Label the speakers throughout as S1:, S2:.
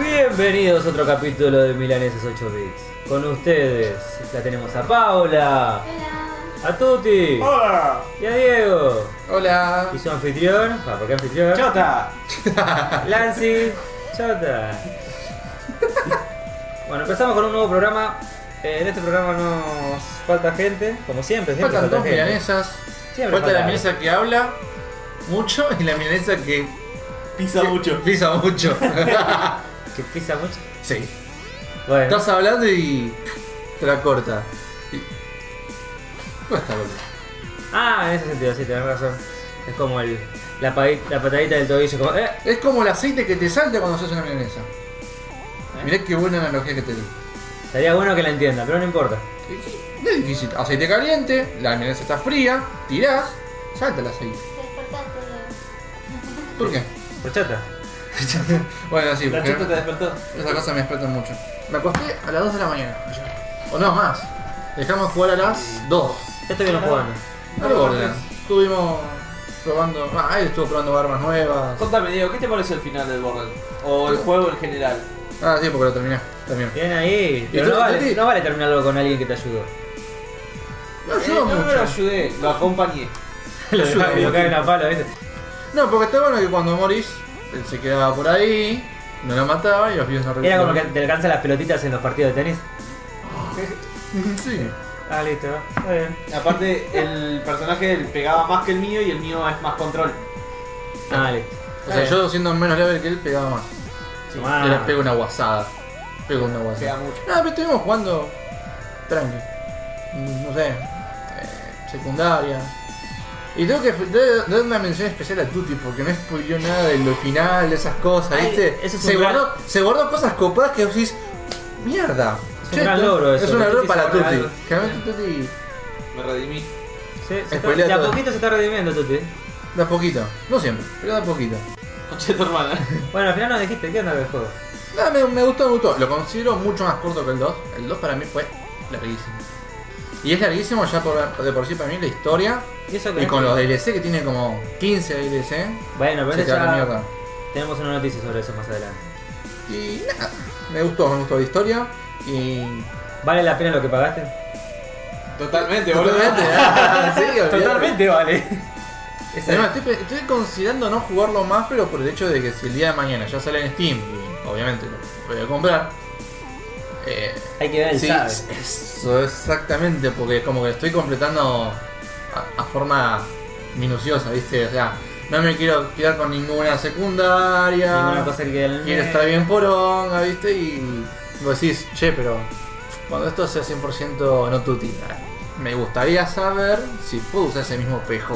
S1: Bienvenidos a otro capítulo de Milaneses 8 Bits. Con ustedes la tenemos a Paula, a Tuti
S2: ¡Hola!
S1: y a Diego.
S3: Hola.
S1: Y su anfitrión, ah, ¿por qué anfitrión?
S2: ¡Chota!
S1: Lancy Chota. Bueno, empezamos con un nuevo programa. Eh, en este programa nos falta gente, como siempre, siempre
S3: Faltan
S1: falta
S3: dos
S1: gente.
S3: milanesas.
S1: Siempre
S3: Falta la
S1: falta.
S3: milanesa que habla mucho y la milanesa que
S2: Pisa mucho.
S3: pisa mucho.
S1: Que pisa mucho.
S3: sí.
S1: Bueno,
S3: Estás hablando y te la corta. Y... No está loco.
S1: ah, en ese sentido, sí, tenés razón. Es como el, la, pa- la patadita del tobillo, como, eh,
S3: Es como el aceite que te salta cuando haces una milanesa.
S2: ¿Eh?
S3: Mirá qué buena analogía que te di.
S1: Estaría bueno que la entienda, pero no importa.
S3: Y- No es difícil. Aceite caliente, la milanesa está fría, tirás, salta el aceite. ¿Por qué?
S1: Por chata.
S3: Bueno, sí,
S2: La
S3: porque
S2: chota te despertó.
S3: Esa cosa me despierta mucho. Me acosté a las 2 de la mañana. ayer. O no, más. Dejamos jugar a las 2.
S1: Ya estuvieron jugando.
S3: A lo orden. Estuvimos probando. Ah, él estuvo probando armas nuevas.
S2: Contame, Diego, ¿qué te pareció el final del Borderlands? O el juego en general.
S3: Ah, sí, porque lo terminé. También.
S1: Bien ahí. Pero
S3: tú,
S1: no vale,
S3: Tati?
S1: no vale terminarlo con alguien que te ayudó.
S3: No ayudó
S2: Eh, no me lo
S3: mucho.
S2: ayudé, lo acompañé.
S1: Lo
S3: ayuda,
S1: dejaba que lo
S3: boludo.
S1: caguen a palo, ¿viste?
S3: No, porque está bueno que cuando morís, él se quedaba por ahí, no lo mataba y los vivos no
S1: Era como que te alcanzan las pelotitas en los partidos de tenis.
S3: Sí.
S1: Ah, listo. Está bien.
S2: Aparte, el personaje del pegaba más que el mío y el mío es más control.
S1: Ah, listo.
S3: O sea, yo siendo menos level que él pegaba más.
S1: Ah.
S3: Yo le pego una guasada. Pego una guasada.
S2: Pega mucho.
S3: No, Ah, pero estuvimos jugando tranqui. Mm, No sé, eh, secundaria. Y tengo que de- dar una mención especial a Tutti porque no spoileó nada de lo final, de esas cosas,
S1: Ay,
S3: ¿viste?
S1: eso es un
S3: se,
S1: gran-
S3: guardó, se guardó cosas copadas que vos decís, mierda.
S1: Es un gran logro eso,
S3: Es un gran
S1: que
S3: logro
S1: Tutti
S3: para
S1: se
S3: Tutti.
S1: guarda algo.
S3: Generalmente Tutti,
S2: Me redimí.
S1: Se, se está,
S3: Spoilea
S1: de a
S3: todo.
S1: poquito se está redimiendo, Tuti.
S3: da poquito. No siempre, pero da poquito.
S2: Conche tu hermana.
S1: Bueno, al final nos dijiste, ¿qué onda con el juego?
S3: No, me, me gustó, me gustó. Lo considero mucho más corto que el 2. El 2 para mí fue larguísimo. Y es larguísimo ya por, de por sí para mí la historia.
S1: Y eso que
S3: Y
S1: no-
S3: con los DLC que tiene como 15 DLC,
S1: Bueno, pero
S3: se
S1: eso
S3: queda la
S1: ya
S3: mierda.
S1: tenemos una noticia sobre eso más adelante.
S3: Y nada, me gustó, me gustó la historia. Y.
S1: ¿Vale la pena lo que pagaste?
S2: Totalmente, boludo.
S3: Totalmente, ah, sí, olvidate.
S1: vale. Esa-
S3: Además, estoy, estoy considerando no jugarlo más, pero por el hecho de que si el día de mañana ya sale en Steam, y obviamente lo voy a comprar. Eh,
S1: Hay que ver el
S3: sí,
S1: sabe.
S3: eso exactamente, porque como que estoy completando a, a forma minuciosa, ¿viste? O sea, no me quiero quedar con ninguna secundaria.
S1: Ninguna cosa que quede en el
S3: Quiere
S1: medio.
S3: estar bien poronga, ¿viste? Y vos decís, che, pero cuando esto sea 100% no tuti, Ah, me gustaría saber si puedo usar ese mismo PJ.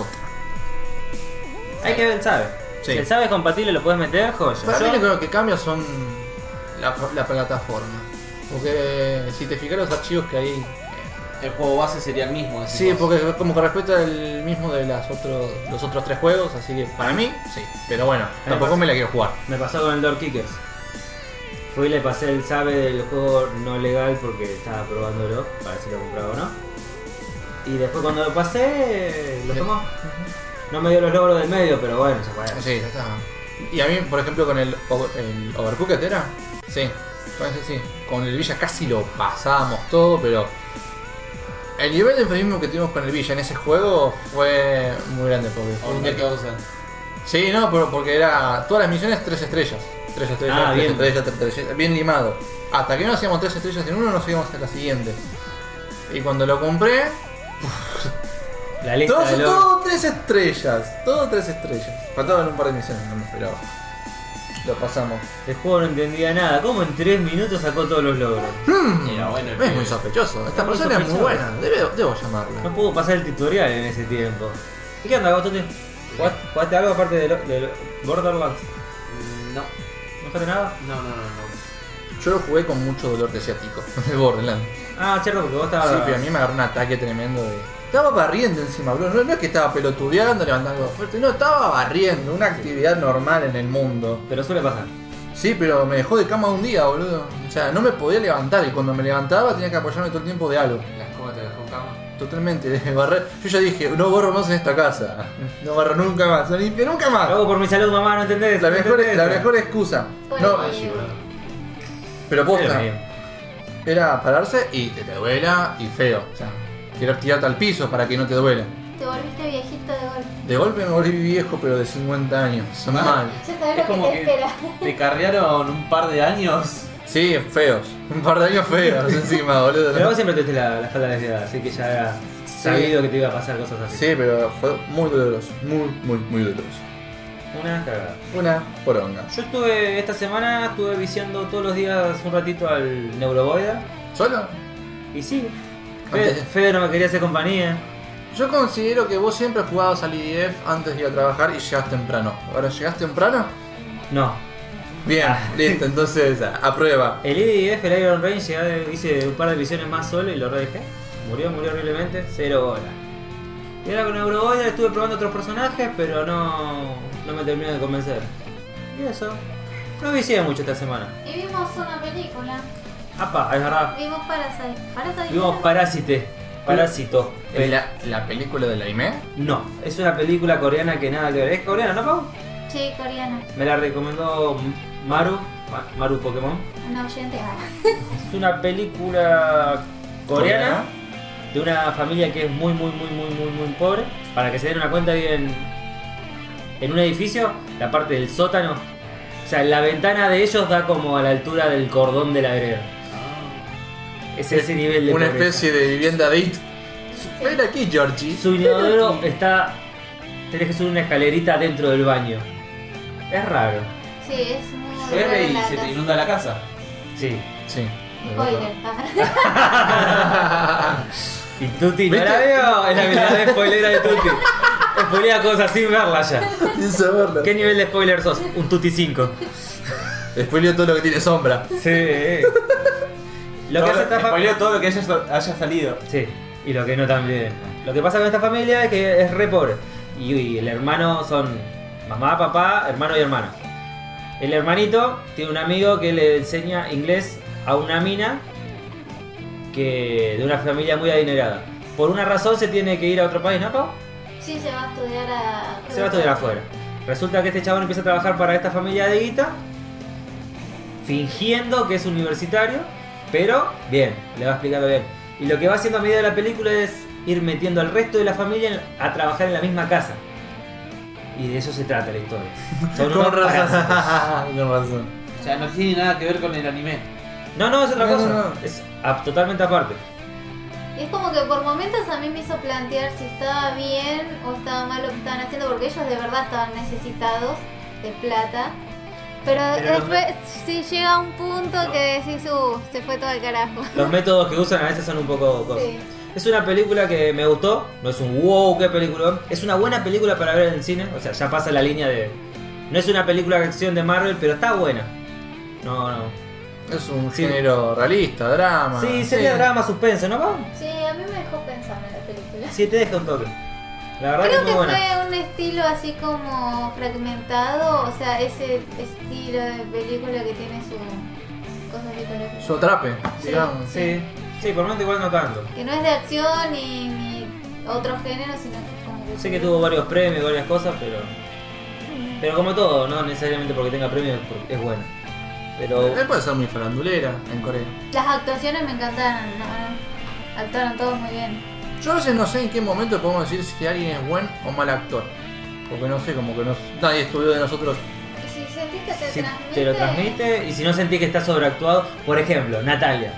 S1: Hay que ver el sabe.
S3: Sí.
S1: Si el sabe es compatible, lo puedes meter, joya.
S3: Para
S1: Yo-
S3: mí lo que- lo que cambia son la, la plataforma. Porque si te fijas los archivos que hay...
S2: El juego base sería el mismo. decís
S3: Sí,
S2: vos.
S3: porque como que respeta el mismo de las otros los otros tres juegos, así que para mí, sí. Pero bueno,
S1: me
S3: tampoco
S1: pasa.
S3: me la quiero jugar.
S1: Me pasó con el Door Kickers. Fui y le pasé el sabe del juego no legal porque estaba probándolo para ver si lo compraba o no. Y después cuando lo pasé, lo
S3: Sí.
S1: tomó. No me dio los logros del medio, pero bueno, se fue.
S3: Sí, ya está. Y a mí, por ejemplo, con el, over- el Overcooked era. Sí, con ese sí. Con el Villa casi lo pasábamos todo, pero. El nivel de enfermismo que tuvimos con el Villa en ese juego fue muy grande. Porque fue un
S2: Ahorita
S3: día
S2: que
S3: que-
S2: vamos a hacer.
S3: Sí, no, pero porque era. Todas las misiones tres estrellas. Tres estrellas,
S1: Ah,
S3: tres
S1: bien.
S3: estrellas, tres estrellas. Bien limado. Hasta que no hacíamos tres estrellas en uno, nos íbamos hasta la siguiente. Y cuando lo compré,
S1: La lista
S3: todo,
S1: de logros.
S3: todo tres estrellas, todo tres estrellas. Faltaban un par de misiones, no me esperaba. Lo pasamos.
S1: El juego no entendía nada. ¿Cómo en 3 minutos sacó todos los logros? Ah,
S2: Era bueno el
S3: es
S2: pibe.
S3: muy sospechoso. Esta
S1: Es eh, muy
S3: persona es muy
S1: sospechoso.
S3: buena, debe- debo
S1: No
S3: llamarla.
S1: pudo pasar el tutorial en ese tiempo. ¿Y qué onda, Gotote? ¿Jugaste, jugaste algo aparte de, lo- de lo- Borderlands?
S2: Mm, No,
S1: ¿No jugaste nada?
S2: no, no, no. no.
S3: Yo lo jugué con mucho dolor de ciático, el Borderlands.
S1: Ah, cierto, porque vos estabas.
S3: Sí, pero a mí me agarró un ataque tremendo de. Estaba barriendo encima, bro. No, no es que estaba pelotudeando, levantando algo fuerte, no, estaba barriendo, una actividad normal en el mundo.
S1: Pero suele pasar.
S3: Sí, pero me dejó de cama un día, boludo. O sea, no me podía levantar y cuando me levantaba tenía que apoyarme todo el tiempo de algo.
S2: La escoba te dejó cama.
S3: Totalmente, de barrer. Yo ya dije, no borro más en esta casa. No barro nunca más, no limpio nunca más.
S1: Lo hago por mi salud, mamá, ¿no entendés?
S3: La
S1: ¿No
S3: mejor,
S1: entendés?
S4: eh,
S3: la mejor excusa. No,
S2: Ay, boludo.
S3: Pero posta,
S1: Era bien.
S3: era pararse y que te duela y feo. O sea, querer tirarte al piso para que no te duela.
S4: Te volviste viejito de golpe.
S3: De golpe me volví viejo, pero de 50 años. Son mal.
S4: Ya sabes
S2: Es
S4: lo
S2: como
S4: que te
S2: que-
S4: espera.
S2: Te carrearon un par de años.
S3: Sí, feos. Un par de años feos encima, boludo.
S1: Pero vos siempre tuviste la, la espalda lesionada, así que ya era sabido que te iba a pasar cosas así.
S3: Sí, pero fue muy doloroso. Muy, muy, muy doloroso.
S1: Una cagada.
S3: Una poronga.
S1: Yo estuve, esta semana estuve viciando todos los días un ratito al Neuroboida.
S3: ¿Solo?
S1: Y sí, Fe-
S3: Antes-
S1: Fede no me quería hacer compañía.
S3: Yo considero que vos siempre jugabas al IDF antes de ir a trabajar y llegás temprano. ¿Ahora llegás temprano?
S1: No,
S3: Bien,
S1: Ah.
S3: listo, entonces a, a prueba.
S1: el IDF, el Iron Range, ya de- hice un par de visiones más solo y lo redejé. Murió, murió horriblemente, cero bola. Y ahora con Euroboider estuve probando otros personajes, pero no, no me terminó de convencer. Y eso, no vicié mucho esta semana.
S4: Y vimos una película.
S1: Apa, es verdad,
S4: Vimos Parasite. Parasite.
S1: vimos Parásite, Parásito.
S3: ¿La, la película del anime?
S1: No, es una película coreana que nada que ver. ¿Es coreana, no, Pau?
S4: Sí, coreana.
S1: Me la recomendó Maru, Ma- Maru Pokémon.
S4: Una oyente. Ah.
S1: Es una película coreana de una familia que es muy, muy, muy, muy, muy, muy pobre. Para que se den una cuenta, viven en un edificio, la parte del sótano. O sea, la ventana de ellos da como a la altura del cordón de la vereda. Es ese nivel de
S3: Ah. Una
S1: pobreza.
S3: especie de vivienda de IT. Ven aquí, Georgie.
S1: Su inodoro está... Tenés que subir una escalerita dentro del baño. Es raro.
S4: Sí, es muy
S2: Llueve
S4: aburrida
S2: y
S4: la
S2: se te
S4: casa.
S2: inunda la casa.
S1: Sí.
S3: Sí.
S4: Spoiler. Ah.
S1: Y Tuti, ¿no
S3: ¿Viste?
S1: la veo? Es la mirada de spoilera de Tuti. Spoilea cosas sin verla ya.
S3: Sin saberlo.
S1: ¿Qué nivel de spoiler sos? Un Tuti 5.
S3: Después leo todo lo que tiene sombra.
S1: Sí. Lo que hace esta familia.
S2: Spoileó todo lo que haya, haya salido.
S1: Sí, y lo que no también. Lo que pasa con esta familia es que es re pobre. Y, y el hermano son mamá, papá, hermano y hermano. El hermanito tiene un amigo que le enseña inglés a una mina que de una familia muy adinerada. Por una razón se tiene que ir a otro país, ¿no, Pau?
S4: Sí, se va a estudiar a.
S1: se va a estudiar afuera. Resulta que este chabón empieza a trabajar para esta familia de guita, fingiendo que es universitario, pero bien, le va explicando bien. Y lo que va haciendo a medida de la película es ir metiendo al resto de la familia en- a trabajar en la misma casa. Y de eso se trata la historia. Son unos
S3: Con
S1: parásitos.
S3: razón. Con razón.
S2: O sea, no tiene nada que ver con el anime.
S1: No, no, es otra
S3: No,
S1: cosa.
S3: no, no.
S1: Es a- totalmente aparte.
S4: Y es como que por momentos a mí me hizo plantear si estaba bien o estaba mal lo que estaban haciendo, porque ellos de verdad estaban necesitados de plata. Pero,
S1: Pero los
S4: después sí llega un punto que decís, uh, se fue todo al carajo.
S1: Los métodos que usan a veces son un poco cosas.
S4: Sí.
S1: Es una película que me gustó, no es un wow, qué película. Es una buena película para ver en el cine, o sea, ya pasa la línea de. No es una película de acción de Marvel, pero está buena. No, no.
S3: Es un
S1: Sí.
S3: género realista, drama.
S1: Sí, sería drama suspenso, ¿no, Pau?
S4: Sí, a mí me dejó pensando la película.
S1: Sí, te deja un toque. La verdad que
S4: Creo
S1: es muy
S4: que
S1: buena.
S4: fue un estilo así como fragmentado, o sea, ese estilo de película que tiene su cosas psicológicas.
S3: Su atrape,
S4: Sí.
S3: digamos.
S1: Sí, sí, por lo menos igual no tanto.
S4: Que no es de acción ni, ni otro género, sino que es como que...
S1: Sé que tuvo varios premios, varias cosas, pero. Pero como todo, no necesariamente porque tenga premios porque es buena. Pero.
S3: Eh, Puede ser muy farandulera en Corea.
S4: Las actuaciones me encantaron, no, no. actuaron todos muy bien.
S3: Yo a veces no sé en qué momento podemos decir si alguien es buen o mal actor. Porque no sé, como que no, nadie estudió de nosotros.
S4: Y si sentís que te
S1: Si
S4: transmite...
S1: te lo transmite y si no sentís que está sobreactuado, por ejemplo, Natalia,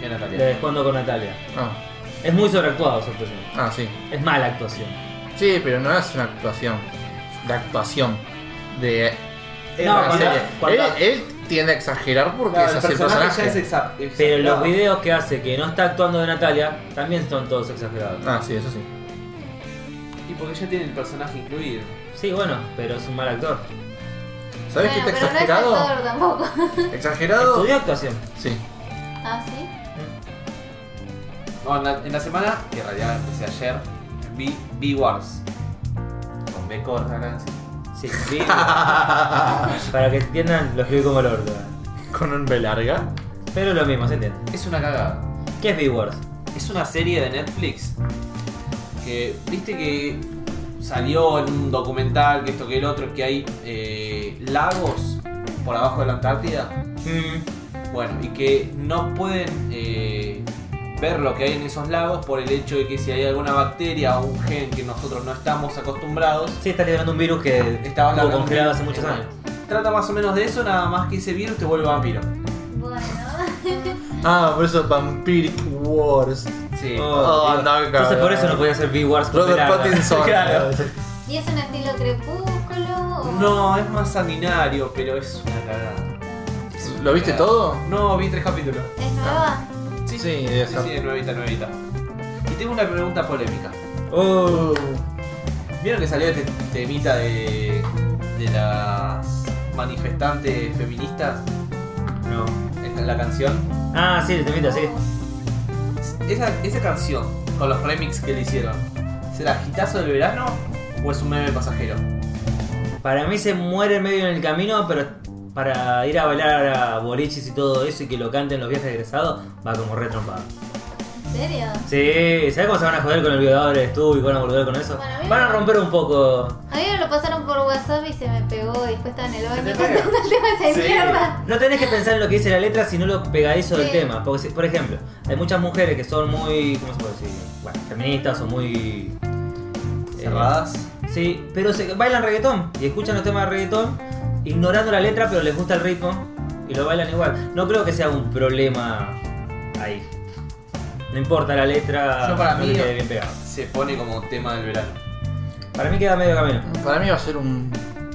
S2: Que
S1: le
S2: Natalia.
S1: descuento con Natalia.
S3: Ah,
S1: Es muy sobreactuado su actuación.
S3: ah, sí.
S1: Es mala actuación.
S3: Sí, pero no es una actuación. La actuación de
S1: No,
S3: la
S1: cuando-
S3: serie.
S1: cuando-
S3: Él, él tiende a exagerar porque
S2: Claro,
S3: es
S2: el
S3: así el
S2: personaje
S3: personaje.
S2: ya es exa- exagerado.
S1: Pero los videos que hace que no está actuando de Natalia también son todos exagerados.
S3: Ah, sí, eso sí.
S2: Y porque ya tiene el personaje incluido.
S1: Sí, bueno, pero es un mal actor.
S3: ¿Sabes
S4: Bueno,
S3: qué está
S4: pero no es
S3: exagerado?
S4: actor tampoco.
S3: ¿Exagerado?
S1: Estudió actuación.
S3: Sí.
S4: ¿Ah, sí?
S2: No, en, la, en la semana, que en realidad empecé ayer, vi B-Wars. Con B corta, ¿no?
S1: Sí, sí. Para que entiendan, lo escribí como el orto.
S3: Con un B larga.
S1: Pero lo mismo, se entiende.
S2: Es una cagada.
S1: ¿Qué es B-Wars?
S2: Es una serie de Netflix que, viste que salió en un documental, que
S3: Mm.
S2: esto que el otro, que hay eh, lagos por abajo de la Antártida. Bueno, y que no pueden eh, ver lo que hay en esos lagos por el hecho de que si hay alguna bacteria o un gen que nosotros no estamos acostumbrados,
S1: Sí, está liberando un virus que estuvo
S2: estaba hablando-
S1: congelado hace muchos años.
S2: Trata más o menos de eso, nada más que ese virus te vuelve vampiro.
S4: Bueno,
S3: Ah, por eso Vampiric Wars.
S2: Sí.
S1: Oh,
S3: Oh,
S1: Dios.
S3: no,
S1: Entonces por eso no
S3: cabrón.
S1: podía ser B-Wars con
S3: Robert
S1: Peralta.
S3: Pattinson.
S2: Claro.
S4: ¿y es un estilo crepúsculo? o-
S2: No, es más sanguinario, pero es una cagada. Es una
S3: ¿Lo viste
S2: cagada.
S3: todo?
S2: No, vi tres capítulos.
S4: ¿Es nueva?
S3: Sí, debe
S2: Sí,
S3: ser.
S2: sí, de nuevita, nuevita. Y tengo una pregunta polémica.
S1: Oh.
S2: ¿Vieron que salió este temita de, de las manifestantes feministas?
S1: No.
S2: Esta es la canción.
S1: Ah, sí, te invito, sí.
S2: Esa, esa canción, con los remix que le hicieron, ¿será gitazo del verano o es un meme pasajero?
S1: Para mí se muere medio en el camino, pero para ir a bailar a boliches y todo eso y que lo canten los viajes egresados, va como retrompado.
S4: ¿En serio?
S1: Sí, ¿sabes cómo se van a joder con el violador de Stu y van a volver con eso?
S4: Bueno, a mí
S1: Van a
S4: no.
S1: romper un poco.
S4: A mí me lo pasaron por WhatsApp y se me pegó y después estaba en el baño
S2: te pega?
S4: cantando el tema de
S2: Sí.
S4: mierda.
S1: No tenés que pensar en lo que dice la letra, sino lo pegadizo del
S4: Sí.
S1: tema. Porque, si- por ejemplo, hay muchas mujeres que son muy. ¿Cómo se puede decir? Bueno, feministas o muy. eh,
S2: ¿Cerradas?
S1: Sí, pero se, bailan reggaetón y escuchan los temas de reggaetón ignorando la letra, pero les gusta el ritmo y lo bailan igual. No creo que sea un problema ahí. No importa la letra,
S2: Yo para
S1: no
S2: mí-
S1: quede bien pegado.
S2: Se pone como tema del verano.
S1: Para mí queda medio camino.
S3: Para mí va a ser un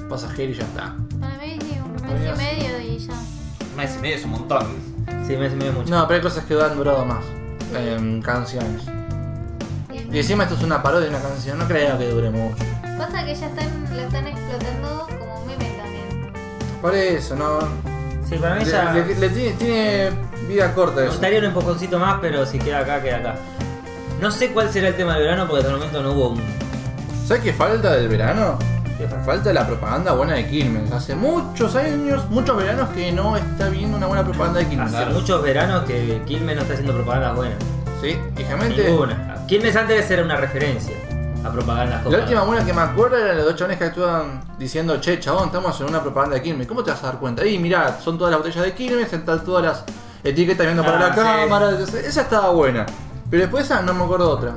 S3: pasajero y ya está.
S4: Para mí sí, un mes y medio y ya.
S2: Un mes y medio es un montón.
S1: Sí, me hace medio mucho.
S3: No, pero hay cosas que han durado más. em, canciones. Y
S4: Y-
S3: encima esto es una parodia de una canción, no creo que dure mucho.
S4: Pasa que ya están, la están explotando como meme también.
S3: Por eso, no.
S1: Sí, para mí
S3: Le,
S1: ya.
S3: le- le tiene, tiene vida corta
S1: Me
S3: eso.
S1: gustaría un empujoncito más, pero si queda acá, queda acá. No sé cuál será el tema del verano porque hasta el momento no hubo un.
S3: ¿Sabes qué falta del verano?
S1: ¿Qué pasa?
S3: Falta la propaganda buena de Quilmes. Hace muchos años, muchos veranos que no está viendo una buena propaganda de Quilmes.
S1: Hace muchos veranos que Quilmes no está haciendo propaganda buena.
S3: Sí, fijamente.
S1: Ninguna. Quilmes antes era una referencia a propaganda
S3: La última buena que me acuerdo era los dos chones que actúan diciendo, che, chabón, estamos en una propaganda de Quilmes. ¿Cómo te vas a dar cuenta? Y mirá, son todas las botellas de Quilmes, están todas las etiquetas viendo para
S1: Ah,
S3: la
S1: sí.
S3: cámara. Esa estaba buena. Pero después esa no me acuerdo otra.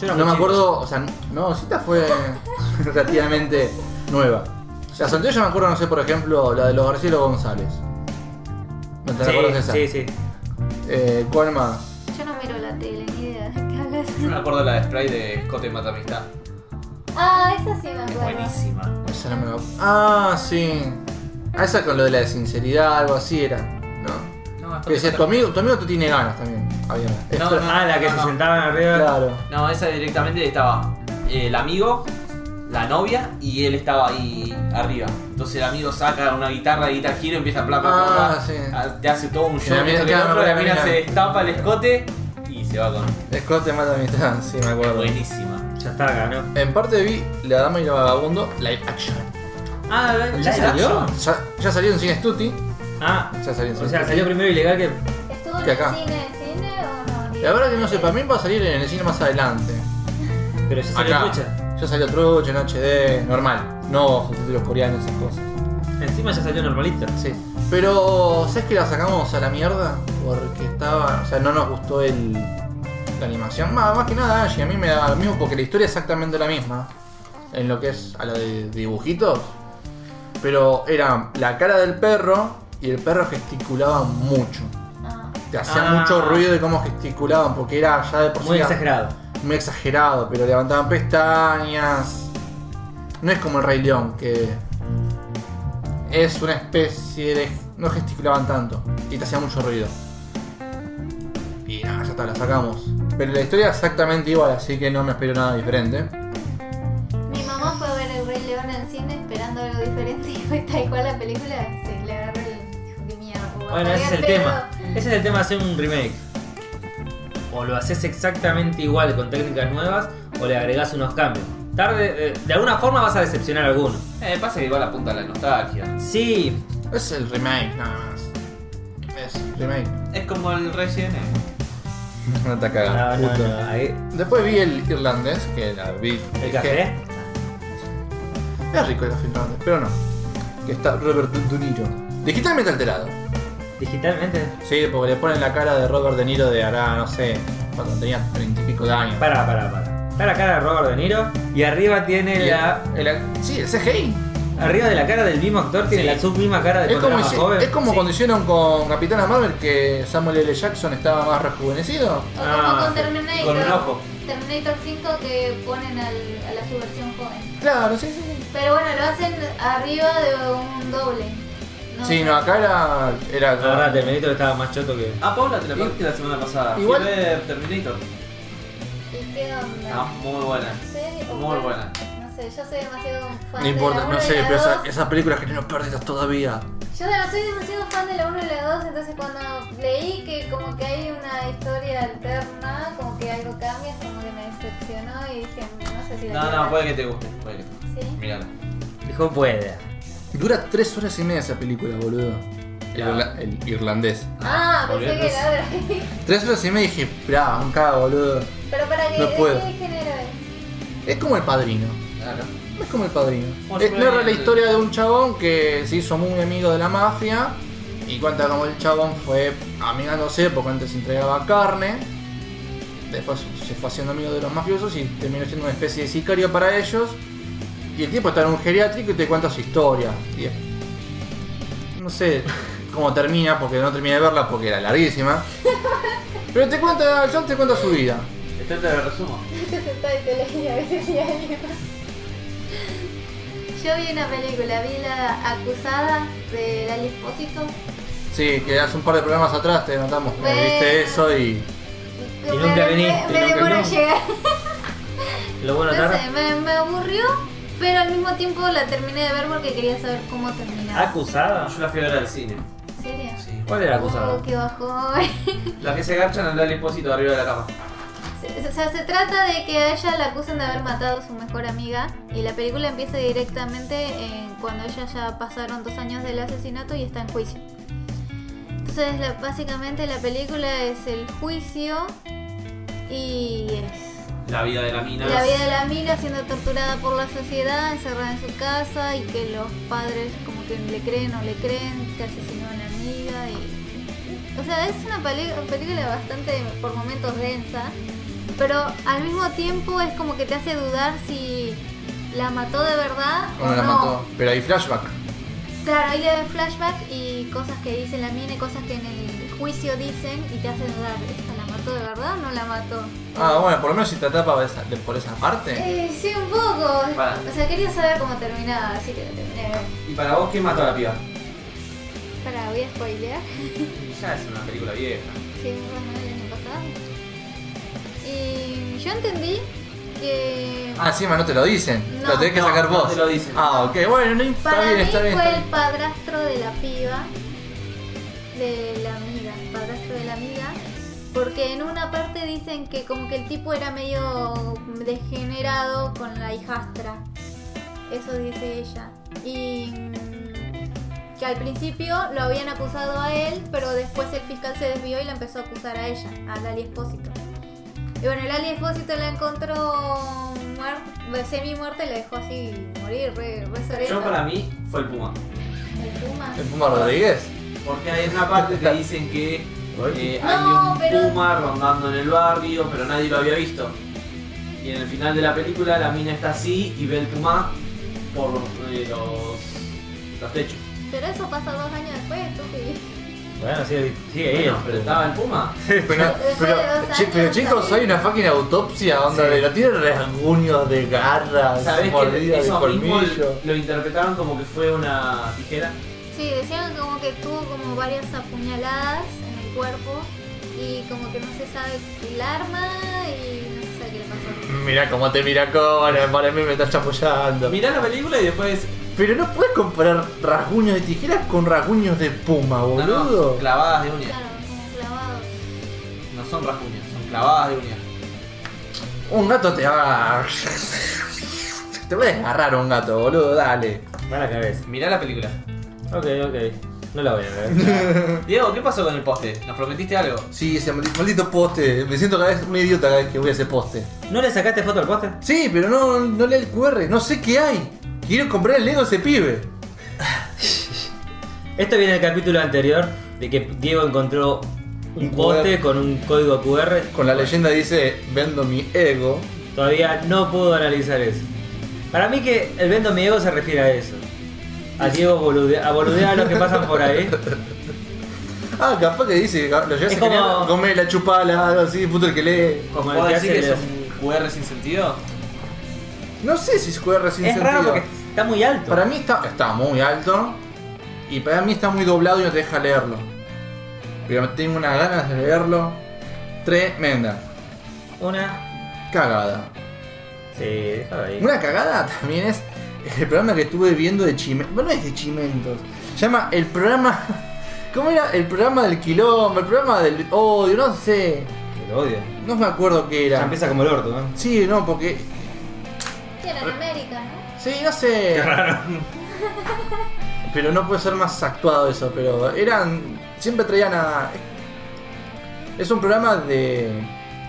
S1: Yo
S3: No me acuerdo, o sea, no, Cita fue relativamente nueva. O sea, Santiago yo me acuerdo, no sé, por ejemplo, la de los García González. ¿No te acuerdas de esa?
S1: Sí, sí.
S3: Eh, ¿Cuál más?
S4: Yo no miro la tele, ni idea de qué hablas.
S2: Yo me acuerdo de la de spray de Scott y Mata Amistad.
S4: Ah, esa sí me
S2: Es
S4: acuerdo.
S2: buenísima.
S3: Esa no me la- Ah, sí. Ah, esa con lo de la sinceridad, algo así era. ¿No?
S2: No, es
S3: Que decías, tu
S2: Mata-
S3: amigo, tu amigo te tiene ganas también. Había.
S2: No,
S3: Esto-
S2: no,
S1: Ah, la que se sentaban arriba.
S3: Claro.
S2: No, esa directamente estaba eh, el amigo, la novia y él estaba ahí arriba. Entonces el amigo saca una guitarra de guitar giro, empieza a plapa,
S3: Ah, sí.
S2: te hace todo un show.
S3: la mina
S2: mientras que
S3: queda
S2: el otro, la
S3: re
S2: mina
S3: mina.
S2: se destapa el escote y se va con.
S3: Scott te mata amistad, sí, me acuerdo.
S2: Buenísima.
S1: Ya está acá, ¿no?
S3: En parte vi La Dama y el Vagabundo live action.
S1: Ah,
S2: ¿ya salió?
S3: Ya, ya salió en Cine Stuti.
S1: Ah,
S3: Ya salió
S1: o
S3: en Cine
S1: sea,
S3: Stuti.
S1: salió primero ilegal que.
S4: ¿Estuvo en
S3: Que
S4: el
S3: acá.
S4: cine, cine o no? Ni
S3: La verdad que
S4: idea.
S3: no sé, para mí va a salir en el cine más adelante.
S1: Pero ya salió trucha.
S3: Ya salió trucha, en HD, normal. No subtítulos coreanos, esas cosas.
S1: Encima ya salió normalito.
S3: Sí. Pero, ¿sabes que la sacamos a la mierda? Porque estaba. O sea, no nos gustó el. La animación. Más, más que nada, Angie, a mí me da lo mismo porque la historia es exactamente la misma. En lo que es a lo de dibujitos. Pero era la cara del perro y el perro gesticulaba mucho.
S4: Ah,
S3: Te hacía
S1: Ah.
S3: mucho ruido de cómo gesticulaban porque era ya de por sí.
S1: Muy
S3: la-
S1: exagerado.
S3: muy exagerado, pero levantaban pestañas. No es como el Rey León, que es una especie de. No gesticulaban tanto y te hacía mucho ruido. Y nada, ya está, la sacamos. Pero la historia es exactamente igual, así que no me espero nada diferente.
S4: Mi mamá fue a ver El Rey León al cine esperando algo diferente y fue tal cual la película. Se le agarró el. Dijo que mierda.
S1: Bueno, ese es el tema. Ese es el tema de hacer un remake. O lo haces exactamente igual con técnicas nuevas o le agregás unos cambios. Tarde, eh, de alguna forma vas a decepcionar a alguno.
S2: Eh, pasa que igual apunta a la nostalgia.
S1: Sí,
S3: Es el remake, nada más. Es remake.
S2: Es como el recién. eh.
S3: no te
S1: no,
S3: cagas,
S1: no,
S3: puto.
S1: no, ahí-
S3: Después vi el irlandés, que la vi.
S1: el
S3: dije,
S1: café.
S3: Es rico el café irlandés, pero no. Que está Robert De Niro. Digitalmente alterado.
S1: digitalmente.
S3: Sí, porque le ponen la cara de Robert De Niro de hará, no sé, cuando tenía treinta y pico de años.
S1: Para, para, para. Está la cara de Robert De Niro y arriba tiene
S3: Y
S1: la.
S3: el- el- sí, el CGI.
S1: Arriba de la cara del mismo actor tiene
S2: Sí.
S1: la submisma cara de
S3: Es
S1: cuando
S3: como,
S1: era más
S3: hici-
S1: joven.
S3: es como
S1: Sí.
S3: cuando hicieron con Capitana Marvel que Samuel L. Jackson estaba más rejuvenecido.
S4: O
S1: Ah,
S4: como con
S1: sí.
S4: Terminator.
S2: Con un ojo.
S4: Terminator 5 que ponen al- a la subversión joven.
S3: Claro, sí, sí. sí.
S4: Pero bueno, lo hacen arriba de un doble.
S3: Sí, no, acá era. era
S1: La verdad, Terminator estaba más choto que.
S2: Ah, Paula, te la perdiste la semana pasada. Fui
S3: Igual-
S2: a ver Terminator.
S4: ¿Y qué onda?
S2: Ah, muy buena.
S4: ¿Sí? ¿O
S2: Muy
S4: qué?
S2: buena.
S4: No sé, yo soy demasiado
S3: no
S4: fan de
S3: importa,
S4: la
S3: no
S4: uno y
S3: sé,
S4: la
S3: pero esa-
S4: dos.
S3: esas películas que no perdidas todavía.
S4: Yo de- soy demasiado fan de la 1 y la 2, entonces cuando leí que como que hay una historia alterna, como que algo cambia, es como que me decepcionó y dije, no sé si la
S2: No,
S4: quiero
S2: no,
S4: ver.
S2: puede que te guste. Puede que te guste.
S4: Sí.
S2: Mírala.
S1: Dijo, puede.
S3: Dura tres horas y media esa película, boludo. El,
S2: Ya.
S3: irla- el irlandés.
S4: Ah, pensé que
S2: Volviendo.
S4: era otra.
S3: Tres horas y media y dije, bravo, un cago, boludo.
S4: Pero para que
S3: No
S4: ¿de
S3: puedo.
S4: qué género es?
S3: Es como el padrino.
S2: Claro.
S3: Es como el padrino.
S2: Bueno,
S3: Es,
S2: pero-
S3: narra la historia de un chabón que se hizo muy amigo de la mafia y cuenta cómo el chabón fue amigándose porque antes entregaba carne. Después se fue haciendo amigo de los mafiosos y terminó siendo una especie de sicario para ellos. Y el tipo está en un geriátrico y te cuenta su historia. Y es- No sé cómo termina, porque no terminé de verla porque era larguísima. Pero te cuenta, el chabón te cuenta su vida.
S2: Este te lo resumo.
S4: Se sentaba y te leía, veces leía alguien. Yo vi una película, vi la acusada de la Lispósito.
S3: Sí, que hace un par de programas atrás te notamos, que
S4: Bueno.
S3: viste eso y.
S4: Y
S1: nunca viniste,
S4: Me
S1: nunca
S4: demoró
S1: viniste.
S4: llegar.
S1: Lo bueno
S4: No
S1: tarde.
S4: sé, me, me aburrió, pero al mismo tiempo la terminé de ver porque quería saber cómo terminaba.
S1: ¿Acusada?
S2: Ah, Yo la fui a ver al cine.
S4: ¿En serio?
S2: Sí.
S1: ¿Cuál era acusada?
S4: Oh, qué bajón.
S2: Las que se agachan al depósito arriba de la cama.
S4: Se- O sea, se trata de que a ella la acusan de haber matado a su mejor amiga y la película empieza directamente en cuando ella ya pasaron dos años del asesinato y está en juicio. Entonces, la- básicamente la película es el juicio y es
S2: La vida de la mina.
S4: La vida de la mina siendo torturada por la sociedad, encerrada en su casa y que los padres como que le creen o le creen, que asesinó a una amiga y... O sea, es una peli- película bastante por momentos densa, pero al mismo tiempo es como que te hace dudar si la mató de verdad o
S3: Bueno,
S4: no.
S3: la mató. Pero hay flashback.
S4: Claro, ahí le dan flashback y cosas que dice la mina y cosas que en el juicio dicen y te hace dudar, ¿esta la mató de verdad o no la mató?
S3: Ah, bueno, por lo menos si te atrapa de esa- de- por esa parte.
S4: Eh, sí, un poco.
S2: Para.
S4: O sea, quería saber cómo terminaba, así que lo terminé de ver.
S2: ¿Y para vos quién mató a la piba?
S4: Para, voy a spoilear.
S2: Ya es una película vieja.
S4: Sí, bueno, el año pasado. Y yo entendí que.
S3: Ah, encima no te lo dicen.
S4: No.
S3: lo tenés que
S2: No,
S3: sacar
S2: no
S3: vos.
S2: te lo dicen.
S3: Ah, ok, bueno, no está
S4: para
S3: bien,
S4: mí
S3: está bien.
S4: fue
S3: Está
S4: el
S3: bien.
S4: padrastro de la piba, de la amiga, padrastro de la amiga. Porque en una parte dicen que como que el tipo era medio degenerado con la hijastra. Eso dice ella. Y mm, que al principio lo habían acusado a él, pero después el fiscal se desvió y la empezó a acusar a ella, a Lali Espósito. Y bueno, Lali Espósito la encontró muerta, semi muerta y la dejó así morir, re, re soreta.
S2: Yo para mí fue el Puma.
S4: El Puma.
S3: El Puma Rodríguez.
S2: Porque hay una parte que dicen que eh,
S4: No,
S2: hay
S4: pero-
S2: un Puma rondando en el barrio, pero nadie lo había visto. Y en el final de la película la mina está así y ve el Puma por los, eh, los, los techos.
S4: Pero eso pasa dos años después, estúpido.
S1: Bueno, sí, sí, ahí.
S2: Bueno, pero estaba el Puma.
S3: Pero, pero-
S4: de dos
S3: chi- pero
S4: años,
S3: chicos,
S4: está
S3: hay una fucking autopsia, onda,
S2: Sí.
S3: de lo tiene rasguños de garras,
S2: ¿Sabés que
S3: mordidas de
S2: eso mismo
S3: colmillo.
S2: lo interpretaron como que fue una tijera?
S4: Sí, decían como que tuvo como varias apuñaladas en el cuerpo y como que no se sabe el arma y no se sabe qué le pasó.
S3: Mira cómo te mira Conan, para mí me está chapollando.
S2: Mirá la película y después...
S3: Pero no puedes comparar rasguños de tijeras con rasguños de puma,
S2: No, no,
S3: boludo.
S2: son clavadas de uñas.
S4: Claro, como clavado.
S2: No son rasguños, son clavadas de uñas.
S3: Un gato te va a... Te va a desgarrar un gato, boludo, dale.
S1: Mala cabeza.
S2: Mirá la película.
S1: Ok, ok. No la voy a ver.
S2: Diego, ¿qué pasó con el poste? ¿Nos prometiste algo?
S3: Sí, ese maldi- maldito poste. Me siento cada vez un idiota cada vez que voy a ese poste.
S1: ¿No le sacaste foto al póster?
S3: Sí, pero no, no lee el QR. No sé qué hay. Quiero comprar el Lego a ese pibe.
S1: Esto viene del capítulo anterior de que Diego encontró un
S3: Un
S1: poste
S3: QR.
S1: con un código QR.
S3: Con la leyenda dice, vendo mi ego.
S1: Todavía no puedo analizar eso. Para mí que el vendo mi ego se refiere a eso. A Diego bolude- a boludear a los que pasan por ahí.
S3: Ah, capaz que dice, lo llevas
S1: Es
S3: a
S1: como-
S3: como... come la chupala, algo así, puto el que lee.
S1: Como el
S2: ¿Puedo
S1: que
S2: decir
S1: hace
S2: que
S1: el-
S2: es un QR sin sentido?
S3: No sé si es QR sin
S1: Es raro
S3: sentido.
S1: porque está muy alto.
S3: Para mí está, está muy alto y para mí está muy doblado y no te deja leerlo. Pero tengo unas ganas de leerlo tremenda.
S1: Una.
S3: Cagada.
S1: Sí, déjalo ahí.
S3: Una cagada también es el programa que estuve viendo de Chimentos. Bueno, no es de Chimentos. Se llama el programa. ¿Cómo era? El programa del quilombo, el programa del odio, no sé.
S1: Que Lo odio.
S3: No me acuerdo qué
S1: Ya
S3: era.
S1: empieza como el orto, ¿no?
S3: Sí, no, porque.
S4: Que era en América, ¿no?
S3: Sí, no sé. Pero no puede ser más actuado eso, pero eran. Siempre traían a. Es un programa de.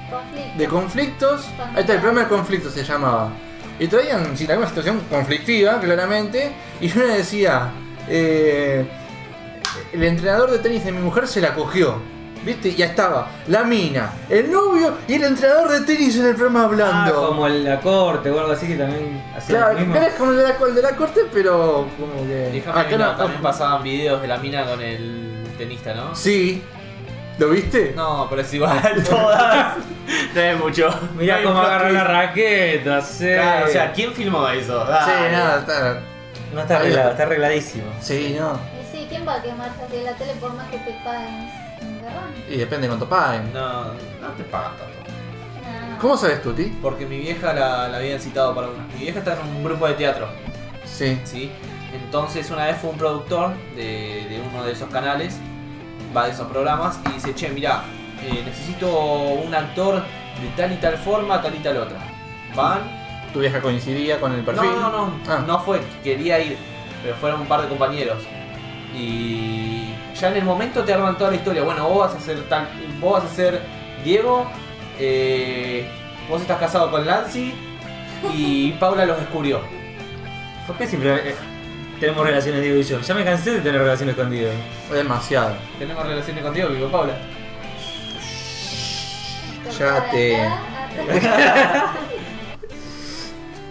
S4: Conflicto.
S3: de conflictos. Ahí está, el programa de conflictos se llamaba. Y traían sin alguna situación conflictiva, claramente. Y yo le decía, eh, el entrenador de tenis de mi mujer se la cogió. ¿Viste? Y ya estaba la mina, el novio y el entrenador de tenis en el programa
S1: Ah,
S3: hablando.
S1: como el- la corte o algo así que también hacía
S3: claro,
S1: lo mismo.
S3: era como el de, la, el de la corte, pero como que... Ah,
S2: Déjame
S3: acá
S2: mirar,
S3: no-
S2: también pasaban videos de la mina con el tenista, ¿no?
S3: Sí. ¿Lo viste?
S2: No, pero es igual, todas. no es mucho.
S1: Mirá
S3: Hay
S1: cómo
S3: un
S1: agarró
S3: plot
S1: la
S3: twist.
S1: raqueta, sí.
S2: Claro, o sea, ¿quién filmó eso?
S3: Sí,
S2: Dale.
S3: nada, está...
S1: No está arreglado, está arregladísimo.
S3: Sí, no.
S4: Y sí, ¿quién va a quemarse así en la tele por más que te paguen? Un garrón.
S3: Y depende cuánto paguen.
S2: No, no te pagan tanto.
S4: Nada.
S3: ¿Cómo sabes tú, Ti?
S2: Porque mi vieja la, la habían citado para una. Mi vieja está en un grupo de teatro,
S3: Sí.
S2: ¿sí? Entonces una vez fue un productor de, de uno de esos canales, va de esos programas, y dice, che, mirá, eh, necesito un actor de tal y tal forma, tal y tal otra. Van.
S3: ¿Tu vieja coincidía con el perfil?
S2: No, no, no.
S3: Ah.
S2: No fue, quería ir, pero fueron un par de compañeros. Y ya en el momento te arman toda la historia. Bueno, vos vas a ser tal, vos vas a ser Diego, eh, vos estás casado con Lancy y Paula los descubrió.
S1: ¿Por qué siempre eh, tenemos relaciones Diego y yo? Ya me cansé de tener relaciones con Diego.
S3: Demasiado.
S2: Tenemos relaciones con Diego y con Paula.
S3: Ya te-
S4: Acá, acá.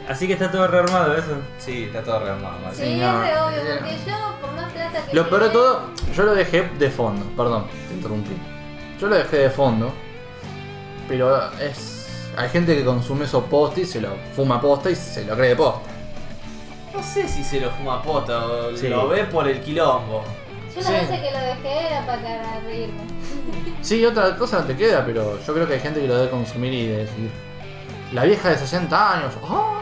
S1: Así que está todo rearmado eso.
S2: Sí, está todo rearmado. vale.
S4: Sí,
S3: Sí,
S4: es
S3: no.
S4: re obvio, porque yo por más plata que
S3: Lo peor de
S4: tenga-
S3: todo, yo lo dejé de fondo, perdón, te interrumpí. Yo lo dejé de fondo, pero es. Hay gente que consume eso posta y se lo fuma posta y se lo cree de posta.
S2: No sé si se lo fuma posta o
S1: Sí.
S2: lo ve por el quilombo.
S4: Yo la
S3: Sí.
S4: vez que lo dejé era para reírme.
S3: Sí, otra cosa no te queda, pero yo creo que hay gente que lo debe consumir y decir. La vieja de 60 años. ¡Oh!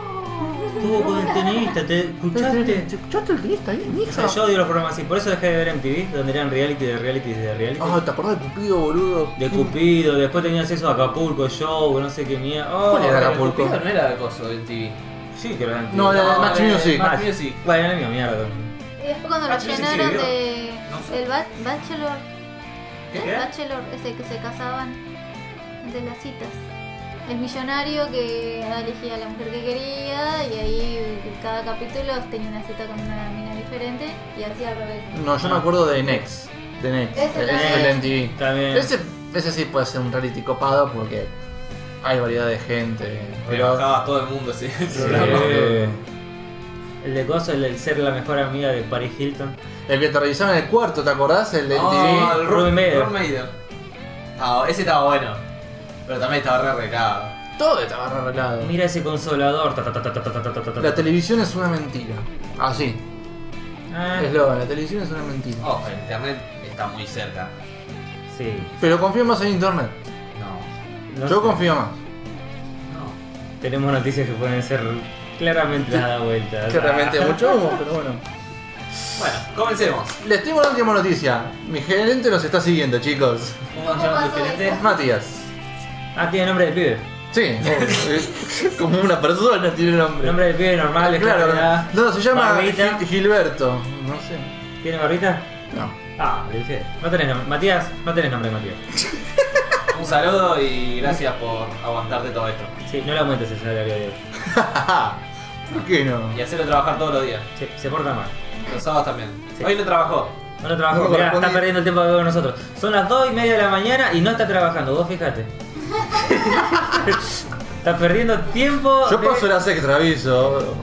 S1: Estuvo con el tenista, ¿te escuchaste?
S3: ¿Escuchaste el lista ahí,
S1: O
S3: Nixa?
S1: sea, yo odio los programas así, por eso dejé de ver MTV, donde eran reality de reality de reality.
S3: Ah, ¿te acordás de Cupido, boludo?
S1: De Cupido, después tenías eso Acapulco Show, no sé qué mierda. Oh,
S3: ¿Cuál era? Acapulco.
S2: Pero el Cupido no era de coso del TV.
S1: Sí, que era MTV.
S3: No, era de Match
S2: era de
S3: Music.
S2: Match eh, Music.
S1: Bueno, era mi mierda.
S4: Y después cuando lo
S1: Ah, sí, sí, sí,
S4: llenaron
S1: vio.
S4: de
S2: No sé.
S4: el ba- bachelor, el
S1: ¿Qué?
S4: bachelor ese que se casaban de las citas. El millonario que elegía a la mujer que quería y ahí cada capítulo tenía una cita con una mina diferente y hacía al revés.
S3: No,
S1: Ah.
S3: yo me acuerdo de Nex. De Nex.
S4: Ese
S3: el-
S4: también.
S3: el MTV.
S1: También.
S3: Ese, ese sí puede ser un reality copado porque hay variedad de gente.
S2: Pero
S3: Pero
S2: bajaba a todo el mundo ese
S1: Sí.
S2: programa.
S1: Eh, El de Coso, el de ser la mejor amiga de Paris Hilton.
S3: el que te revisaba en el cuarto, ¿te acordás? El de
S2: Oh,
S3: MTV.
S2: el
S1: Ruben
S2: Ruben
S1: Maider.
S2: Maider. Ah, ese estaba bueno. Pero también estaba re arreglado.
S3: Todo estaba re arreglado.
S1: Mira ese consolador. ta, ta, ta, ta, ta, ta, ta, ta, ta, ta.
S3: La televisión es una mentira. Ah, sí.
S1: Ah,
S3: Eslogan, la televisión es una mentira.
S2: Oh, el internet está muy cerca.
S1: Sí.
S3: Pero confío más en internet.
S2: No,
S1: No
S3: Yo
S1: sé.
S3: confío más.
S2: no.
S1: Tenemos noticias que pueden ser claramente dadas vueltas.
S3: Claramente mucho humo, pero bueno.
S2: Bueno, comencemos.
S3: Les tengo una última noticia. Mi gerente nos está siguiendo, chicos.
S2: ¿Cómo se llama tu
S4: pasó
S2: gerente?
S4: eso?
S3: Matías.
S1: Ah, tiene nombre de pibe.
S3: Sí, obvio. como una persona tiene nombre.
S1: Nombre de pibe normal. es
S3: Claro,
S1: Claro.
S3: no, se llama
S1: Barbita.
S3: Gil- Gilberto. No sé.
S1: ¿Tiene barrita?
S3: No.
S1: Ah, le dije. No tenés nombre. Matías, no tenés nombre de Matías.
S2: Un saludo y gracias por aguantarte todo esto.
S1: Sí, no le aumentes el salario de él.
S3: ¿Por qué no?
S2: Y hacerlo trabajar todos los días.
S1: Sí, se porta mal.
S2: Los sábados también.
S1: Sí.
S2: Hoy no trabajó.
S1: No trabajó,
S3: No
S1: mirá,
S3: corresponde.
S1: está perdiendo el tiempo que con nosotros. Son las 2 y media de la mañana y no está trabajando, vos fijate. está perdiendo tiempo.
S3: Yo
S1: de-
S3: paso las extra, aviso.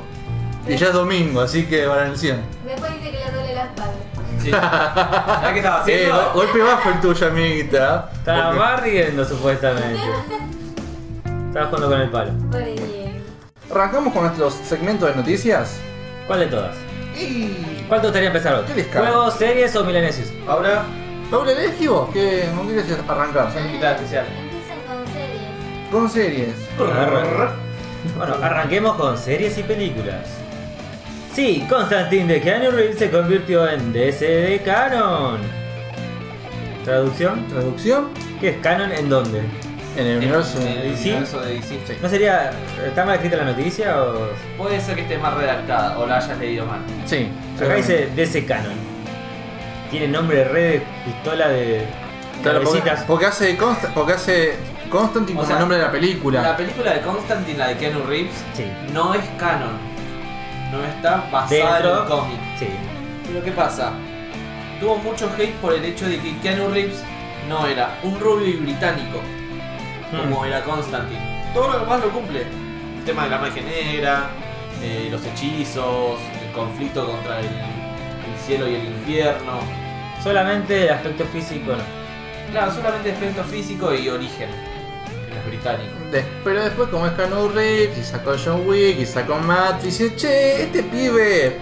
S3: Y ya es domingo, así que van al 100.
S4: Después dice que le duele la espalda.
S2: Sí. ¿Sabes qué estaba
S3: Eh,
S2: haciendo?
S3: go- golpe bajo el tuyo, amiguita.
S1: Estaba
S3: Porque-
S1: barriendo supuestamente. Estaba jugando con el palo.
S4: Por el hielo.
S3: Arrancamos con nuestros segmentos de noticias.
S1: ¿Cuál de todas?
S3: Y.
S1: ¿Cuál te gustaría empezar hoy?
S3: ¿Qué les cabe?
S1: ¿Juegos, series o milanesios?
S2: Ahora,
S3: Paula, ¿lees que vos? ¿Qué, ¿Con qué quieres arrancar?
S2: Soy invitada especial.
S4: Empiezan con series.
S3: Con series.
S1: Bueno, arranquemos con series y películas. Sí, Constantine de Keanu Reeves se convirtió en DC de Canon. ¿Traducción?
S3: Traducción.
S1: ¿Qué es Canon en dónde?
S3: En el universo.
S2: En el
S1: Sí.
S2: universo de DC.
S1: ¿No sería. está mal escrita la noticia o.?
S2: Puede ser que esté mal redactada o la hayas leído mal.
S3: Sí.
S1: Acá dice DC Canon. Tiene nombre de red de pistola de.
S3: Claro, porque,
S1: cabecitas.
S3: porque hace Consta- porque hace Constantine
S2: O
S3: como
S2: sea,
S3: el nombre de la película.
S2: La película de Constantine, la de Keanu Reeves,
S1: Sí.
S2: no es canon. No está basada en
S1: Dentro.
S2: el cómic.
S1: Sí.
S2: Pero ¿qué pasa? Tuvo mucho hate por el hecho de que Keanu Reeves no era un rubio y británico, como era Constantine. Todo lo demás lo cumple. El tema de la magia negra, eh, los hechizos, el conflicto contra el, el cielo y el infierno.
S1: Solamente el aspecto físico no.
S2: Claro, solamente aspecto físico y origen. que no es británico.
S3: De- pero después como es Keanu Reeves y sacó John Wick y sacó Matt y dice, che, este pibe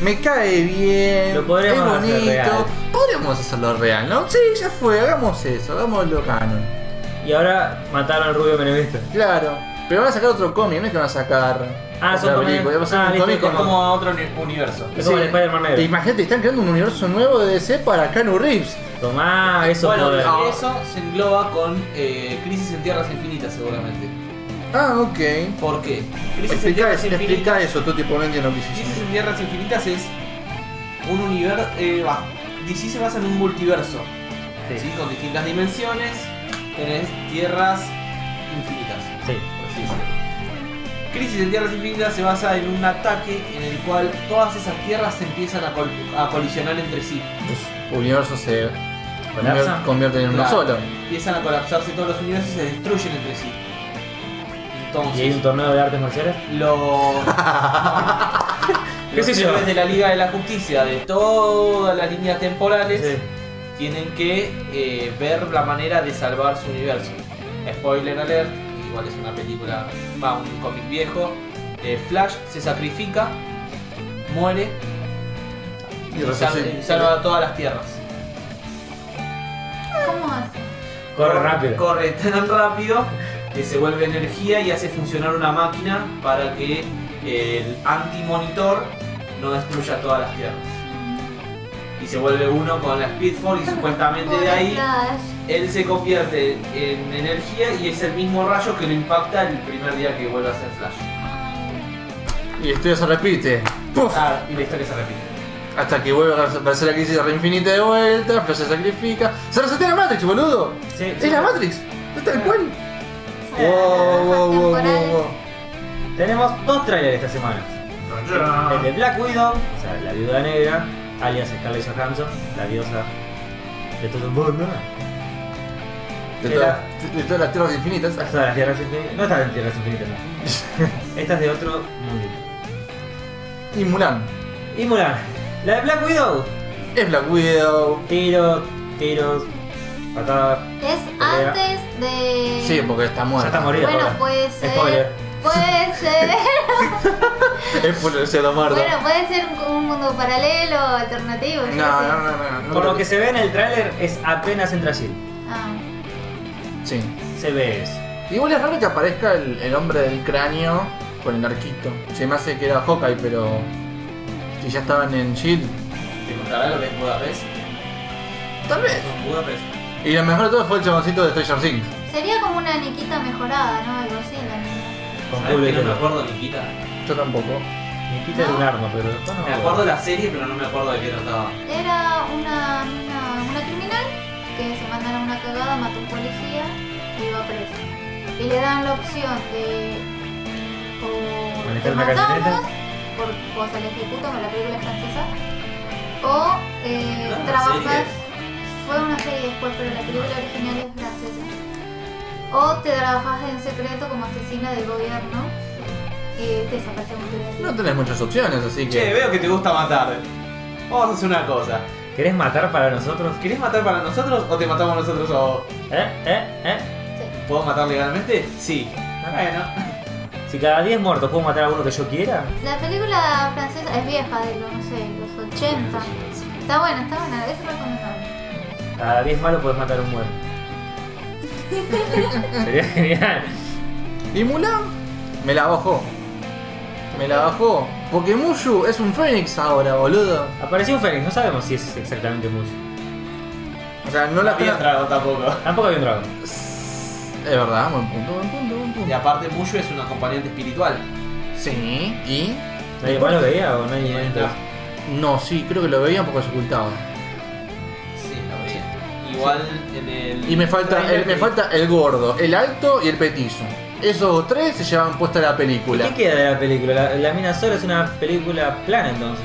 S3: me cae bien,
S1: Lo podríamos
S3: es
S1: hacer
S3: bonito,
S1: real".
S3: podríamos hacerlo real, ¿no? Sí, ya fue, hagamos eso, hagámoslo canon.
S1: Y ahora mataron al rubio menemista.
S3: Claro, pero van a sacar otro cómic, no es que van a sacar
S1: Ah, son
S3: otra
S1: cómic.
S3: película, va a ser
S1: Ah,
S3: un
S1: listo,
S3: cómic
S2: Es
S3: con...
S2: como a otro uni- universo.
S1: Es como
S3: Sí.
S1: el Spider-Man negro.
S3: Te Imagínate, están creando un universo nuevo de DC para Keanu Reeves.
S1: Tomá, eso
S2: bueno,
S1: poder.
S3: no.
S2: eso se engloba con eh, Crisis en Tierras Infinitas seguramente.
S3: Ah, ok.
S2: ¿Por qué? Crisis en
S3: Explica,
S2: Tierras
S3: eso,
S2: Infinitas
S3: explica eso, tú tipo no entiendo lo que hiciste.
S2: Crisis en Tierras Infinitas es un universo. Eh, va, DC se basa en un multiverso,
S1: Sí.
S2: ¿sí? con distintas dimensiones. Tenés tierras infinitas.
S1: Sí.
S2: por así decirlo. Crisis en Tierras Infinitas se basa en un ataque en el cual todas esas tierras se empiezan a, col- a colisionar entre sí.
S3: Los universos se
S1: ¿Colapsa?
S3: convierten en uno
S2: Claro.
S3: solo.
S2: Empiezan a colapsarse todos los universos y se destruyen entre sí.
S1: Y hay
S2: Entonces,
S1: un torneo de artes marciales.
S2: los.
S1: ¿Qué
S2: los
S1: sé yo?
S2: héroes de la Liga de la Justicia de todas las líneas temporales
S1: Sí.
S2: tienen que eh, ver la manera de salvar su universo. Spoiler alert, igual es una película, va, un cómic viejo. eh, Flash se sacrifica, muere y,
S3: Y
S2: sal-
S3: resucita.
S2: y salva a todas las tierras.
S4: ¿Cómo hace?
S1: Corre rápido.
S2: Corre tan rápido que se vuelve energía y hace funcionar una máquina para que el anti-monitor no destruya todas las tierras. Y se vuelve uno con la Speed Force y supuestamente de ahí
S4: Flash.
S2: él se convierte en energía y es el mismo rayo que lo impacta el primer día que vuelve a ser Flash.
S3: Y esto ya se repite. ¡Puf!
S2: Ah, y la historia se repite.
S3: Hasta que vuelve a aparecer la crisis reinfinita de vuelta, Flash se sacrifica. ¡Se resetea la Matrix, boludo!
S1: Sí,
S3: ¡Es
S1: sí.
S3: la Matrix! ¡Es tal cual!
S4: O sea, temporales.
S1: Tenemos dos trailers esta semana. El de Black Widow, o sea, la viuda negra, alias Scarlett Johansson, la diosa de todo el mundo.
S3: De,
S1: Era-
S3: todas- de todas las tierras infinitas.
S1: Hasta las tierras infinitas. No está en tierras infinitas, no. Esta es de otro mundo.
S3: Y Mulan.
S1: Y Mulan, la de Black Widow.
S3: Es Black Widow.
S1: Tiros, tiros, patadas.
S4: Es
S1: Pelea.
S4: antes de.
S3: Sí, porque está
S1: Ya está
S3: muerta.
S1: morida.
S4: Bueno,
S1: pobre.
S4: puede ser.
S1: Spoiler.
S4: Puede ser.
S3: Es por el cielo muerto.
S4: bueno, puede ser un, un mundo paralelo, alternativo.
S3: No,
S4: yo qué sé.
S3: no, no, no, no.
S1: Por lo que se ve en el tráiler es apenas en Brasil.
S4: Ah,
S3: Sí.
S1: Se ve eso.
S3: Igual es raro que aparezca el, el hombre del cráneo con el arquito. Se me hace que era Hawkeye, pero. Si ya estaban en Shield.
S2: ¿Te contará lo que es Budapest?
S3: Tal vez.
S2: Budapest.
S3: Y lo mejor de todo fue el chaboncito de Stranger Things.
S4: Sería como una Nikita mejorada, ¿no? Algo así. La niña.
S1: Con
S2: ¿Sabes que
S1: público.
S2: no me acuerdo ni quita?
S3: Yo tampoco.
S1: Me quita de un arma, pero después no
S2: Me acuerdo de la serie, pero no me acuerdo de qué trataba.
S4: Era una, una, una criminal que se mandaron una cagada, mató a un policía y iba preso. Y le dan la opción de. O
S1: Manejar
S4: te
S1: una
S4: matamos,
S1: camioneta.
S4: por, o sea, le ejecutan o la película es francesa. O eh,
S2: No, una
S4: trabajar.
S2: serie.
S4: Fue una serie después, pero la película original es francesa. O te trabajas en secreto como asesina del gobierno. Eh, te desapareció un turismo.
S3: No tenés muchas opciones, así
S2: Che,
S3: que.
S2: veo que te gusta matar. Vamos a hacer una cosa.
S1: ¿Querés matar para nosotros?
S2: ¿Querés matar para nosotros o te matamos nosotros a vos?
S1: ¿Eh? ¿Eh? ¿Eh?
S2: ¿Puedo matar legalmente? Sí. Bueno.
S1: Si cada 10 muertos puedo matar a uno que yo quiera.
S4: La película francesa es vieja, de los, no sé, los 80. Está buena, está buena, es recomendable.
S1: Cada 10 malos puedes matar a un bueno. Sería genial.
S3: Y Mulan me la bajó. Me la bajó. Porque Mushu es un Fénix ahora, boludo.
S1: Apareció un Fénix, no sabemos si es exactamente mucho.
S3: O sea, no la
S2: había
S3: están-
S2: entrado tampoco.
S1: Tampoco había un dragón.
S3: Es verdad, buen punto, buen punto, buen punto.
S2: Y aparte, Mushu es un acompañante espiritual.
S3: Sí, y.
S1: ¿Nadie más lo veía o nadie
S2: Y
S1: más
S2: entra-
S1: entraba?
S3: No, sí, creo que lo veían porque se ocultaba.
S2: Sí, lo veía. Igual en el.
S3: Y me falta,
S2: trailer
S3: el, me
S2: que-
S3: falta el gordo, el alto y el petizo. Esos tres se llevan puesta la película.
S1: ¿Qué queda de la película? La, la mina sola es una película plana entonces.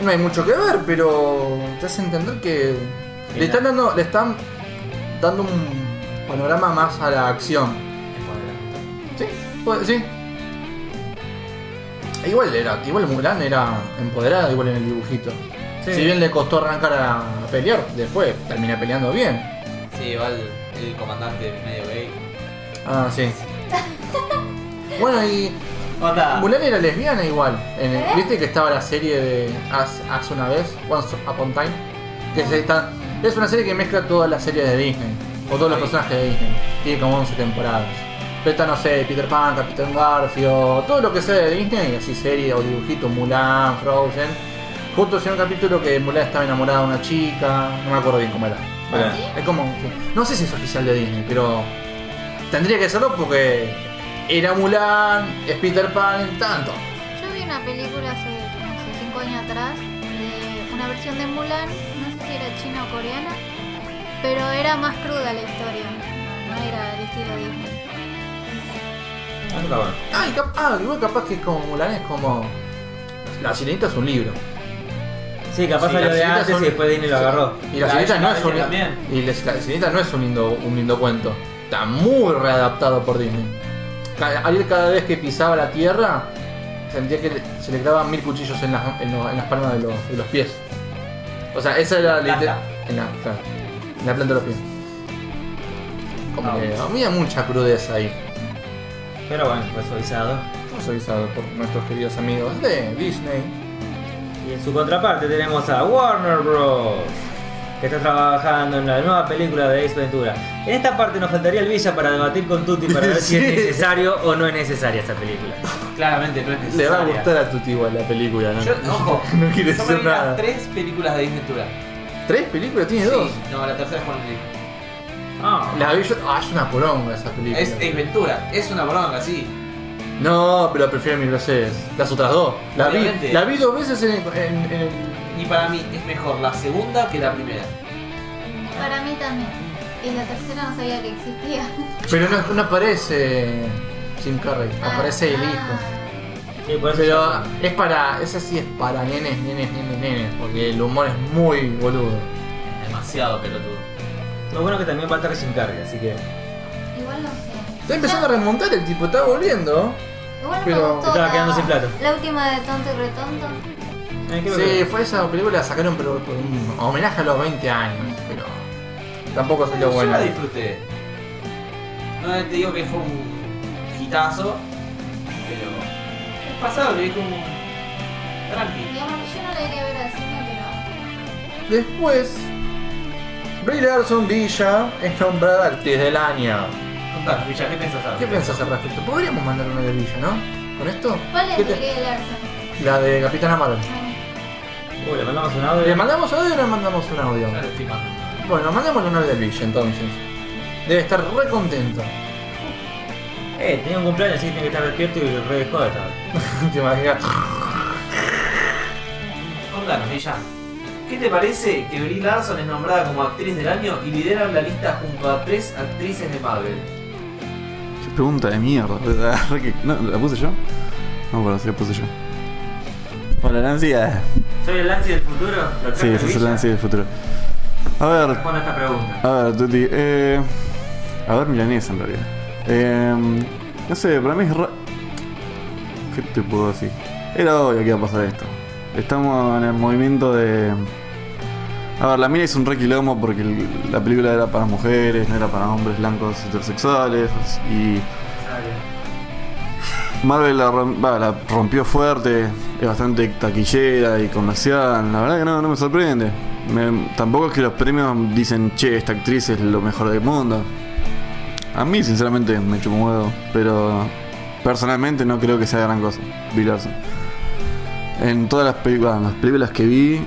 S3: No hay mucho que ver, pero te hace entender que le
S1: Mira.
S3: están dando, le están dando un panorama más a la acción. Sí, puede- sí. Igual era, igual Mulan era empoderada igual en el dibujito.
S1: Sí.
S3: Si bien le costó arrancar a pelear, después termina peleando bien.
S2: Sí, igual el comandante medio gay.
S3: Ah, sí. bueno, y
S2: Onda.
S3: Mulan era lesbiana igual. En el-
S4: ¿Eh?
S3: ¿Viste que estaba la serie de As, As una vez? Once Upon Time. Que se está, es una serie que mezcla todas las series de Disney. O todos los
S2: Ahí.
S3: personajes de Disney. Tiene como 11 temporadas. Pero está, no sé, Peter Pan, Capitán Garfio, todo lo que sea de Disney, así serie o dibujito, Mulan, Frozen. Justo en un capítulo que Mulan estaba enamorada de una chica, no me acuerdo bien cómo era. Bueno,
S1: ¿Sí?
S3: es como. No sé si es oficial de Disney, pero. Tendría que serlo porque. Era Mulan, es Peter Pan, tanto.
S4: Yo vi una película hace, no sé, 5 años atrás, de una versión de Mulan, no sé si era china o coreana, pero era más cruda la historia, no, no era el estilo Disney.
S1: Eso está bueno.
S3: Ah, y cap- ah, igual capaz que como Mulan es como. La sirenita es un libro.
S1: Sí, capaz
S3: Sí,
S1: salió
S3: las
S1: de
S3: chicas
S1: antes
S3: son-
S1: y después Disney lo
S3: sí.
S1: agarró.
S3: Y la,
S2: La
S3: sirenita
S2: de
S3: no es un
S2: Snow también.
S3: Y la, la sirenita no es un lindo, un lindo cuento. Está muy readaptado por Disney. Ca- Ariel cada vez que pisaba la tierra sentía que le- se le clavaban mil cuchillos en las, en lo- en las palmas de los, de los pies. O sea, esa era la
S2: Planta.
S3: en la, claro, en la planta de los pies. Como
S2: Ah,
S3: que
S2: bueno.
S3: había mucha crudeza ahí.
S1: Pero bueno, fue suavizado.
S3: Nos avisado por nuestros queridos amigos de Disney.
S1: Y en su contraparte tenemos a Warner Bros. Que está trabajando en la nueva película de Ace Ventura. En esta parte nos faltaría el Villa para debatir con Tutti para ver si
S3: Sí.
S1: es necesario o no es necesaria esta película.
S2: Claramente no es
S3: Le
S2: necesaria.
S3: va a gustar a tu tío la película, ¿no?
S2: Yo, ojo,
S3: no quiere
S2: yo me
S3: decir
S2: vi las
S3: nada.
S2: tres películas de Disney Ventura.
S3: ¿Tres películas? ¿Tiene dos?
S2: Sí, no, la tercera es con el hijo.
S1: Ah,
S3: La vi yo. Ah, es una poronga esa película.
S2: Es Ace Ventura, es una bronca, sí.
S3: No, pero prefiero mil veces. Las otras dos. La vi,
S2: Obviamente.
S3: la vi dos veces en, en- en-
S2: Y para mí es mejor la segunda que la primera.
S4: Para mí también. Y la tercera no sabía que existía.
S3: Pero no, no aparece Jim Carrey.
S2: Ah,
S3: Aparece el hijo.
S4: Ah,
S1: sí, por eso
S3: Pero
S1: yo-
S3: es para. Esa sí es para nenes, nenes, nenes, nenes. Porque el humor es muy boludo.
S2: Demasiado pelotudo.
S1: Lo bueno que también va a estar sin carga, así que.
S4: Ah, Igual no sé.
S3: Está empezando a remontar el tipo, está volviendo.
S4: Igual
S3: pero
S4: me gustó
S1: estaba
S4: la-
S1: quedando sin plata.
S4: La última de Tonto y Retonto.
S1: eh, creo
S3: Sí,
S1: que-
S3: fue esa película, la sacaron pero por un homenaje a los 20 años, pero tampoco salió
S2: Yo
S3: buena.
S2: la disfruté. No te digo que fue un hitazo, pero es pasable, es como tranqui.
S4: Digamos, yo no la iría a ver al cine,
S3: Después, Brie Larson Villa es nombrada actriz del año.
S2: Contá, Villa, ¿qué pensás ahora?
S3: ¿Qué pensás al respecto? Podríamos mandar una de Villa, ¿no? ¿Con esto?
S4: pero... ¿Cuál es
S3: ¿Qué
S4: el
S3: te-
S4: de Larson?
S3: La de Capitana Marvel.
S1: Uy, le mandamos un audio.
S3: ¿Le mandamos audio o le mandamos un audio?
S2: Ya lo estoy mandando.
S3: Bueno, mandémosle un audio a Villa entonces. Debe estar re contento.
S1: Eh, tenía un cumpleaños, así que tiene que estar despierto y re de joda estaba.
S3: ¿Te imaginas?
S2: Contanos, Villa. ¿Qué te parece que Brie Larson es nombrada como actriz del año y lidera la lista junto a tres actrices de Marvel?
S5: Qué pregunta de mierda. Agarré que- no, ¿La puse yo? No, pero si la puse yo. Hola, Nancy. ah.
S6: ¿Soy el Lancy del futuro? ¿Lo
S5: Sí, ese es el Lancy del futuro. A ver,
S6: Respondo a esta pregunta.
S5: a ver, Tuti. Eh, a ver, milanesa en realidad. Eh, no sé, para mí es ra- ¿Qué te puedo decir? Era obvio que iba a pasar esto. Estamos en el movimiento de. A ver, la mina hizo un re quilombo porque el- la película era para mujeres, no era para hombres blancos heterosexuales. Y Marvel la, rom- va, la rompió fuerte, es bastante taquillera y comercial. La verdad que no, no me sorprende. Me- tampoco es que los premios dicen, che, esta actriz es lo mejor del mundo. A mí, sinceramente, me chupa un huevo, pero personalmente no creo que sea gran cosa. Bill Larson. En todas las películas, las películas que vi,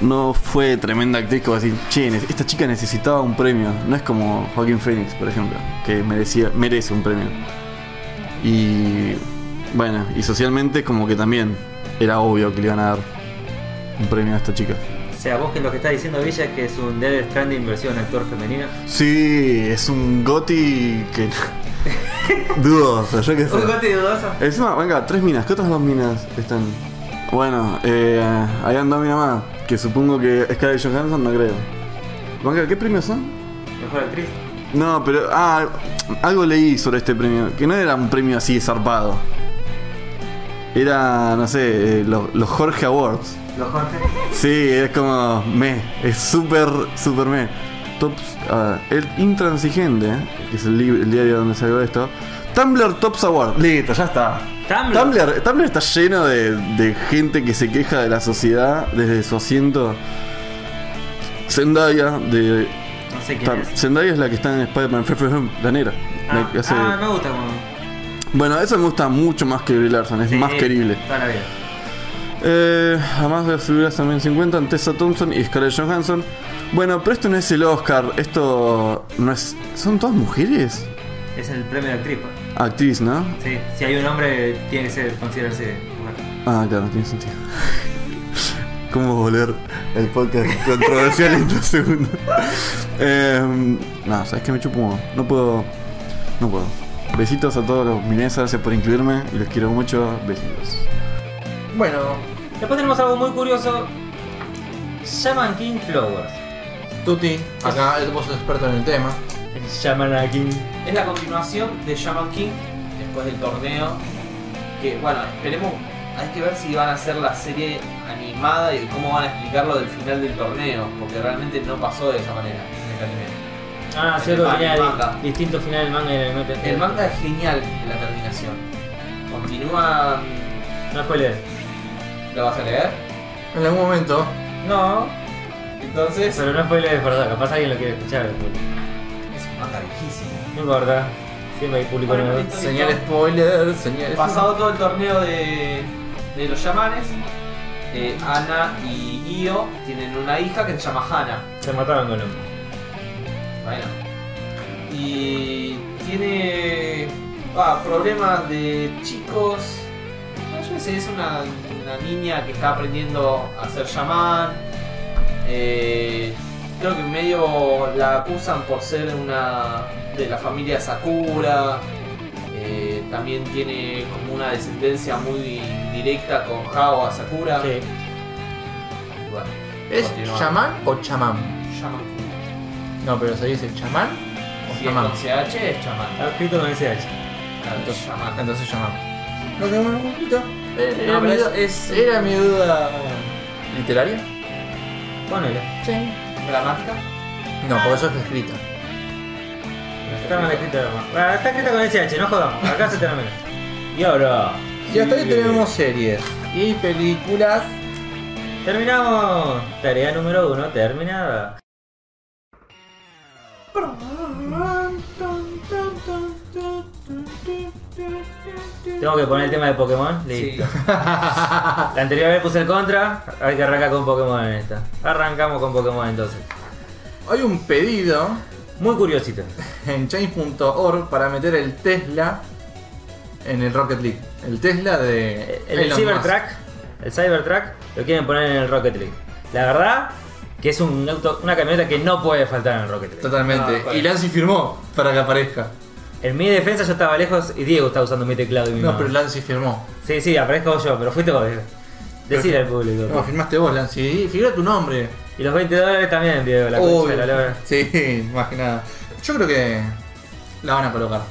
S5: no fue tremenda actriz como decir, che, ne- esta chica necesitaba un premio. No es como Joaquín Phoenix, por ejemplo, que merecía, merece un premio. Y bueno, y socialmente como que también era obvio que le iban a dar un premio a esta chica.
S6: O sea, vos que lo que está diciendo Villa es que es un Dead Stranding versión actor femenino.
S5: Sí, es un goti que... dudoso, yo qué sé.
S6: Un gote dudoso.
S5: Encima, venga, tres minas. ¿Qué otras dos minas están? Bueno, eh, hay dos minas más, que supongo que Scarlett Johansson no creo. Venga, ¿qué premios son?
S6: Mejor actriz.
S5: No, pero. Ah, algo leí sobre este premio. Que no era un premio así zarpado. Era, no sé, eh, lo- los, Jorge Awards.
S6: Los Jorge.
S5: Sí, es como. Me. Es súper, súper me. Tops. ah, el Intransigente, que es el, lib- el diario donde salió esto. Tumblr Tops Award. Listo, ya está.
S6: Tumblr.
S5: Tumblr, Tumblr está lleno de, de gente que se queja de la sociedad desde su asiento. Zendaya, de
S6: No sé quién
S5: Está-
S6: es.
S5: Zendaya es la que está en Spider-Man Far From Home, la negra.
S6: Ah,
S5: La que hace-
S6: ah, me gusta como.
S5: Bueno, eso me gusta mucho más que Brie Larson, es
S6: Sí,
S5: más querible.
S6: Toda la vida.
S5: Eh, además de las figuras también se encuentran Tessa Thompson y Scarlett Johansson. Bueno, pero esto no es el Oscar, esto no es... ¿Son todas mujeres?
S6: Es el premio de actriz. pues.
S5: Actriz, ¿no?
S6: Sí. Si hay un hombre, tiene que ser, considerarse mujer.
S5: Ah, claro, tiene sentido. ¿Cómo volver el podcast controversial en dos segundos? Em, no, sabes que me chupo. un huevo. No puedo. No puedo. Besitos a todos los mineses, gracias por incluirme y los quiero mucho. Besitos.
S3: Bueno,
S1: Después tenemos algo muy curioso. Shaman King Flowers.
S3: Tuti, acá vos sos experto en el tema.
S1: El Shaman King.
S2: Es la continuación de Shaman King después del torneo. Que bueno, esperemos. Hay que ver si van a hacer la serie animada y cómo van a explicarlo del final del torneo. Porque realmente no pasó de esa manera en el anime.
S1: Ah, cierto,
S2: Ah,
S1: tenía
S2: el
S1: di-
S2: manga.
S1: distinto final el manga y el anime. te-
S2: El manga es genial en la terminación. Continúa.
S1: No spoiler.
S2: ¿Lo vas a leer?
S3: En algún momento,
S1: No,
S2: Entonces.
S1: pero no spoiler es verdad. Capaz alguien lo quiere escuchar. pero
S2: Es un manga viejísimo.
S1: No importa. Siempre hay público
S2: Bueno,
S1: nuevo.
S2: listo.
S3: señal spoiler, señal
S2: Pasado todo el torneo de, de los yamanes, eh, Ana y Io tienen una hija que se llama Hannah.
S1: Se mataron con él.
S2: Bueno. Y tiene ah, problemas de chicos. No, yo qué sé, es una, una niña que está aprendiendo a ser chamán. Eh, creo que en medio la acusan por ser una de la familia Sakura. Eh, también tiene como una descendencia muy directa con Hao a Sakura.
S1: Sí.
S2: Bueno,
S3: ¿Es
S2: continúa.
S3: chamán o chamán?
S2: Shaman.
S3: No, pero se dice chamán o
S2: Si es
S3: chamán.
S2: con CH es chamán.
S1: Está escrito con SH.
S2: Entonces, chamán.
S3: Entonces chamán. No Eh, tengo una poquito. Era,
S2: No,
S3: mi,
S2: pero
S3: duda-
S2: es- es-
S3: era mi duda literaria.
S1: Ponele.
S2: Gramática.
S3: No, por eso es escrita.
S1: Está mal escrito además. Ah, Está escrito con SH, no jodamos. Acá se termina. Y ahora.
S3: Y hasta aquí tenemos series y películas.
S1: Terminamos. Tarea número uno terminada. Tengo que poner el tema de Pokémon. Listo. La anterior vez puse el contra. Hay que arrancar con Pokémon en esta. Arrancamos con Pokémon entonces.
S3: Hay un pedido
S1: Muy curiosito.
S3: en change.org para meter el Tesla en el Rocket League. El Tesla de
S1: Eh, El,
S3: Elon
S1: Cybertruck. El Cybertruck lo quieren poner en el Rocket League. La verdad que es un auto, una camioneta que no puede faltar en el Rocket
S3: Musk.
S1: League.
S3: Totalmente.
S2: No, para.
S3: y Lancy firmó para que aparezca.
S1: En mi defensa yo estaba lejos y Diego estaba usando mi teclado y mi
S3: No,
S1: mouse.
S3: pero Lancy firmó.
S1: Sí, sí, aparezco yo, pero fuiste vos. Diego. Decir al público.
S3: No, firmaste vos, Lancy. Figura tu nombre.
S1: Y los 20 dólares también, Diego, la concha de la lora.
S3: Sí, más que nada. Yo creo que la van a colocar.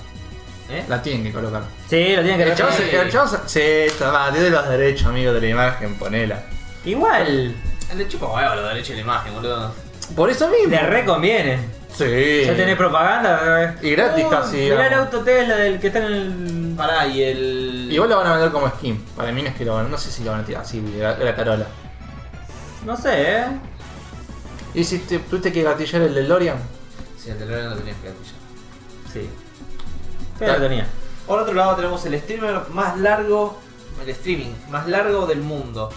S1: ¿Eh?
S3: La tienen que colocar.
S1: Sí, lo tienen que
S3: El chaval
S1: hacer.
S3: se. El chaval se. Sí, toma, tiene los derechos, amigo, de la imagen, ponela.
S1: Igual,
S2: Le chupa huevo lo derecho y la imagen, boludo.
S3: Por eso mismo.
S1: le reconviene.
S3: Sí.
S1: Ya tenés propaganda.
S3: Y gratis
S1: Uh,
S3: casi,
S1: Mirá el
S3: digamos.
S1: auto Tesla del que está en el.
S2: Pará, y el.
S3: Igual la van a vender como skin. Para mí no es que lo van No sé si lo van a tirar así, de la, de la tarola.
S1: No sé, eh.
S3: ¿Y si te, tuviste que gatillar el del Lorian?
S2: Sí, el DeLorean lo tenías que gatillar.
S1: Sí. Pero lo tenía.
S2: Por otro lado tenemos el streamer más largo, el streaming más largo del mundo.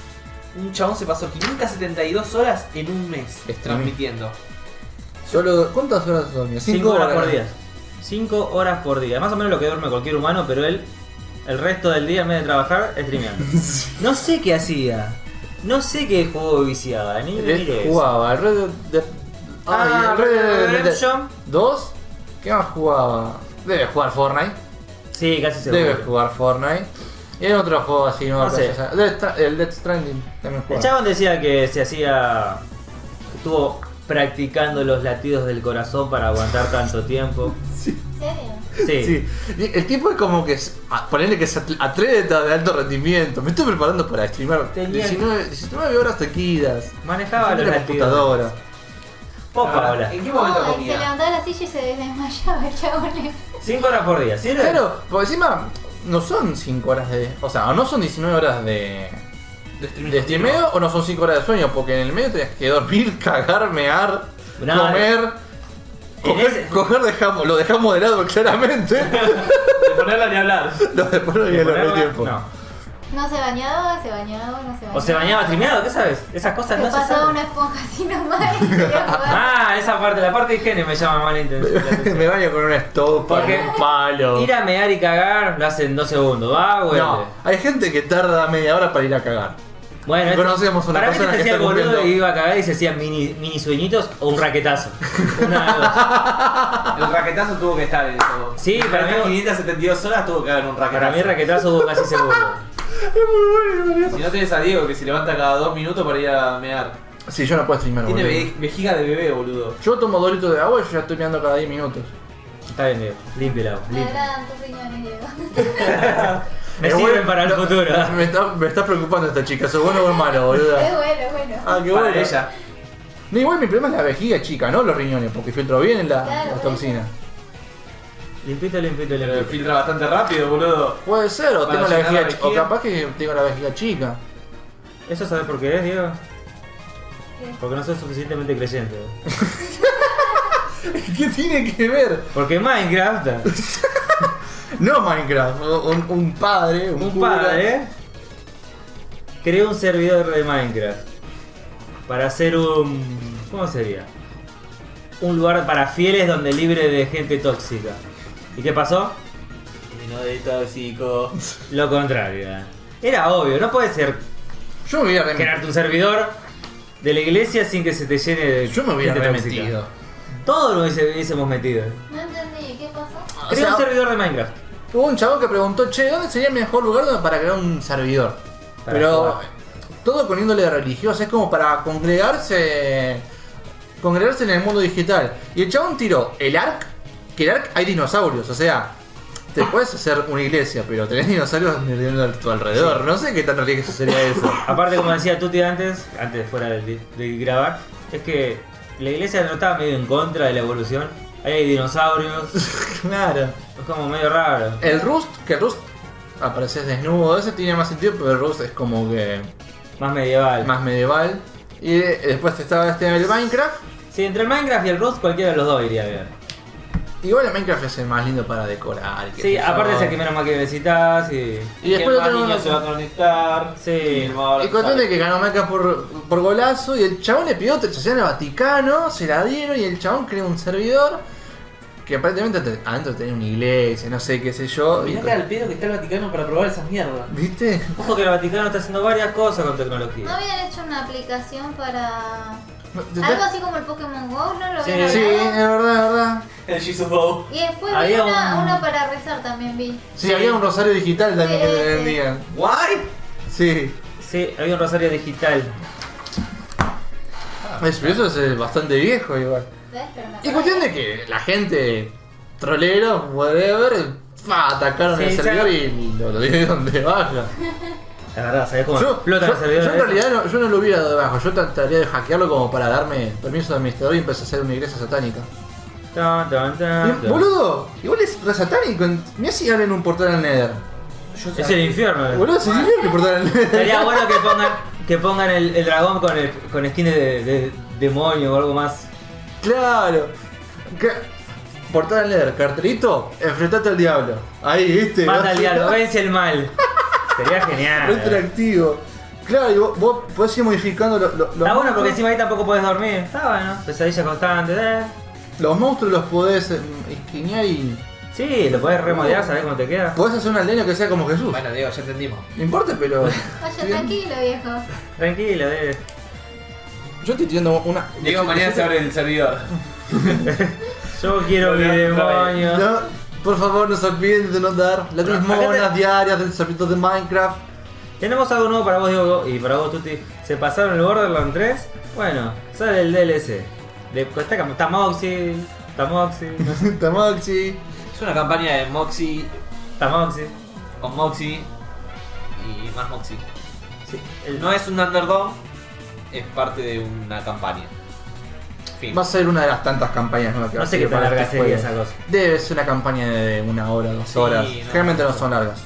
S2: Un chabón se pasó 572 horas en un mes
S3: Streaming.
S2: transmitiendo.
S3: Solo, ¿Cuántas horas dormía?
S1: 5 horas por día. 5 horas por día. Más o menos lo que duerme cualquier humano, pero él, el resto del día en vez de trabajar, streameando. No sé qué hacía. No sé qué juego viciaba, ni
S3: Él
S1: mires.
S3: jugaba al Red Dead.
S1: Ah,
S3: Ay, el Red Dead
S1: Redemption.
S3: ¿Dos? ¿Qué más jugaba? Debe jugar Fortnite.
S1: Sí, casi seguro.
S3: Debe jugar Ah, Fortnite. Y el otro juego así, no,
S1: No sé.
S3: Cosa, Death Stra- el Death Stranding también
S1: El
S3: jugaba.
S1: chabón decía que se hacía. estuvo practicando los latidos del corazón para aguantar tanto tiempo.
S4: ¿En serio?
S1: Sí.
S3: Sí. Y El tipo es como que. es- a- Ponerle que es atl- atleta de alto rendimiento. Me estoy preparando para streamar
S1: Tenía-
S3: 19, 19 horas seguidas.
S1: Manejaba
S3: Frente
S1: los
S3: a la
S1: latidos.
S3: computadora.
S1: Popa
S2: Ahora,
S1: Ah, hola.
S4: eh,
S2: ¿En qué momento
S4: No, y se
S2: comía?
S4: levantaba de la silla y se desmayaba el chabón.
S1: 5 horas por día, ¿sí?
S3: Claro, por encima no son 5 horas de. O sea, o no son 19 horas de.
S2: De streaming.
S3: De este medio o no son 5 horas de sueño, porque en el medio tenías que dormir, cagar, mear,
S1: No,
S3: comer,
S1: en
S3: coger,
S1: ese-
S3: coger dejamos, lo dejamos de lado claramente,
S2: De ponerla ni hablar.
S3: lo después no había
S1: Ponerla-
S3: tiempo.
S1: No.
S4: No se bañaba, se bañaba, no se bañaba.
S1: O se bañaba streameado, ¿qué sabes? Esas cosas
S4: Se
S1: no se
S4: pasaba
S1: saben.
S4: una esponja así nomás y se iba a jugar.
S1: Ah, esa parte, la parte de higiene me llama mal intención.
S3: Me baño con una estopa,
S1: Porque-
S3: un palo.
S1: Ir a mear y cagar lo hacen dos segundos, Ah, va, güey.
S3: No, hay gente que tarda media hora para ir a cagar.
S1: Bueno, este-
S3: Conocemos una
S1: para mí se
S3: persona que
S1: hacía el
S3: está
S1: boludo y
S3: cumpliendo.
S1: iba a cagar y se hacía mini, mini sueñitos o un raquetazo. Una de dos.
S2: El raquetazo tuvo que estar en eso.
S1: Sí,
S2: En
S1: para
S2: estas
S1: mí-
S2: 572 horas tuvo que haber un raquetazo.
S1: Para mí, raquetazo hubo casi seguro.
S2: Si no tenés a Diego que se levanta cada dos minutos para ir a mear.
S3: Sí, yo no puedo
S1: Ah,
S3: streamar,
S2: Tiene
S3: boludo.
S2: ve- vejiga de bebé, boludo.
S3: Yo tomo dos litros de agua y yo ya estoy meando cada 10 minutos.
S1: Está bien, Diego. Limpio el agua.
S4: Me
S1: limpio.
S4: agradan tus riñones, Diego.
S1: Me
S3: Eh,
S1: sirven
S3: bueno,
S1: para el
S3: no,
S1: futuro.
S3: Me está, me está preocupando esta chica, ¿sos bueno o malo, boluda?
S4: Es bueno, es bueno.
S3: Ah, qué
S2: para
S3: bueno.
S2: ella.
S3: No, igual mi problema es la vejiga chica, no los riñones, porque filtro bien la,
S4: Claro,
S3: las
S4: por
S3: toxinas.
S1: Limpito, limpito,
S2: Pero
S1: limpito.
S2: filtra bastante rápido, boludo.
S3: Puede ser, o
S2: Para
S3: tengo la
S2: llenar
S3: vejiga,
S2: la
S3: chi- o
S2: vejiga.
S3: capaz que tengo la vejiga chica.
S1: ¿Eso sabes por qué es, Diego?
S4: Sí.
S1: Porque no sos suficientemente creyente.
S3: ¿Qué tiene que ver?
S1: Porque Minecraft,
S3: No Minecraft, un, un padre, un,
S1: un
S3: cura.
S1: padre, creó un servidor de Minecraft para hacer un. ¿Cómo sería? Un lugar para fieles donde libre de gente tóxica. ¿Y qué pasó?
S2: Vino de tóxico.
S1: Lo contrario. ¿eh? Era obvio, no puede ser
S3: Yo me hubiera remetido.
S1: crearte un servidor de la iglesia sin que se te llene de.
S3: Yo me hubiera
S1: gente tóxica.
S3: remetido.
S1: Todos nos hubiese- hubiésemos metido.
S4: No entendí, ¿qué pasó?
S3: O
S1: Creó
S3: sea,
S1: un servidor de Minecraft.
S3: Hubo un chabón que preguntó, che, ¿dónde sería el mejor lugar donde- para crear un servidor?
S1: Para
S3: Pero
S1: jugar.
S3: todo con índole religiosa, es como para congregarse congregarse en el mundo digital. Y el chabón tiró el ARC, que el ARC hay dinosaurios, o sea,
S1: Ah.
S3: te puedes hacer una iglesia, pero tenés dinosaurios mirando a tu alrededor. No sé qué tan religioso sería eso.
S1: Aparte, como decía Tuti antes, antes fuera de, de grabar, es que la iglesia no estaba medio en contra de la evolución. Ahí hay dinosaurios, es
S3: claro.
S1: como medio raro.
S3: El Rust, que el Rust apareces desnudo, ese tiene más sentido, pero el Rust es como que
S1: Más medieval.
S3: más medieval. Y eh, después estaba este el Minecraft.
S1: Sí, entre el Minecraft y el Rust, cualquiera de los dos iría bien.
S3: Igual el Minecraft es el más lindo para decorar.
S1: Sí,
S3: qué sé yo.
S1: aparte es el que menos más que necesitas y.
S3: Y después lo
S2: el
S3: tenemos.
S2: niño se va a conectar.
S1: Sí.
S2: Y el mago
S3: Y cuestión de que ganó Minecraft por, por golazo y el chabón le pidió autorización al Vaticano, se la dieron y el chabón creó un servidor que aparentemente te- adentro tenía una iglesia, no sé qué sé yo. y
S2: Mirá
S3: con-
S2: que al pedo que está el Vaticano para probar esas mierdas.
S3: ¿Viste?
S1: Ojo que el Vaticano está haciendo varias cosas con
S4: ¿No
S1: tecnología.
S4: habían hecho una aplicación para.
S3: Te- te-
S4: Algo así como el Pokémon Go? ¿No lo
S1: Sí,
S4: habían
S3: Sí, es
S4: hablado?
S3: verdad, es verdad.
S2: El Jesus Bow.
S4: Y después vi
S1: Había
S4: una,
S1: un-
S4: una para rezar también vi.
S3: Sí, había un rosario digital también que
S4: Sí,
S3: te
S4: sí.
S3: vendían.
S2: ¿Why?
S3: Sí.
S1: Sí, había un rosario digital. Ah.
S3: Es- pero eso es eh, bastante viejo igual.
S4: ¿Ves? Pero me
S3: Y cuestión
S4: acordé.
S3: de que la gente, troleros, whatever, fa, atacaron
S1: Sí,
S3: el
S1: ya-
S3: servidor y lo, lo dieron de baja.
S1: La verdad, ¿sabés cómo
S3: Yo,
S1: explotan
S3: yo-
S1: los servidores?
S3: yo en
S1: de eso?
S3: realidad no, yo no lo hubiera dado de baja, yo trataría de hackearlo como para darme permiso de administrador y empezar a hacer una iglesia satánica.
S1: Tan, tan, tan,
S3: Y,
S1: tan.
S3: boludo, igual es re satánico, mira si abren un portal al Nether.
S1: Es el infierno. eh.
S3: Boludo, se divierte el portal al Nether.
S1: Estaría bueno que pongan, que pongan el, el dragón con, el, con skin de, de demonio o algo más.
S3: Claro. Que- Portal al Nether, cartelito, enfrentate al diablo. Ahí, viste.
S1: Mata al
S3: Vas-
S1: diablo, vence el mal. Sería genial.
S3: Re interactivo. Claro, y vos, vos podés ir modificando lo- lo- los,
S1: Está bueno porque
S3: monstruos.
S1: encima ahí tampoco podés dormir. Está bueno. Pesadillas constantes. eh.
S3: Los monstruos los podés eh, esquinear y.
S1: Sí, lo podés remodelar, sabés cómo te queda.
S3: Podés hacer una leña que sea como Jesús.
S2: Bueno, Diego, ya entendimos.
S3: No importa, pero.
S4: Oye, tranquilo, viejo.
S1: Tranquilo, eh.
S3: Yo estoy tirando una.
S2: Diego, mañana se abre el servidor.
S1: Yo quiero
S2: Lo
S1: mi
S2: veo otra vez.
S1: demonio.
S3: No, por favor, no se olviden de no dar las tres
S1: Acá te-
S3: monas diarias del servidor de Minecraft.
S1: Tenemos algo nuevo para vos, Diego, y para vos, Tuti. Se pasaron el Borderlands 3. Bueno, sale el DLC. De, está cam- Tamoxi, Tamoxi, no sé,
S3: Tamoxi.
S2: Es una campaña de Moxie
S1: Tamoxi.
S2: con Moxie y más Moxie.
S1: Sí, el-
S2: No es un underdog, es parte de una campaña. Fin.
S3: Va a ser una de las tantas campañas nuevas que va
S1: no
S3: a
S1: sé qué tan
S3: para
S1: larga
S3: este
S1: sería
S3: juego.
S1: esa cosa.
S3: Debe ser una campaña de una hora, dos
S2: Sí,
S3: horas.
S2: no.
S3: Generalmente no son largas.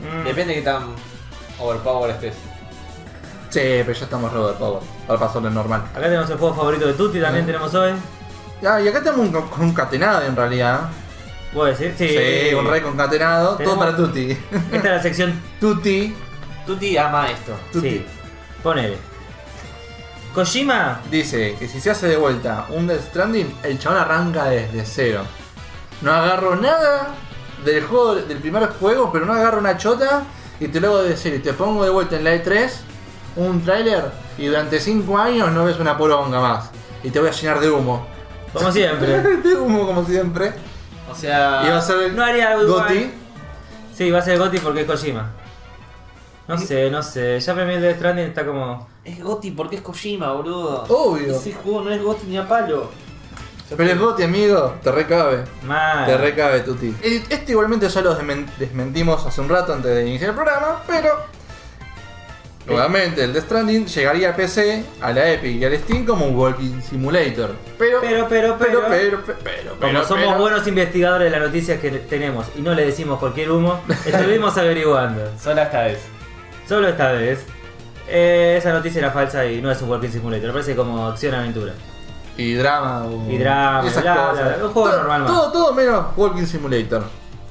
S1: Mm.
S2: Depende de qué tan overpower estés.
S3: Sí, pero ya estamos Robert Power. Para pasarlo normal.
S1: Acá tenemos el juego favorito de Tuti, también
S3: Mm.
S1: tenemos hoy.
S3: Ah, y acá estamos un- con un catenado en realidad.
S1: ¿Puedo decir? Sí.
S3: Sí, un rey concatenado. Todo
S1: Tenemos-
S3: para Tutti.
S1: Esta es la sección.
S3: Tutti
S2: Tuti ama esto.
S3: Tuti.
S1: Sí. Ponele. Kojima.
S3: dice que si se hace de vuelta un Death Stranding, el chabón arranca desde cero. No agarro nada del juego del primer juego, pero no agarro una chota y te lo hago de cero. Y te pongo de vuelta en la E3 un tráiler y durante 5 años no ves una poronga más. Y te voy a llenar de humo.
S1: Como siempre. Ah,
S3: de humo como siempre.
S2: O sea.
S3: y va a ser
S1: No haría algo
S3: Gotti.
S1: igual. Sí, va a ser Gotti porque es Kojima. No sé, no sé. Ya premié el Death Stranding, está como.
S2: Es Gotti porque es Kojima, boludo.
S3: Obvio.
S2: Ese juego no es Gotti ni a palo.
S3: Pero es Gotti, amigo. Te recabe.
S1: Mal.
S3: Te recabe, Tuti. Ah. Eh, Este igualmente ya lo desmen- desmentimos hace un rato antes de iniciar el programa, pero. Nuevamente, el Death Stranding llegaría a PC, a la Epic y al Steam como un Walking Simulator. Pero,
S1: Pero, pero, pero.
S3: pero, pero, pe- pero,
S1: Como
S3: pero,
S1: somos
S3: pero-
S1: buenos investigadores de las noticias que tenemos y no le decimos cualquier humo, estuvimos averiguando.
S2: Solo esta vez.
S1: Solo esta vez. eh, esa noticia era falsa y no es un Walking Simulator. Parece como acción aventura.
S3: Y drama. o-
S1: Y drama,
S3: esas
S1: bla,
S3: cosas.
S1: bla, bla, un juego
S3: todo,
S1: normal más.
S3: Todo, todo menos Walking Simulator.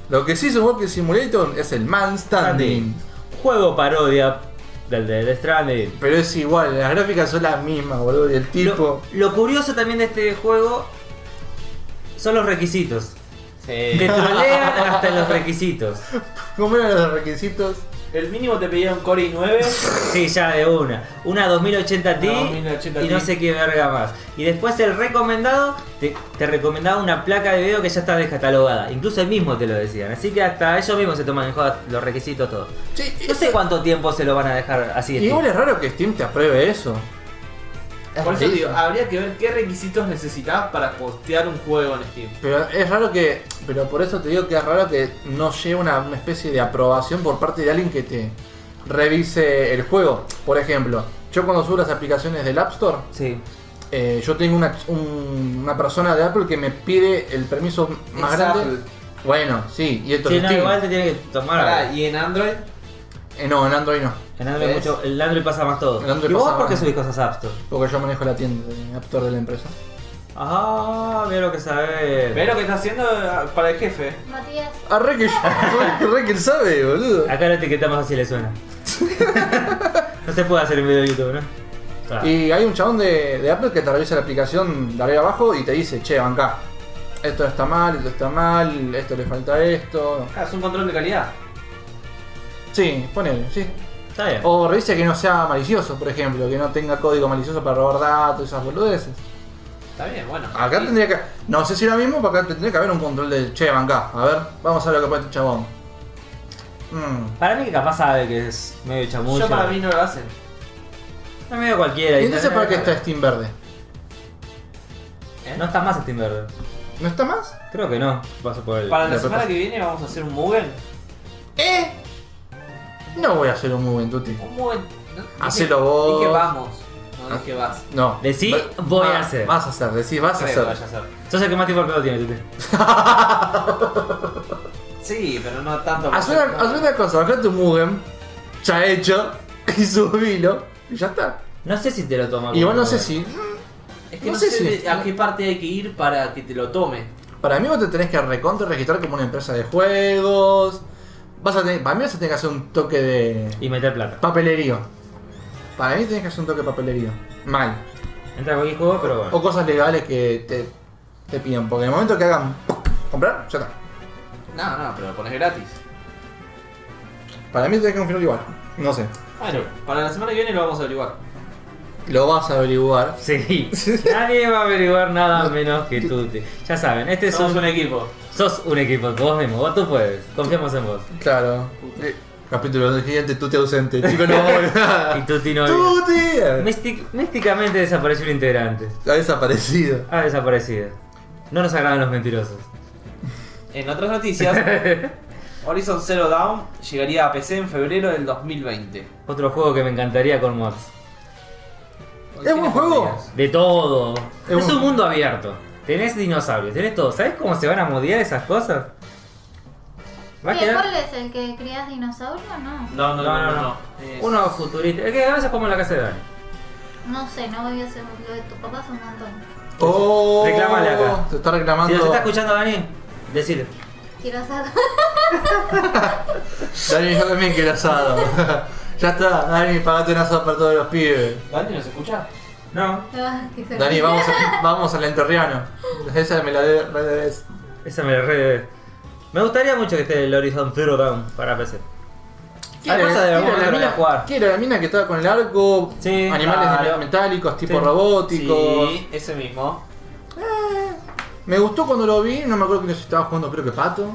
S3: Lo que sí es un Walking Simulator es el Man Standing.
S1: Juego parodia del de Death Stranding.
S3: Pero es igual, las gráficas son las mismas, boludo. Y el tipo.
S1: Lo, lo curioso también de este juego son los requisitos. Te
S2: Sí.
S1: trolean hasta en los requisitos.
S3: ¿Cómo eran los requisitos?
S2: El mínimo te pedía un Core i9.
S1: Sí, ya de una. Una 2080 Ti
S2: Una 2080
S1: y no
S2: Ti.
S1: sé qué verga más. Y después el recomendado, te, te recomendaba una placa de video que ya está descatalogada. Incluso el mismo te lo decían. Así que hasta ellos mismos se toman en joda los requisitos todos.
S3: Sí,
S1: No sé cuánto tiempo se lo van a dejar así.
S3: Y
S1: de
S3: igual es raro que Steam te apruebe eso.
S2: Por eso
S3: rarísimo.
S2: digo, ah. habría que ver qué requisitos necesitabas para postear un juego en Steam.
S3: Pero es raro que. Pero por eso te digo que es raro que no lleve una, una especie de aprobación por parte de alguien que te revise el juego. Por ejemplo, yo cuando subo las aplicaciones del App Store,
S1: Sí.
S3: eh, yo tengo una, un- una persona de Apple que me pide el permiso más
S2: Es
S3: grande.
S2: Apple.
S3: Bueno, sí, y esto
S1: Sí,
S3: es
S1: no,
S3: Steam.
S1: igual te tiene que tomar.
S2: Pará, y en Android.
S3: Eh, no, en Android no.
S1: En Android
S2: ¿Ves?
S1: mucho- el Android pasa más todo.
S3: El Android
S1: ¿Y vos
S3: pasa
S1: por qué
S3: más.
S1: subís cosas a App Store?
S3: Porque yo manejo la tienda de App Store de la empresa.
S1: Ah, mira lo que sabés.
S2: Ve lo que está haciendo eh, para el jefe.
S4: Matías,
S3: Ah, re que, re que él sabe, boludo.
S1: Acá lo etiquetamos así le suena. no se puede hacer un video de YouTube, ¿no? Ah.
S3: Y hay un chabón de, de Apple que te revisa la aplicación de arriba abajo y te dice, che, banca, esto está mal, esto está mal, esto le falta esto.
S2: Ah, es un control de calidad.
S3: Sí, ponele, sí.
S1: Está bien.
S3: O revisa que no sea malicioso, por ejemplo, que no tenga código malicioso para robar datos, esas boludeces.
S2: Está bien, bueno.
S3: Acá
S2: Y-
S3: tendría que, no sé si lo mismo, pero acá tendría que haber un control de, che, banca, a ver, vamos a ver lo que pone este chabón. Mm.
S1: Para mí que capaz sabe que es medio chamuyo.
S2: Yo para mí no lo hacen.
S1: Es medio cualquiera.
S3: ¿Y entonces
S1: no-
S3: para qué está este. Steam Verde?
S2: ¿eh?
S1: No está más Steam Verde.
S3: ¿No está más?
S1: Creo que no. Paso por el...
S2: Para
S3: la
S2: la semana
S3: propuesta.
S2: que viene vamos a hacer un Mugen.
S3: ¿Eh? No voy a hacer un muy buen tuti.
S2: Un Mugen. ¿no?
S3: Hacelo vos.
S2: Dije vamos. No
S3: Ah.
S2: dije vas.
S3: No.
S1: Decí, voy a hacer.
S3: Vas a hacer, decís, vas a
S2: Creo
S3: hacer.
S2: que vaya a ser.
S1: Sos el que más tiempo al pedo tiene, Tete.
S2: Sí, pero no tanto.
S3: Haz
S2: porque-
S3: una, haz una cosa, bajate un Mugen, ya hecho, y subilo, y ya está.
S1: No sé si te lo tomo.
S3: Y vos no
S1: como-
S3: sé si.
S2: Es que
S3: no
S2: no,
S3: sé
S2: sé,
S3: si-
S2: a qué parte hay que ir para que te lo tome.
S3: Para mí vos te tenés que recontra registrar como una empresa de juegos. Vas a tener, para mí vas a tener que hacer un toque de
S1: Y meter plata.
S3: papelerío. Para mí tenés que hacer un toque de papelerío. Mal.
S1: Entra a cualquier juego, pero bueno.
S3: O cosas legales que te, te pidan. Porque en el momento que hagan comprar, ya está.
S2: No, no, pero lo pones gratis.
S3: Para mí tenés que confiar igual. No sé.
S2: Bueno, para la semana que viene lo vamos a averiguar.
S3: Lo vas a averiguar.
S1: Sí. Nadie va a averiguar nada menos que tú. Tete. Ya saben, este es
S2: Somos
S1: un...
S2: un equipo.
S1: Sos un equipo. Vos mismo. Vos tú puedes. Confiamos en vos.
S3: Claro. Capítulo del cliente, tú te ausente. Chicos, no vamos a ver
S2: Ah.
S3: nada.
S1: Y Tuti no...
S3: ¡Tuti!
S1: Místic- Místicamente desapareció un integrante.
S3: Ha desaparecido.
S1: Ha desaparecido. No nos agradan los mentirosos.
S2: En otras noticias, Horizon Zero Dawn llegaría a PC en febrero del 2020.
S1: Otro juego que me encantaría con mods.
S3: ¿Es buen juego?
S1: De todo.
S3: Es
S1: Es un
S3: un-
S1: mundo abierto. Tenés dinosaurios, tenés todo. ¿Sabés cómo se van a modiar esas cosas? Va a
S4: ¿Qué,
S1: quedar
S4: ¿Cuál es el que crías dinosaurio? No.
S2: No, no, no, no. no, Eh,
S1: uno futurista. Es que a veces como en la casa de Dani.
S4: No sé, no voy a hacer lo de tu papá es un montón.
S3: Oh,
S1: Reclámale acá.
S3: Te está reclamando.
S1: Si nos está escuchando Dani, decile.
S4: Quiero saber.
S3: Dani, yo también quiero asado. ya está, Dani, pagate un asado para todos los pibes.
S2: ¿Dani nos escucha?
S1: No,
S3: Dani, vamos, a- vamos al enterriano. Esa me la de- me la debes.
S1: esa me la re debe. Me gustaría mucho que esté el Horizon Zero Dawn para PC. ¿Qué
S3: Dale,
S1: pasa de
S3: quiero
S1: la mina jugar?
S3: Quiero la mina que estaba con el arco,
S1: Sí,
S3: animales de
S1: claro.
S3: metálicos, tipo
S1: Sí.
S3: robóticos.
S2: Sí, ese mismo.
S3: Me gustó cuando lo vi, no me acuerdo que estaba jugando, creo que Pato.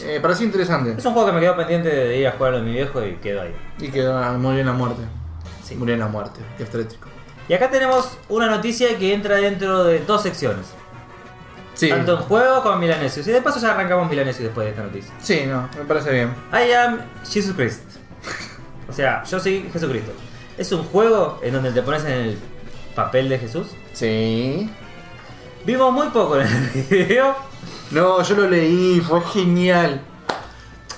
S3: Eh, parecía interesante.
S1: Es un juego que me quedó pendiente de ir a jugarlo de mi viejo y quedó ahí.
S3: Y que ah, murió en la muerte.
S1: Sí.
S3: Murió en la muerte, qué estético.
S1: Y acá tenemos una noticia que entra dentro de dos secciones.
S3: Sí.
S1: Tanto en juego como en Milanesios. Y de paso ya arrancamos Milanesios después de esta noticia.
S3: Sí, no, me parece bien.
S1: I am Jesus Christ. O sea, yo soy Jesucristo. Es un juego en donde te pones en el papel de Jesús.
S3: Sí.
S1: Vimos muy poco en el video.
S3: No, yo lo leí, fue genial.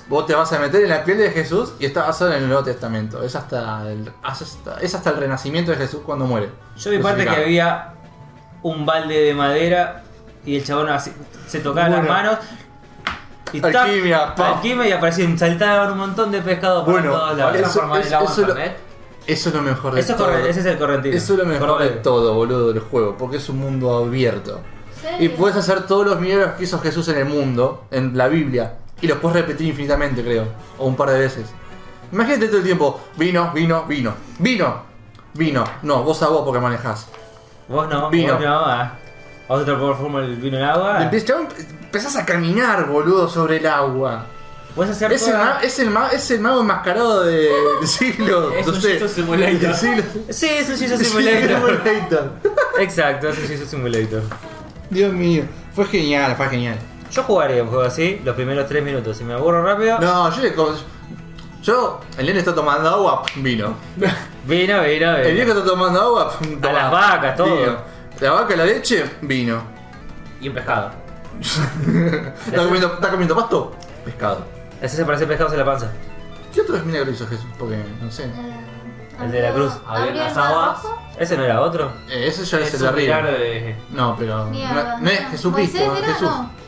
S3: Vos te vas a meter en la piel de Jesús y está basado en el Nuevo Testamento. Es hasta el, hasta- es hasta el renacimiento de Jesús cuando muere.
S1: Yo vi parte que
S3: Crucificado.
S1: había un balde de madera y el chabón así, se tocaba las
S3: Bueno.
S1: manos. Y tac,
S3: Alquimia, pa.
S1: alquimia y aparecían, saltaban un montón de pescado por
S3: Bueno,
S1: todos lados.
S2: Ahora
S3: eso-
S2: transformar el
S3: eso-
S2: agua en
S3: eso lo-
S2: Fernet.
S3: Eso es lo mejor de
S1: Eso es
S3: todo.
S1: corre- ese es el correntino.
S3: Eso es lo mejor de
S1: Cordero.
S3: todo, boludo, del juego, porque es un mundo abierto. Y puedes hacer todos los milagros que hizo Jesús en el mundo, en la Biblia, y los puedes repetir infinitamente, creo, o un par de veces. Imagínate todo el tiempo, vino, vino, vino, vino, vino. No, vos a vos porque manejás.
S1: Vos no,
S3: Vino.
S1: vos no. ah. Vos te transformas el vino en
S2: Ah.
S1: agua.
S3: Empe- chabón, Empezás a caminar, boludo, sobre el agua.
S1: Puedes hacer
S3: Es el,
S1: toda-
S3: ma- es el, ma- es el mago enmascarado de, del siglo.
S2: Es
S3: no
S2: un
S3: sé,
S2: Jesus Simulator.
S3: del siglo-
S1: Sí, es un Jesus Simulator.
S3: Simulator.
S1: Exacto, es un Jesus Simulator.
S3: Dios mío, fue genial, fue genial.
S1: Yo jugaría un juego así los primeros 3 minutos. Si me aburro rápido,
S3: No, yo le co- Yo, el nene está tomando agua, vino.
S1: vino, vino,
S3: El
S1: vino.
S3: viejo está tomando agua, toma,
S1: las vacas, todo.
S3: vino. La vaca, la leche, vino.
S1: Y un pescado.
S3: ¿Está comiendo, está comiendo pasto? Pescado.
S1: Ese se parece pescados en la panza.
S3: ¿Qué otro milagro hizo Jesús? Porque, no sé.
S4: Eh,
S1: El de la cruz.
S2: Había unas aguas.
S1: ¿Ese no era otro?
S3: Eh, ese ya es,
S2: Es
S3: el
S2: un
S3: arriba.
S2: milagro de...
S3: No, pero. No, no es Jesucristo,
S4: ¿Moisés
S3: es
S4: era?
S3: Jesús.
S4: No.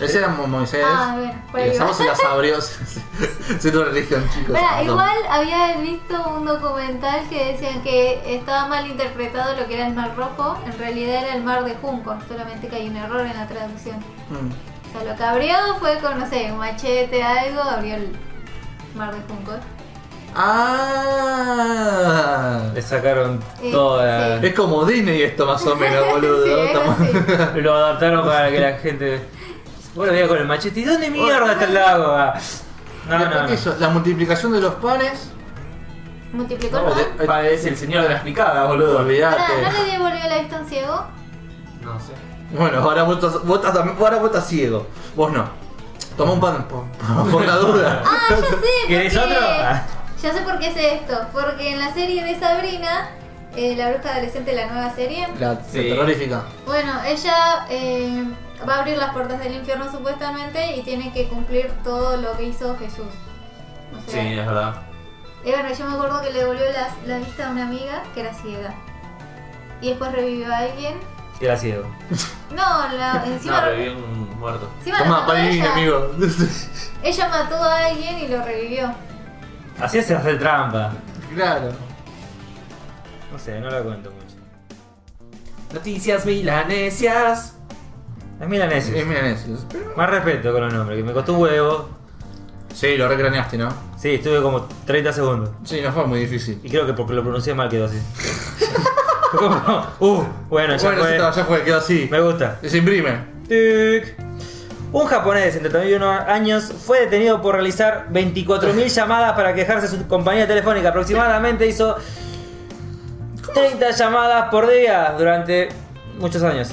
S3: Ese era Mo- Moisés.
S4: Ah, bueno, por ahí
S3: Eh,
S4: va.
S3: Estamos en las abrios. Soy tu religión, chicos.
S4: Pará,
S3: Perdón.
S4: igual había visto un documental que decían que estaba mal interpretado lo que era el Mar Rojo, en realidad era el Mar de Junco, solamente que hay un error en la traducción.
S3: Mm.
S4: O sea, lo que abrió fue con, no sé, un machete, algo, abrió el Mar de Junco.
S3: Ah.
S1: Le sacaron
S4: Sí,
S1: toda.
S3: Es como Disney esto, más o menos, boludo.
S4: Sí, algo
S3: Estamos-
S4: así.
S1: Lo adaptaron para que la gente. Bueno, veía con el machete. ¿Y dónde mierda está el agua? Ah". No,
S3: Y
S1: no,
S3: aparte
S1: no.
S3: hizo la multiplicación de los panes.
S4: ¿Multiplicó
S2: No,
S4: el pan?
S3: Ay.
S2: pa- es el señor de las picadas, boludo.
S4: Pará, ¿no
S3: Olvidate.
S4: le devolvió la vista a un ciego?
S2: No sé.
S3: Bueno, ahora vos estás, vos estás- ahora vos estás ciego. Vos no. Toma un pan por, por la duda.
S4: Ah, ya sé por
S1: ¿Querés
S4: qué.
S1: otro? Ah.
S4: Ya sé por qué sé esto. Porque en la serie de Sabrina, eh, la bruja adolescente, la nueva serie,
S3: La
S2: Sí.
S3: terrorífica.
S4: bueno, ella eh, va a abrir las puertas del infierno supuestamente y tiene que cumplir todo lo que hizo Jesús. O
S2: Sí,
S4: sea,
S2: es verdad.
S4: y bueno, yo me acuerdo que le devolvió la, la vista a una amiga que era ciega. Y después revivió a alguien.
S1: Y era ciego.
S4: No, la, encima,
S2: No, revivió un muerto.
S4: encima la
S3: Toma,
S4: mató
S3: pan y
S4: ella.
S3: amigo.
S4: Ella mató a alguien y lo revivió.
S1: Así se hace trampa.
S3: claro.
S1: No sé, no la cuento mucho.
S2: Noticias milanesias.
S1: Es milaneses.
S3: Es milaneses. Pero-
S1: Más respeto con los nombres, que me costó un huevo.
S3: Sí, lo recraneaste, ¿no?
S1: Sí, estuve como 30 segundos.
S3: Sí, no fue muy difícil.
S1: Y creo que porque lo pronuncié mal quedó así. Fue como, uh, bueno, ya
S3: bueno,
S1: fue.
S3: ya estaba, ya fue, quedó así.
S1: Me gusta.
S3: Se imprime.
S1: Tic. Un japonés de 31 años fue detenido por realizar 24.000 llamadas para quejarse de su compañía telefónica. Aproximadamente hizo 30 llamadas por día durante muchos años.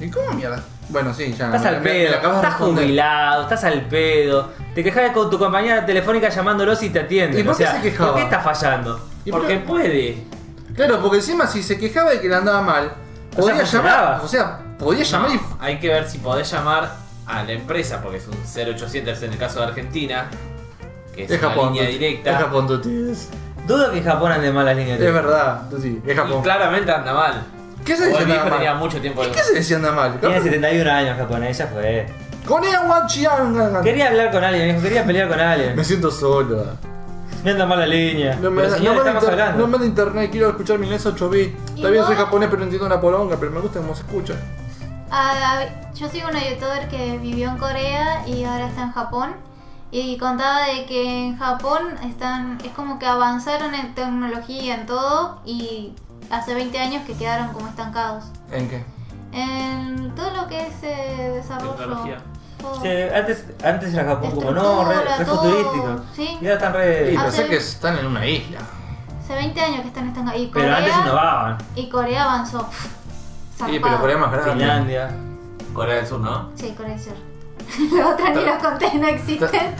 S3: ¿Y cómo mierda? Bueno, sí, ya.
S1: Estás
S3: Ah, me-
S1: al
S3: me- me
S1: pedo,
S3: la acabas de
S1: estás
S3: responder.
S1: jubilado, estás al pedo. Te quejas con tu compañía telefónica llamándolos y te atienden.
S3: ¿Y por
S1: o
S3: qué
S1: sea,
S3: se quejaba?
S1: ¿Por qué estás fallando?
S3: Y
S2: Porque
S3: pero-
S2: puede.
S3: Claro, porque encima si se quejaba de que le andaba mal,
S1: O
S3: podía
S1: sea, funcionaba.
S3: llamar. O sea, podía llamar y. f-
S2: Hay que ver si podés llamar a la empresa, porque es un 0800 en el caso de Argentina, que es,
S3: Es
S2: una
S3: Japón.
S2: línea
S3: Tuti.
S2: directa.
S3: Es Japón, Tuti. Es,
S1: Dudo que en Japón ande mal las líneas de
S3: es verdad, Tuti. Es
S2: Y
S3: Japón.
S2: claramente anda mal.
S3: ¿Qué se
S2: O
S3: decía
S2: el viejo
S3: andaba
S2: tenía
S3: mal?
S2: mucho tiempo
S3: ¿Y
S2: de
S3: qué se decía andaba mal?
S1: Tiene 71 años Japón, ella fue.
S3: Con ella, guachián.
S1: Quería hablar con alguien, dijo, quería pelear con alguien.
S3: Me siento solo.
S1: Me anda mal la línea.
S3: No me,
S1: Pero
S3: da-
S1: señor,
S3: no me da
S1: estamos
S3: inter-
S1: hablando.
S3: no me da internet, quiero escuchar mi NES 8 bit.
S4: ¿Y
S3: Todavía
S4: vos?
S3: soy japonés, pero no entiendo una poronga, pero me gusta cómo se escucha.
S4: Ah, yo soy una youtuber que vivió en Corea y ahora está en Japón. Y contaba de que en Japón están, es como que avanzaron en tecnología, en todo, y hace 20 años que quedaron como estancados.
S3: ¿En qué?
S4: En todo lo que es eh, desarrollo.
S2: Tecnología.
S4: todo.
S1: Che, antes, antes era Japón como no, re,
S4: Estructura,
S1: re
S4: todo,
S1: futurístico.
S4: sí.
S1: Y ahora están re.
S3: Y
S4: Ah,
S3: pensé
S4: sí.
S3: que están en una isla.
S4: Hace 20 años que están estancados. Y
S1: Pero
S4: Corea,
S1: antes innovaban.
S3: Ah,
S4: y Corea avanzó.
S3: Sí, pero
S4: Zarpado.
S3: Corea es más grande.
S1: Finlandia.
S2: Corea del Sur, ¿no?
S4: Sí, Corea del Sur. La otra ni los conté, no existen.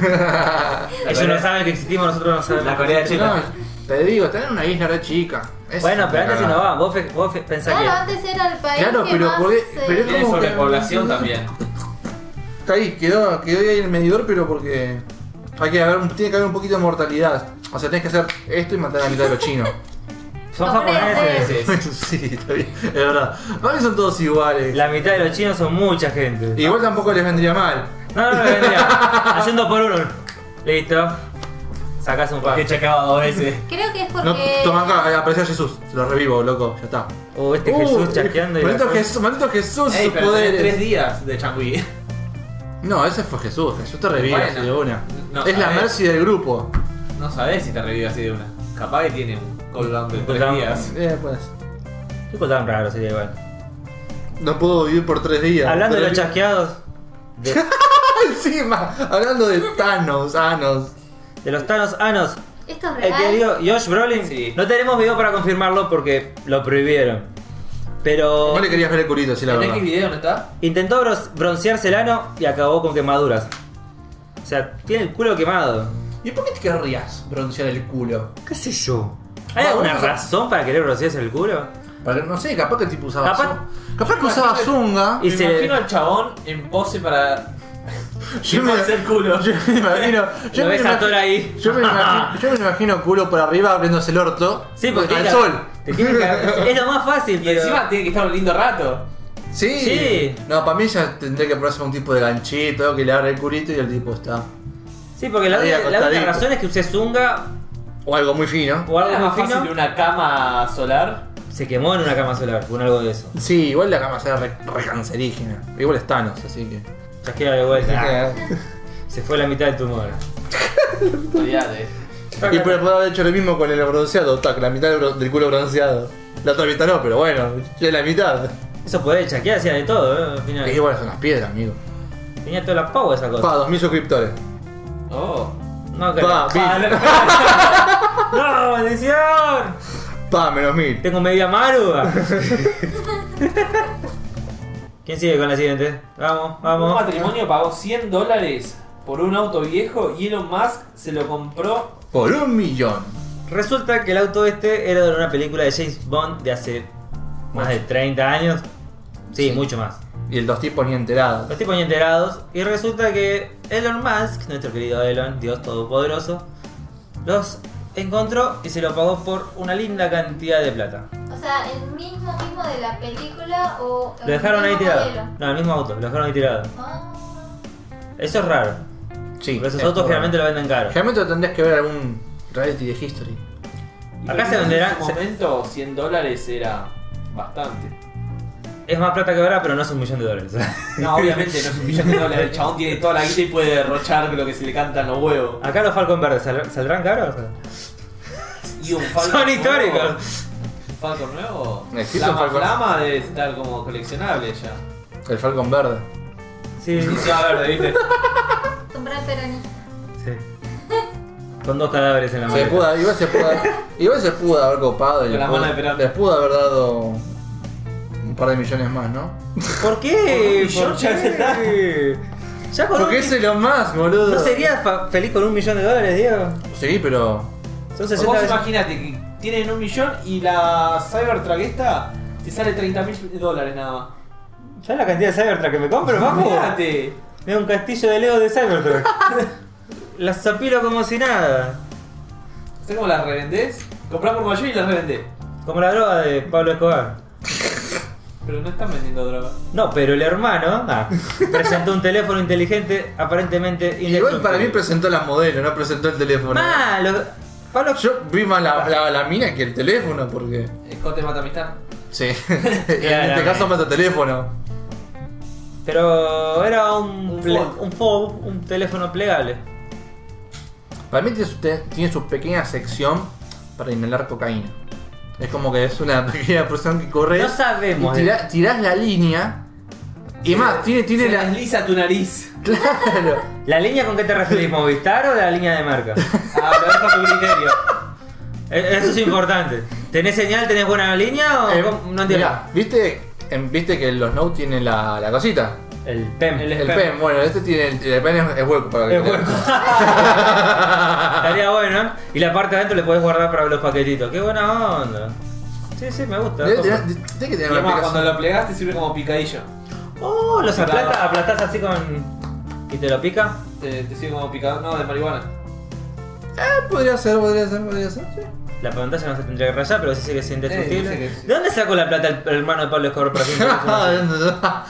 S3: Te-
S2: La
S1: Ellos no
S2: Corea-
S1: saben que existimos, nosotros no sabemos.
S2: La Corea
S3: te-
S2: China.
S3: no, te digo, están en una isla re chica. Es
S1: Bueno, pero antes
S3: una cagada.
S1: innovaban. Vos, fe- vos fe- pensás
S4: Claro,
S1: que.
S4: antes era el país
S3: Claro,
S4: que
S3: pero
S4: más,
S3: Corea-
S4: eh,
S3: pero-
S2: Tiene
S3: ¿Cómo que-
S2: sobrepoblación también.
S3: Está ahí, quedó, quedó ahí el medidor, pero porque hay que haber, tiene que haber un poquito de mortalidad. O sea, tenés que hacer esto y matar a la mitad de los chinos.
S1: Son
S4: Corea
S1: japoneses.
S2: Sí, sí.
S3: sí, está bien, es verdad. Para mí son todos iguales.
S1: La mitad de los chinos son mucha gente.
S3: Igual tampoco les vendría mal.
S1: No, no, no, vendría. Haciendo por uno. Listo. Sacás un par.
S2: Que checaba dos veces.
S4: Creo que es
S3: No,
S4: porque.
S3: toma acá, ahí apareció Jesús. Se lo revivo, loco, ya está.
S1: O este
S3: Uh,
S1: Jesús chasqueando y. la
S3: Maldito
S1: cosa.
S3: Jesús, maldito Jesús,
S2: Ey,
S3: sus
S2: pero tenés tres
S3: poderes.
S2: días de Changui.
S3: No, ese fue Jesús, Jesús te revive
S2: Bueno,
S3: así de una.
S2: no
S3: es la
S2: sabés.
S3: mercy del grupo.
S2: No sabés si te revivió así de una. Capaz que tiene un cooldown de
S1: Un
S2: tres
S1: cooldown.
S2: días.
S3: Eh, pues.
S1: Tipo tan raro sería igual.
S3: No puedo vivir por tres días.
S1: Hablando de
S3: Pero-
S1: los chasqueados, de,
S3: Encima, hablando de Thanos, Thanos.
S1: de los Thanos Anos,
S4: Esto es
S1: el
S4: real.
S1: querido Josh Brolin,
S2: Sí.
S1: no tenemos video para confirmarlo porque lo prohibieron. Pero
S3: No le querías ver el culito, sí, la
S2: ¿En
S3: verdad.
S2: X video no está?
S1: intentó bros- broncearse el ano y acabó con quemaduras. O sea, tiene el culo quemado.
S3: ¿Y por qué te querrías broncear el culo?
S1: ¿Qué sé yo? ¿Hay
S3: Ah,
S1: alguna
S3: bueno.
S1: razón para querer broncearse el culo?
S3: Para que- no sé, capaz que tipo usaba
S1: Capaz-
S3: zun- Capaz que usaba zunga.
S1: Y
S2: Me
S1: se-
S2: imagino al chabón en pose para.
S3: Yo me,
S2: hacer culo.
S3: yo me imagino. Yo
S1: Lo
S3: me
S1: ves a Thor
S3: imagino,
S1: ahí.
S3: yo, me imagino yo me imagino culo por arriba abriéndose el orto.
S1: Sí, porque
S3: al
S1: la-
S3: sol.
S1: te tiene que- es lo más fácil,
S2: Y
S1: pero
S2: encima tiene que estar un lindo rato.
S3: Sí.
S1: Sí.
S3: No, para mí ya tendría que ponerse un tipo de ganchito que le abre el culito y el tipo está.
S1: Sí, porque la,
S3: Ahí
S1: única- la única
S3: acostadito.
S1: razón es que usé zunga
S3: O algo muy fino.
S1: o algo
S2: Era más
S1: muy
S2: fácil
S1: fino.
S2: una cama solar.
S1: Se quemó en una cama solar con algo de eso.
S3: Sí, igual la cama será re, re cancerígena. Igual es Thanos, así que.
S1: Chasquea de vuelta. Se fue la mitad del tumor.
S2: Olvídate.
S3: Y puede puede haber hecho lo mismo con el bronceado, tac, la mitad del bron- del culo bronceado. La otra mitad no, pero bueno, ya es la mitad.
S1: Eso podés chasquear, hacía de todo, ¿eh? Al
S3: Es
S1: final.
S3: igual son las piedras, amigo.
S1: Tenía toda la pava esa cosa.
S3: Pa, 2000 suscriptores.
S2: Oh. Ah,
S1: No,
S3: Pa,
S1: carajo. ¡No, maldición!
S3: Pa, menos mil.
S1: Tengo media maruga. ¿Quién sigue con la siguiente? Vamos,
S2: Un
S1: vamos.
S2: matrimonio pagó 100 dólares por un auto viejo y Elon Musk se lo compró.
S3: Por un millón.
S1: Resulta que el auto este era de una película de James Bond de hace más de 30 años. Sí,
S3: Sí.
S1: mucho más.
S3: Y el dos tipos ni enterados.
S1: Los tipos ni enterados. Y resulta que Elon Musk, nuestro querido Elon, Dios Todopoderoso, los encontró y se lo pagó por una linda cantidad de plata.
S4: O sea, el mismo mismo de la película o.
S1: Lo dejaron ahí tirado.
S4: tirado.
S1: No, el mismo auto, lo dejaron ahí tirado.
S4: Ah,
S1: Eso es raro.
S3: Sí.
S1: Porque esos
S3: es
S1: autos
S3: por-
S1: generalmente lo venden caro.
S3: Generalmente lo tendrías que ver algún reality de history.
S1: Acá se
S2: venderá.
S1: venderá-
S2: En su
S1: se-
S2: momento 100 dólares era bastante.
S1: Es más plata que ahora, pero no es un millón de dólares.
S2: No, obviamente no es un millón de dólares. El chabón tiene toda la guita y puede derrochar lo que se le cantan los huevos.
S1: Acá los Falcon Verdes ¿sal- saldrán caros.
S2: Y un
S1: Son
S2: nuevo-
S1: históricos.
S2: ¿Un Falcon nuevo?
S3: Existe
S2: Flama,
S3: un Falcon.
S2: Flama debe estar como coleccionable ya.
S3: El Falcon Verde.
S1: Sí,
S2: Y se va a ver, ¿viste?
S4: Comprar peronista.
S1: sí. Con dos cadáveres en la
S3: Se
S1: mano.
S3: pudo, igual, se pudo, igual se pudo haber copado y
S2: Con la
S3: les
S2: mano de
S3: pudo,
S2: Perón.
S3: les pudo haber dado un par de millones más, ¿no?
S1: ¿Por qué?
S2: Por un
S1: ¿Por
S2: millón ya está.
S1: qué? Ya con
S3: Porque
S1: un-
S3: ese es lo más, boludo.
S1: ¿No serías fa- feliz con un millón de dólares, Diego?
S3: Sí, pero.
S1: Son
S2: Pues
S1: 60
S2: Vos
S1: veces.
S2: imaginate que tienen un millón y la Cybertruck esta te sale 30 mil dólares nada más.
S1: ¿Sabes la cantidad de Cybertruck que me compro, papu?
S2: Imagínate.
S1: Mira un castillo de Lego de Cybertruck. Las zapilo como si nada.
S2: ¿Sabés cómo las revendés? Comprás por mayor y las revendés.
S1: Como la droga de Pablo Escobar.
S2: Pero no están vendiendo droga.
S1: No, pero el hermano ah, presentó un teléfono inteligente aparentemente
S3: Igual para mí
S1: indestructible. Ah.
S3: presentó las modelos, no presentó el teléfono.
S1: Malo. Pablo
S3: Yo vi más la, la, la mina que el teléfono, porque.
S2: Escote mata amistad.
S3: Sí. en este
S1: Claramente.
S3: caso mata teléfono.
S1: Pero era un
S2: Un
S1: ple-
S2: fold.
S1: un fold, un teléfono plegable.
S3: Para mí tiene su, te- tiene su pequeña sección para inhalar cocaína. Es como que es una pequeña porción que corre.
S1: No sabemos. eh,
S3: y tira- tirás la línea. Y más, tiene, tiene
S2: Se
S3: la.
S2: desliza tu nariz.
S3: Claro.
S1: ¿La línea con qué te referís? ¿Movistar o la línea de marca?
S2: Ah, lo dejo a tu criterio.
S1: E- Eso es importante. ¿Tenés señal? ¿Tenés buena línea? O
S3: Eh,
S1: cómo? no entiendo.
S3: mirá, ¿viste, en- viste que los Now tienen la, la cosita.
S1: El PEM.
S2: El
S3: El
S2: Espera.
S3: pen, bueno, este tiene. El, el pen es, es hueco para que
S1: Es hueco. Estaría bueno. ¿eh? Y la parte de adentro le podés guardar para los paquetitos. Qué buena onda. Sí, sí, me gusta.
S3: Debe tener- tiene que
S2: Y
S3: tener una
S2: además,
S3: aplicación.
S2: cuando lo plegás te sirve como picadillo.
S1: Oh, los
S2: Claro.
S1: aplata, aplatás así con. y te lo pica.
S2: Te, te sirve como picador, no, de marihuana.
S3: Eh, podría ser, podría ser, podría ser. sí.
S1: La pantalla no se tendría que rayar, pero sí sé que es indestructible.
S2: Eh, dice que sí.
S1: ¿De dónde sacó la plata el, el hermano de Pablo Escobar para siempre?
S3: Ah.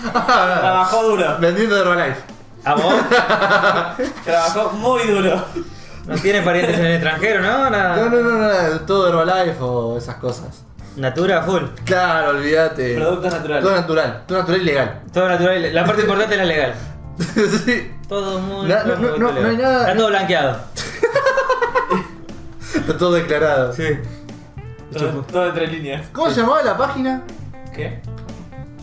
S2: Trabajó duro.
S3: Vendiendo Herbalife.
S1: ¿A vos?
S2: Trabajó muy duro.
S1: No tiene parientes en el extranjero, ¿no? Nada.
S3: No, no, no, no, todo Herbalife o esas cosas.
S1: Natura full.
S3: Claro, olvídate.
S2: Productos naturales.
S3: Todo natural, todo natural y legal.
S1: Todo natural. La parte importante es la legal.
S3: sí.
S1: Todo muy.
S3: No, no,
S1: muy
S3: no, no, no hay nada-
S1: Está todo blanqueado.
S3: Está todo declarado.
S1: Sí.
S2: Todo, todo entre líneas.
S3: ¿Cómo se llamaba la página?
S2: ¿Qué?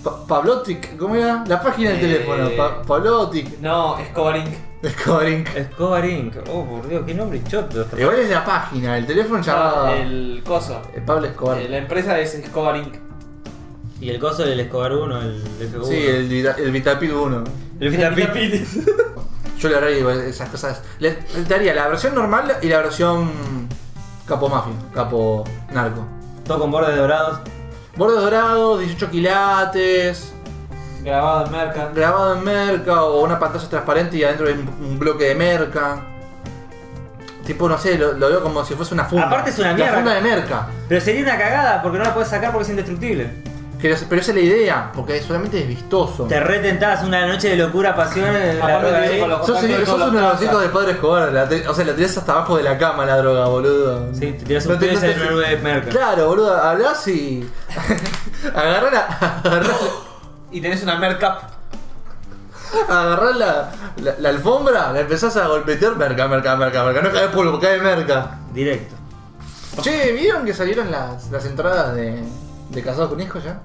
S3: Pa- Pablotic, ¿cómo era? La página del
S2: Eh.
S3: teléfono. Pa- Pablotic.
S2: No, Escobar Inc.
S3: Discovering.
S1: Escobar Inc. Oh, por Dios, qué nombre choto. este
S3: Igual es la página, el teléfono llamaba
S2: Ah, El coso.
S3: eh, Pablo Escobar.
S2: Eh, La empresa es Escobar Inc.
S1: Y el coso del Escobar 1, el FU.
S3: sí, el, Vita- el Vitapil 1.
S1: el Vitapit.
S3: Yo le haría igual esas cosas. Le le daría la versión normal y la versión capo mafia, capo narco.
S1: Todo con bordes dorados.
S3: Bordes dorados, 18 quilates,
S2: Grabado en Merca.
S3: grabado en merca o una pantalla transparente y adentro hay un, un bloque de merca. Tipo, no sé, lo, lo veo como si fuese una funda.
S1: Aparte es una mierda.
S3: La funda de merca.
S1: Pero sería una cagada porque no la puedes sacar porque es indestructible.
S3: Que es- Pero esa es la idea, porque solamente es vistoso.
S1: Te retentás una noche de locura, pasión. en la
S2: Aparte
S1: droga
S2: te
S1: ahí.
S2: digo con los
S3: Sos,
S2: contactos de
S3: sos
S2: todos
S3: uno de
S2: los
S3: los hijos de padre Escobar, la te- o sea, la tirás hasta abajo de la cama la droga, boludo.
S1: Sí, te tirás
S3: No
S1: un
S3: te-
S1: pedo y
S3: no te-
S1: sale una nube de merca.
S3: Claro, boludo, hablás y. agarrá la. Agarrá,
S2: Y tenés una Merca.
S3: agarrá la, la, la alfombra, la empezás a golpetear, merca, merca, merca, merca. No cae polvo, cae merca.
S1: Directo.
S3: Che, ¿vieron que salieron las, las entradas de, de Casados con Hijos ya?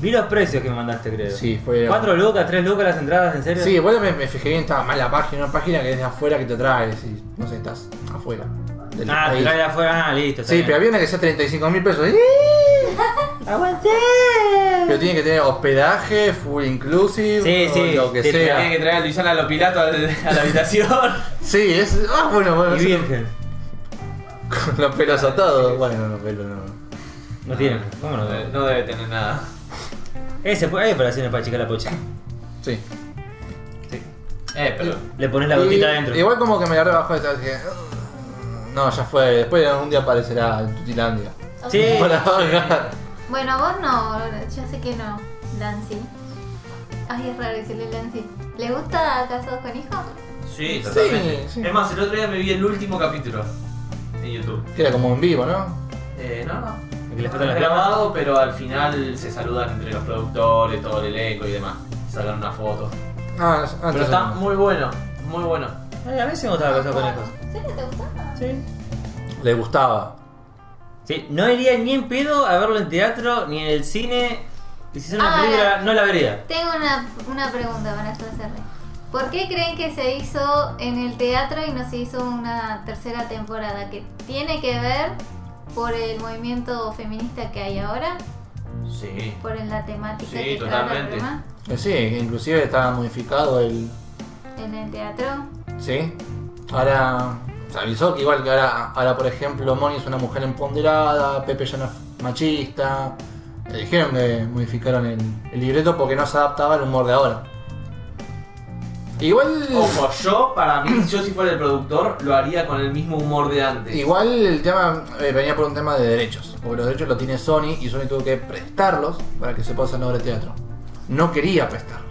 S1: Vi los precios que me mandaste, creo.
S3: Sí, fue-
S1: 4 lucas, 3 lucas las entradas, ¿en serio?
S3: Sí, igual me, me fijé bien, estaba mal la página, una página que es de afuera que te traes y no sé, estás afuera. del
S1: Ah, te
S3: país.
S1: cae de afuera, ah, listo. está
S3: Sí,
S1: bien.
S3: pero había una que sea 35 mil pesos. ¡Eh! Pero tiene que tener hospedaje, full inclusive,
S1: Sí,
S3: o
S1: sí,
S3: lo que
S1: te
S3: sea.
S2: Tiene que traer al Luisana a los piratas a la habitación.
S3: Sí, es. Ah, bueno, bueno.
S1: Y
S3: sí,
S1: virgen.
S3: Con los pelos atados. Bueno, no, los pelos no.
S1: No tiene. ¿Cómo no?
S2: Eh, No debe tener nada.
S1: Ese puede. Hay operaciones para achicar la pocha.
S3: Sí.
S2: Eh, pero.
S1: Le pones la gotita
S3: Y-
S1: adentro.
S3: Igual como que me la rebajó esta vez. dije, "Ah, No, ya fue. Después algún día aparecerá en Tutilandia.
S1: Sí.
S4: Ok.
S3: Para bajar.
S4: Bueno, vos no, yo sé que no, Lancy. Ay, es raro decirle Lancy. ¿Le gusta Casados con Hijos?
S6: Sí,
S3: totalmente. sí.
S6: Es más, el otro día me vi el último capítulo en YouTube.
S3: Que Era como en vivo, ¿no?
S2: Eh, no, no.
S1: Que les
S2: No
S1: faltan
S2: es
S1: las
S2: grabado, pero al final se saludan entre los productores, todo el elenco y demás. Sacan una foto.
S3: Ah, es-
S2: Pero
S3: ah, entonces
S2: está
S3: no.
S2: muy bueno, muy bueno.
S1: Ay, a mí sí me gustaba casar con hijos.
S4: ¿Sí? ¿Te gustaba?
S1: Sí.
S3: Le gustaba.
S1: Sí, no iría ni en pedo a verlo en teatro ni en el cine. Y si es una
S4: Ah.
S1: película, no la vería.
S4: Tengo una, una pregunta para hacerle. ¿Por qué creen que se hizo en el teatro y no se hizo una tercera temporada? ¿Que tiene que ver por el movimiento feminista que hay ahora?
S2: Sí.
S4: ¿Por la temática
S2: Sí,
S4: que trata
S2: totalmente.
S4: el programa
S3: Eh, Sí, inclusive estaba modificado el.
S4: en el teatro?
S3: Sí. Ahora. Se avisó que igual que ahora, ahora por ejemplo, Moni es una mujer empoderada, Pepe ya no es machista. Le dijeron que modificaron el, el libreto porque no se adaptaba al humor de ahora. Igual.
S2: Ojo, yo para mí, yo si fuera el productor, lo haría con el mismo humor de antes.
S3: Igual el tema eh, venía por un tema de derechos, porque los derechos los tiene Sony y Sony tuvo que prestarlos para que se pueda hacer la obra de teatro. No quería prestarlos.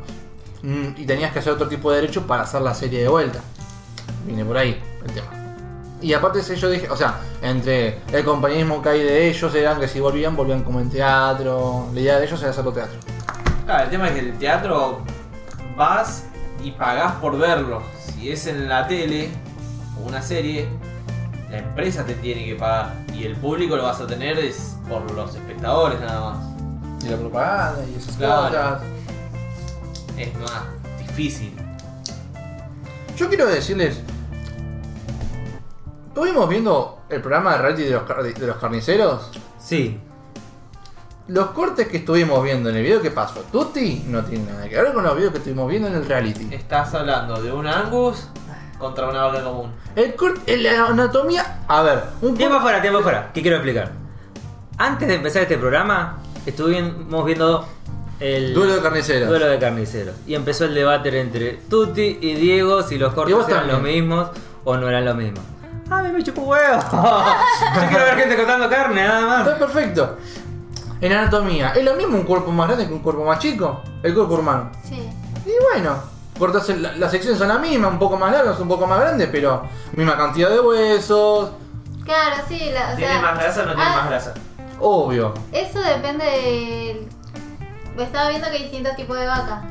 S3: Mm, y tenías que hacer otro tipo de derechos para hacer la serie de vuelta. Vine por ahí el tema. Y aparte ese yo dije, o sea, entre el compañerismo que hay de ellos eran que si volvían, volvían como en teatro. La idea de ellos era hacerlo teatro.
S2: Claro, el tema es que el teatro vas y pagás por verlo. Si es en la tele o una serie, la empresa te tiene que pagar. Y el público lo vas a tener es por los espectadores nada más.
S3: Y la propaganda y esas
S2: Claro.
S3: cosas.
S2: Es más difícil.
S3: Yo quiero decirles. Estuvimos viendo el programa de reality de los, car- de los carniceros.
S1: Sí.
S3: Los cortes que estuvimos viendo en el video que pasó Tutti no tienen nada que ver con los videos que estuvimos viendo en el reality.
S2: Estás hablando de un Angus contra una vaca común.
S3: El corte, el- la anatomía. A ver, un cor-
S1: Tiempo afuera, tiempo afuera. ¿Qué quiero explicar? Antes de empezar este programa, estuvimos viendo el
S3: duelo de carniceros.
S1: duelo de carniceros. Y empezó el debate entre Tuti y Diego si los
S3: Y
S1: cortes
S3: vos
S1: eran los
S3: también.
S1: mismos o no eran los mismos. A mí me chupo huevo. Yo quiero ver gente cortando carne, nada más.
S3: Está perfecto. En anatomía, es lo mismo un cuerpo más grande que un cuerpo más chico. El cuerpo humano.
S4: Sí.
S3: Y bueno, cortas el- la- las secciones son las mismas, un poco más largas, un poco más grandes, pero misma cantidad de huesos.
S4: Claro, sí. La, o sea, ah,
S2: grasa?
S3: Obvio.
S4: Eso depende del... Estaba viendo que hay distintos tipos de vaca.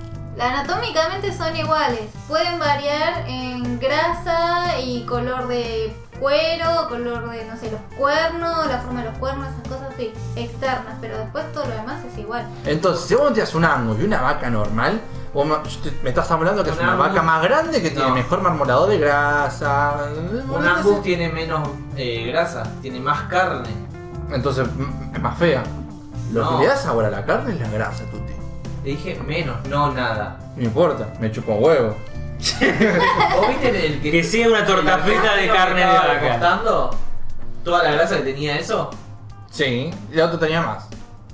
S4: Anatómicamente son iguales. Pueden variar en grasa y color de cuero, color de, no sé, los cuernos, la forma de los cuernos, esas cosas sí, externas. Pero después todo lo demás es igual.
S3: Entonces, si vos te das un angus y una vaca normal, vos me, yo te- me estás hablando que es
S2: Un
S3: una
S2: angus-
S3: vaca más grande que tiene
S2: No.
S3: mejor marmolado de grasa.
S2: Un Angus tiene menos eh, grasa, tiene más carne.
S3: Entonces, mm, es más fea. Lo
S2: No.
S3: que le das sabor a la carne es la grasa, tuti.
S2: Te dije menos, no nada.
S3: No importa, me chupo un huevo.
S2: ¿Vos viste el que
S1: Que sea una torta
S2: El
S1: frita de
S2: argentino
S1: carne
S2: que
S1: de
S2: estaba
S1: vaca.
S2: cortando, toda la grasa que tenía eso,
S3: Sí, la otra tenía más.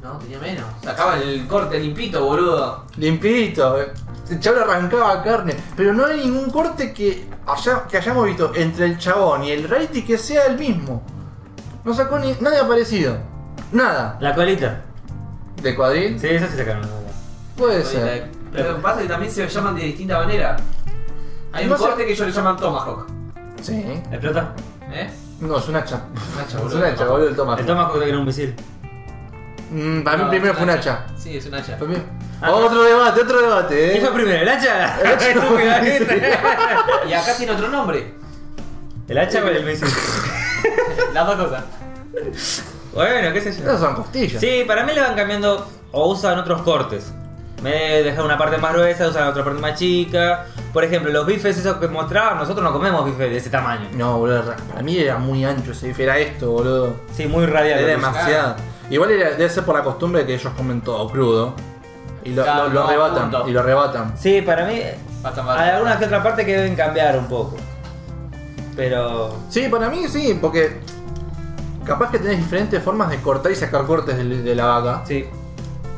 S2: no, tenía menos. Sacaba el corte limpito, boludo.
S3: Limpito, eh. el chabón arrancaba carne, pero no hay ningún corte que, haya- que hayamos visto entre el chabón y el reality que sea el mismo. No sacó ni, nada parecido. Nada.
S1: La colita.
S3: ¿De cuadril?
S1: Sí, eso sí sacaron.
S3: Puede ser.
S2: Pero pasa que también se llaman de distinta manera. Hay
S3: No
S2: un
S3: sé.
S2: corte que ellos le llaman Tomahawk.
S3: Sí.
S1: ¿La explota?
S2: ¿Eh?
S3: No, es un hacha.
S2: Un hacha,
S3: Es
S2: boludo.
S3: un hacha, boludo, el
S1: El
S3: tomate.
S1: Tomahawk era un misil.
S3: Mm, para
S2: No,
S3: mí primero
S2: es
S3: fue un hacha.
S2: Sí, es un hacha.
S3: Para mí-
S1: Ah.
S3: Otro debate, otro debate,
S1: ¿Qué fue
S3: eh.
S1: primero? ¿El hacha?
S3: El hacha.
S1: Estúpida, ¿viste?
S2: Y acá tiene otro nombre.
S1: ¿El hacha o el misil?
S2: Las dos cosas.
S1: Bueno, qué sé yo.
S3: Esas son costillas.
S1: Sí, para mí le van cambiando o usan otros cortes. Me dejan una parte más gruesa, usan otra parte más chica. Por ejemplo, los bifes esos que mostraban, nosotros no comemos bifes de ese tamaño.
S3: No, boludo, para mí era muy ancho ese bife, era esto, boludo.
S1: Sí, muy radial.
S3: Era
S1: lo que
S3: demasiado. Igual era- debe ser por la costumbre de que ellos comen todo crudo. Y lo,
S2: Claro,
S3: lo- lo
S2: no,
S3: arrebatan,
S2: punto.
S3: y lo arrebatan.
S1: usan. Sí, para mí
S2: Basta, basta.
S1: hay algunas que otra parte que deben cambiar un poco. Pero
S3: Sí, para mí sí, porque capaz que tenés diferentes formas de cortar y sacar cortes del- de la vaca.
S1: sí,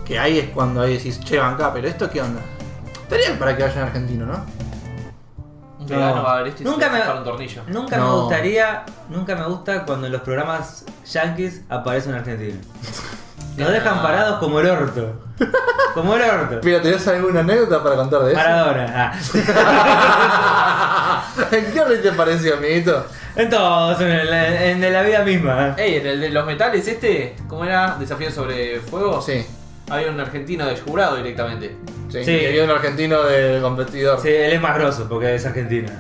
S3: Que ahí es cuando ahí decís, che, banca, pero esto qué onda. Estaría bien para que vayan argentino, ¿no?
S2: Un vegano
S1: No.
S2: va a ver esto y
S1: Nunca
S2: se va a
S1: me-
S2: zafar un tornillo.
S1: nunca me
S3: No.
S1: gustaría, nunca me gusta cuando en los programas yankees aparece un argentino. Nos dejan
S2: Ah.
S1: parados como el orto. Como el orto.
S3: Pero ¿tenés alguna anécdota para contar de eso?
S1: Maradona. ah.
S3: ¿Qué rey te pareció, amiguito?
S1: En todos, en la, en la vida misma.
S2: Ey, en el de los metales este, ¿cómo era? ¿Desafío sobre fuego?
S3: Oh, Sí,
S2: Había un argentino de jurado directamente.
S3: sí.
S1: Sí.
S3: Y había un argentino del competidor.
S1: Sí, él es más grosso porque es argentino.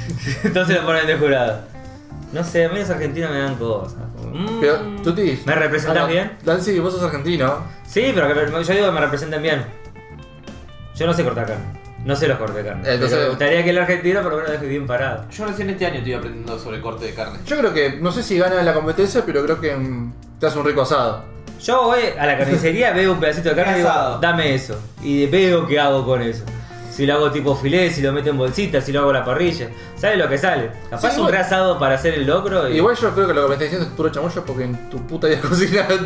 S1: Entonces lo ponen de jurado. No sé, a mí los argentinos me dan cosas. Mm.
S3: Pero, Tuti.
S1: ¿Me representás
S3: ahora,
S1: bien?
S3: Lancy, vos sos argentino.
S1: Sí, pero que me- yo digo que me representen bien. Yo no sé cortar carne. No sé los cortes de carne.
S3: Entonces-
S1: Pero me gustaría que el argentino por lo menos deje bien parado.
S2: Yo recién este año estoy aprendiendo sobre corte de carne.
S3: Yo creo que, no sé si gana la competencia, pero creo que mm, te hace un rico asado.
S1: Yo voy a la carnicería, veo un pedacito de carne y digo,
S2: Asado.
S1: dame eso. Y veo qué hago con eso. Si lo hago tipo filé, si lo meto en bolsita, si lo hago a la parrilla. ¿Sabes lo que sale? Capaz
S3: Sí,
S1: un
S3: igual-
S1: grasado para hacer el locro y...
S3: Igual yo creo que lo que me estás diciendo es puro chamullo porque en tu puta vida cocinaste.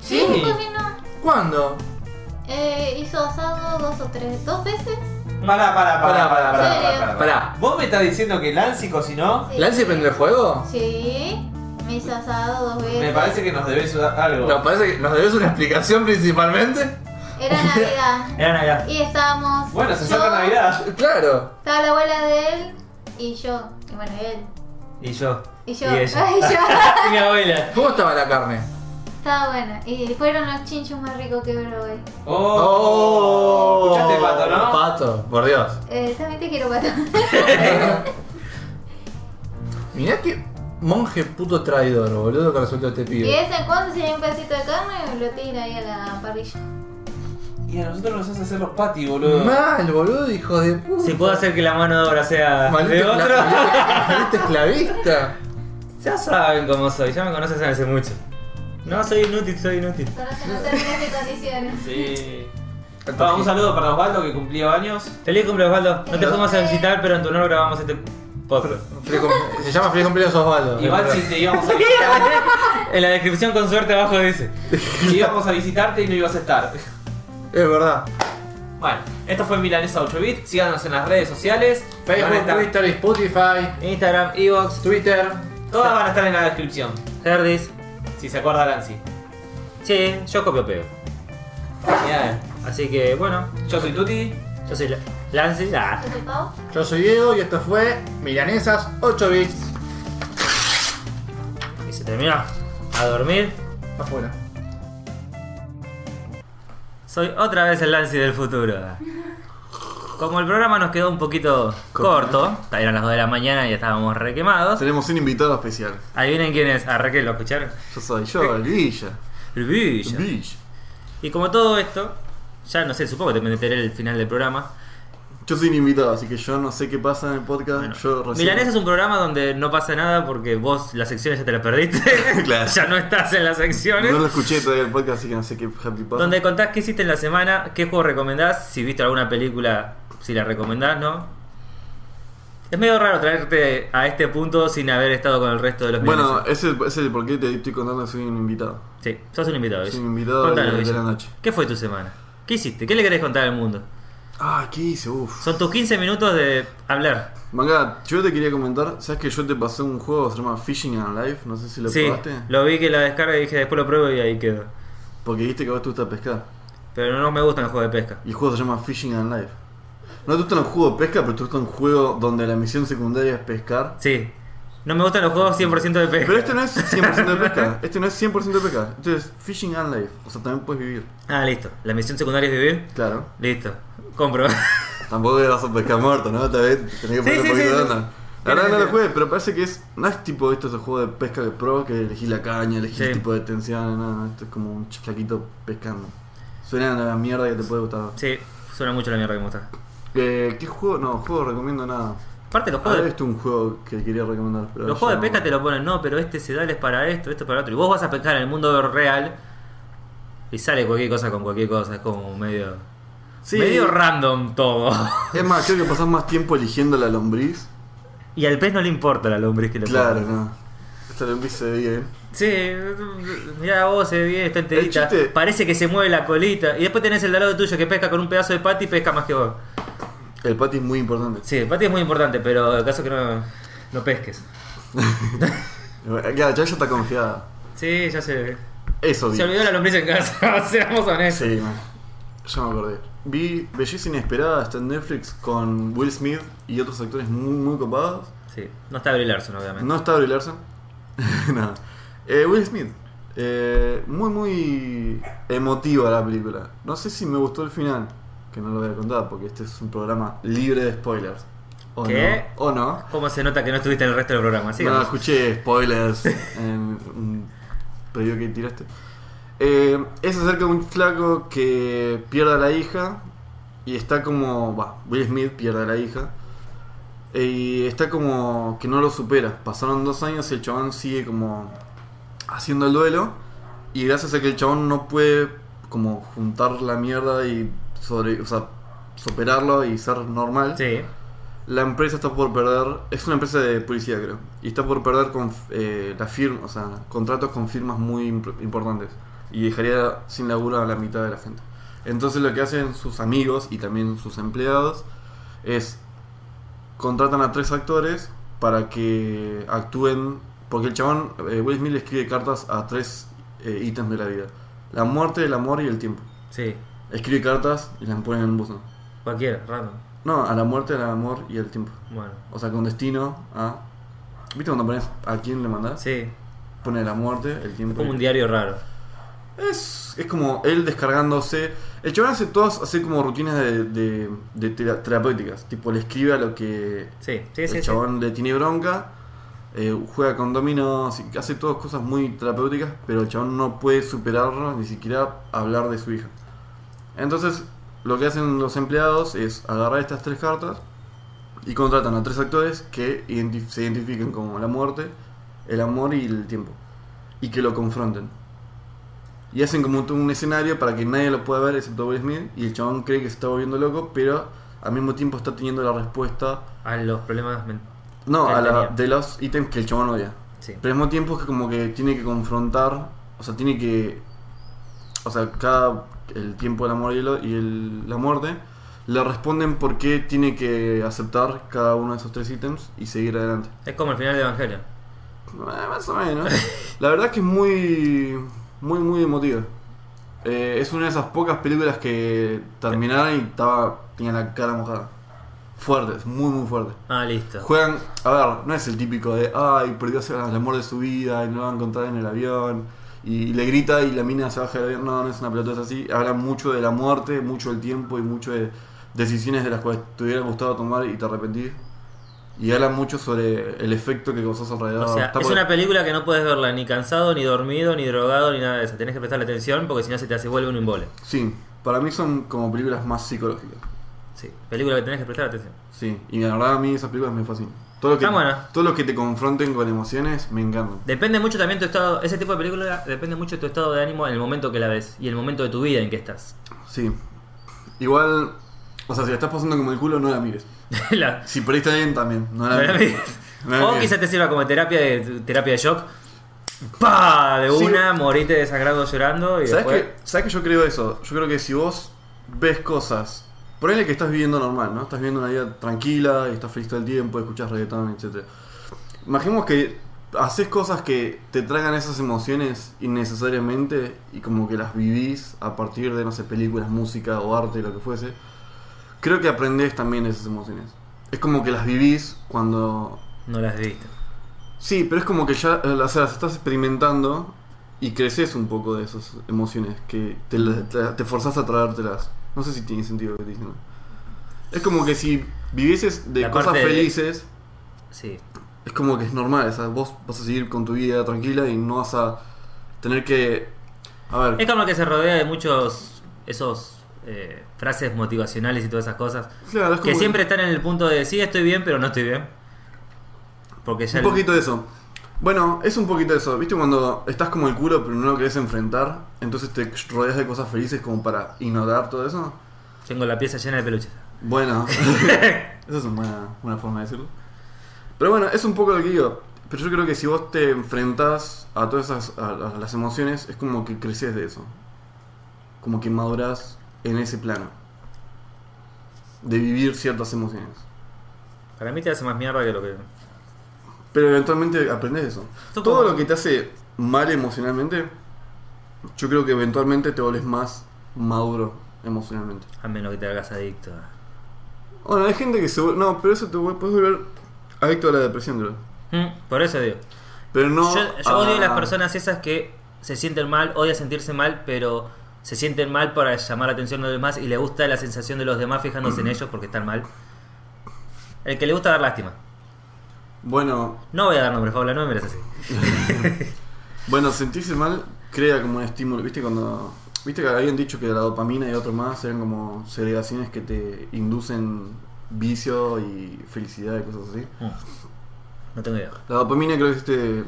S1: Sí.
S4: Sí, cocinó.
S3: ¿Cuándo?
S4: Eh, hizo asado dos o tres, dos veces.
S2: Pará, pará, pará, pará, pará, pará, pará,
S3: Pará.
S2: ¿Vos me estás diciendo que Lancy cocinó?
S4: Sí.
S3: ¿Lancy prende el juego?
S4: Sí, me hizo asado dos veces.
S2: Me parece que nos debes algo.
S3: Nos parece que nos debes una explicación principalmente.
S4: Era Navidad.
S1: Era Navidad.
S4: y estábamos.
S2: Bueno, se
S4: yo,
S2: saca Navidad.
S3: Claro.
S4: Estaba la abuela de él y yo. Y bueno, él.
S1: Y yo.
S4: Y yo.
S1: Y
S4: Y,
S1: ella.
S4: yo.
S1: Y mi abuela.
S3: ¿Cómo estaba la carne?
S4: Estaba buena. Y fueron los chinchos más ricos que probé.
S2: Oh, escuchaste pato, ¿no?
S3: Pato, por Dios.
S4: Eh, también te quiero pato.
S3: Mirá que monje puto traidor, boludo, que resultó este
S4: y
S3: pibe.
S4: de vez en cuando se lleva un pedacito de carne y lo tira ahí a la parrilla.
S2: Y a nosotros nos hace hacer los patis, boludo.
S3: Mal, boludo, hijo de puta.
S1: Si puedo hacer que la mano de obra sea de
S3: Maldito
S1: otro.
S3: escla- maldito esclavista.
S1: Ya saben cómo soy, ya me conocen hace mucho. No, soy inútil, soy inútil.
S4: Solo que no terminas de condiciones.
S2: Sí. Ah, un saludo para Osvaldo que cumplió años.
S1: Feliz cumpleaños, Osvaldo. No te fuimos a visitar, pero en tu honor grabamos este podcast.
S3: Feliz cum- Se llama Feliz cumpleaños Osvaldo.
S2: Igual si te íbamos a visitar,
S1: En la descripción, con suerte, abajo dice.
S2: si íbamos a visitarte y no ibas a estar.
S3: Es verdad.
S2: Bueno, esto fue Milanesa 8-bit. Síganos en las redes sociales. Van a
S3: Facebook,
S2: estar-
S3: Twitter, Spotify,
S1: Instagram, Evox,
S3: Twitter.
S2: todas van a estar en la descripción.
S1: Herdis.
S2: Si se acuerda Lancy.
S1: Sí, yo copio pego.
S2: Genial.
S1: Así que, bueno,
S2: Yo soy Tuti.
S1: yo soy la Lance. Ah.
S4: ¿Te pau?
S3: Yo soy Diego y esto fue Milanesas 8 bits.
S1: Y se terminó. A dormir.
S3: Afuera.
S1: Soy otra vez el Lancy del futuro. Como el programa nos quedó un poquito corto, eran las 2 de la mañana y ya estábamos requemados.
S5: Tenemos un invitado especial.
S1: Ahí vienen quienes. A Raquel, ¿lo escucharon?
S5: Yo soy yo, el Villa.
S1: El
S5: El
S1: Villa.
S5: Villa.
S1: Y como todo esto, ya no sé, supongo que te meteré el final del programa.
S5: Yo soy un invitado, así que yo no sé qué pasa en el podcast. yo recién.
S1: Milanés es un programa donde no pasa nada porque vos las secciones ya te las perdiste.
S5: Claro.
S1: ya no estás en las secciones.
S5: No lo escuché todavía el podcast, así que no sé qué happy pasa.
S1: Donde contás qué hiciste en la semana, qué juego recomendás, si viste alguna película, si la recomendás, ¿no? Es medio raro traerte a este punto sin haber estado con el resto de los
S5: Bueno,
S1: milaneses.
S5: ese es el por qué te estoy contando que soy un invitado.
S1: Sí, sos un invitado,
S5: Soy
S1: Villa.
S5: un invitado
S1: Contanos,
S5: de- de
S1: Villa.
S5: la noche.
S1: ¿Qué fue tu semana? ¿Qué hiciste? ¿Qué le querés contar al mundo?
S5: Ah, ¿qué hice? Uf.
S1: Son tus 15 minutos de hablar.
S5: Manga, yo te quería comentar, ¿sabes que yo te pasé un juego que se llama Fishing and Life? No sé si lo
S1: sí,
S5: probaste.
S1: lo vi que la descarga y dije después lo pruebo y ahí quedó.
S5: Porque viste que a vos te gusta pescar.
S1: Pero no me gustan los juegos de pesca.
S5: Y el juego se llama Fishing and Life. No te gusta un juego de pesca, pero te gusta un juego donde la misión secundaria es pescar.
S1: Sí, no me gustan los juegos 100% de pesca.
S5: Pero este no es 100% de pesca. Este no es 100% de pesca. Este es Fishing and Life. O sea, también puedes vivir.
S1: Ah, listo. La misión secundaria es vivir.
S5: Claro.
S1: Listo, compro.
S5: Tampoco vas a pescar muerto, ¿no? Tal vez tenés que poner
S1: Sí,
S5: un
S1: sí,
S5: poquito
S1: sí,
S5: de
S1: sí.
S5: onda. La verdad
S1: Sí,
S5: no
S1: sí,
S5: lo
S1: sí.
S5: jugué, pero parece que es. No es tipo esto, es el juego de pesca que pro, que elegís la caña, elegís
S1: Sí.
S5: el tipo de tensión, nada, esto es como un flaquito pescando. Suena a la mierda que te puede gustar.
S1: Sí, suena mucho la mierda que me gusta.
S5: Eh, ¿Qué juego? No, juego recomiendo nada.
S1: Aparte, los
S5: Había
S1: juegos, de,
S5: visto un juego que quería recomendar. Pero
S1: los juegos de
S5: ya no.
S1: pesca te lo ponen, no, pero este sedal es para esto, esto es para lo otro. Y vos vas a pescar en el mundo real y sale cualquier cosa con cualquier cosa. Es como medio.
S5: Sí.
S1: Medio random todo.
S5: Es más, creo que pasás más tiempo eligiendo la lombriz.
S1: Y al pez no le importa la lombriz que le
S5: Claro,
S1: ponga.
S5: no. Esta lombriz se ve bien.
S1: Sí, mirá vos, se ve bien, está enterita.
S5: El chiste-
S1: Parece que se mueve la colita. Y después tenés el de al lado tuyo que pesca con un pedazo de pati y pesca más que vos.
S5: El pati es muy importante.
S1: Sí, el pati es muy importante, pero el caso que no, no pesques.
S5: Claro, ya ella está confiada.
S1: Sí, ya se.
S5: Eso vi.
S1: Se olvidó la lombriz en casa, seamos honestos.
S5: Sí, man. Ya me acordé. Vi Belleza Inesperada, está en Netflix con Will Smith y otros actores muy, muy copados.
S1: Sí, no está Brie Larson, obviamente.
S5: No está Brie Larson. Nada. Eh, Will Smith. Eh, muy, muy emotiva la película. No sé si me gustó el final, que no lo voy a contar porque este es un programa libre de spoilers. ¿O
S1: ¿Qué?
S5: no? ¿O no?
S1: ¿Cómo se nota que no estuviste en el resto del programa?
S5: no,
S1: Sigamos.
S5: escuché spoilers en un previo que tiraste. Eh, es acerca de un flaco que pierde a la hija y está como. Va, Will Smith pierde a la hija. eh, Y está como que no lo supera. Pasaron dos años y el chabón sigue como haciendo el duelo. Y gracias a que el chabón no puede como juntar la mierda y sobre, o sea, superarlo y ser normal.
S1: Sí,
S5: La empresa está por perder, es una empresa de policía creo, y está por perder con eh, la firma, o sea, contratos con firmas muy imp- importantes y dejaría sin laburo a la mitad de la gente. Entonces lo que hacen sus amigos y también sus empleados es contratan a tres actores para que actúen, porque el chabón eh, Will Smith le escribe cartas a tres eh, ítems de la vida: la muerte, el amor y el tiempo.
S1: sí.
S5: Escribe cartas y las pone en un buzón.
S1: Cualquiera, random.
S5: No, a la muerte, al amor y al tiempo.
S1: Bueno,
S5: O sea, con destino a. ¿Viste cuando pones a quién le mandás?
S1: sí.
S5: Pone la muerte, el
S1: Es
S5: tiempo.
S1: como un diario raro.
S5: Es, es como él descargándose. El chaval hace todas hace como rutinas de, de- de tera- terapéuticas. Tipo, le escribe a lo que
S1: Sí, sí,
S5: el
S1: sí. sí.
S5: chabón le tiene bronca. eh, juega con dominos, y hace todas cosas muy terapéuticas, pero el chabón no puede superarlo, ni siquiera hablar de su hija. Entonces, lo que hacen los empleados es agarrar estas tres cartas y contratan a tres actores que identif- se identifiquen como la muerte, el amor y el tiempo. Y que lo confronten. Y hacen como un, un escenario para que nadie lo pueda ver excepto Will Smith. Y el chabón cree que se está volviendo loco, pero al mismo tiempo está teniendo la respuesta
S1: A los problemas. men-
S5: no,
S1: Que
S5: a
S1: él
S5: la-
S1: tenía.
S5: de los ítems que el chabón odia.
S1: Sí.
S5: Pero al mismo tiempo es que como que tiene que confrontar, o sea, tiene que... O sea, cada... El tiempo del amor y, el, y el- la muerte le responden por qué tiene que aceptar cada uno de esos tres ítems y seguir adelante.
S1: Es como el final de Evangelio.
S5: Eh, más o menos. La verdad es que es muy, muy, muy emotiva. Eh, es una de esas pocas películas que terminaron y estaba, tenía la cara mojada. Fuerte, es muy, muy fuerte.
S1: Ah, listo.
S5: Juegan, a ver, no es el típico de, ay, perdió el amor de su vida y no lo va a encontrar en el avión. Y le grita y la mina se baja del avión. No, no es una pelotota así. Hablan mucho de la muerte, mucho del tiempo y mucho de decisiones de las cuales te hubiera gustado tomar y te arrepentís. Y hablan mucho sobre el efecto que causás alrededor.
S1: O sea,
S5: Está
S1: es
S5: por-
S1: una película que no puedes verla ni cansado, ni dormido, ni drogado, ni nada de eso. Tenés que prestarle atención porque si no se te hace vuelve un embole.
S5: Sí, para mí son como películas más psicológicas.
S1: Sí, película que tenés que prestar atención.
S5: Sí, y la verdad a mí esas películas me fascinan. Todo lo que,
S1: Está buena.
S5: todo lo que te confronten con emociones me encantan.
S1: Depende mucho también tu estado, ese tipo de película depende mucho de tu estado de ánimo en el momento que la ves y el momento de tu vida en que estás.
S5: Sí. Igual, o sea, si la estás pasando como el culo, no la mires.
S1: La-
S5: Si perdiste a alguien, también. No la,
S1: no la
S5: mires.
S1: mires.
S5: No la
S1: o
S5: mires.
S1: quizás te sirva como terapia de terapia de shock. pa De
S5: Sí.
S1: una, morite desagrado llorando y
S5: ¿Sabes
S1: después...
S5: que, ¿Sabes que yo creo eso? Yo creo que si vos ves cosas, ponele que estás viviendo normal, ¿no? Estás viviendo una vida tranquila y estás feliz todo el tiempo, escuchas reggaetón, etc. Imaginemos que haces cosas que te traigan esas emociones innecesariamente y como que las vivís a partir de, no sé, películas, música o arte, lo que fuese. Creo que aprendés también de esas emociones. Es como que las vivís cuando
S1: No las viste.
S5: Sí, pero es como que ya eh, o sea, las estás experimentando y creces un poco de esas emociones que te, la- te, te forzás a traértelas. No sé si tiene sentido lo que te dicen. Es como que si vivieses de
S1: La
S5: cosas
S1: parte de-
S5: felices,
S1: Sí.
S5: es como que es normal. O sea, vos vas a seguir con tu vida tranquila y no vas a tener que. A ver,
S1: Es como que se rodea de muchos esos eh, frases motivacionales y todas esas cosas.
S5: Claro, es como
S1: Que siempre están en el punto de sí, estoy bien, pero no estoy bien. Porque ya
S5: Un
S1: el-
S5: poquito de eso. Bueno, es un poquito eso. ¿Viste cuando estás como el culo pero no lo querés enfrentar? Entonces te rodeas de cosas felices como para ignorar todo eso.
S1: tengo la pieza llena de peluches.
S5: Bueno, esa es una, una forma de decirlo. Pero bueno, es un poco lo que digo. Pero yo creo que si vos te enfrentás a todas esas, a- a las emociones, es como que creces de eso. Como que madurás en ese plano. De vivir ciertas emociones.
S1: Para mí te hace más mierda que lo que.
S5: Pero eventualmente aprendes eso.
S1: Esto
S5: Todo
S1: como-
S5: lo que te hace mal emocionalmente, yo creo que eventualmente te volvés más maduro emocionalmente.
S1: A menos que te hagas adicto.
S5: Bueno, hay gente que se vuelve. No, pero eso te vuel- puedes volver adicto a la depresión, creo.
S1: Mm, Por eso digo.
S5: Pero no. ah.
S1: yo yo
S5: a-
S1: odio las personas esas que se sienten mal, odia sentirse mal, pero se sienten mal para llamar la atención de los demás y le gusta la sensación de los demás fijándose en
S5: Mm.
S1: ellos porque están mal. El que le gusta dar lástima.
S5: Bueno,
S1: No voy a dar nombres, Paula, no me mereces así.
S5: bueno, sentirse mal crea como un estímulo. ¿Viste cuando.? ¿Viste que habían dicho que la dopamina y otro más eran como segregaciones que te inducen vicio y felicidad y cosas así?
S1: No tengo idea.
S5: La dopamina creo que es este,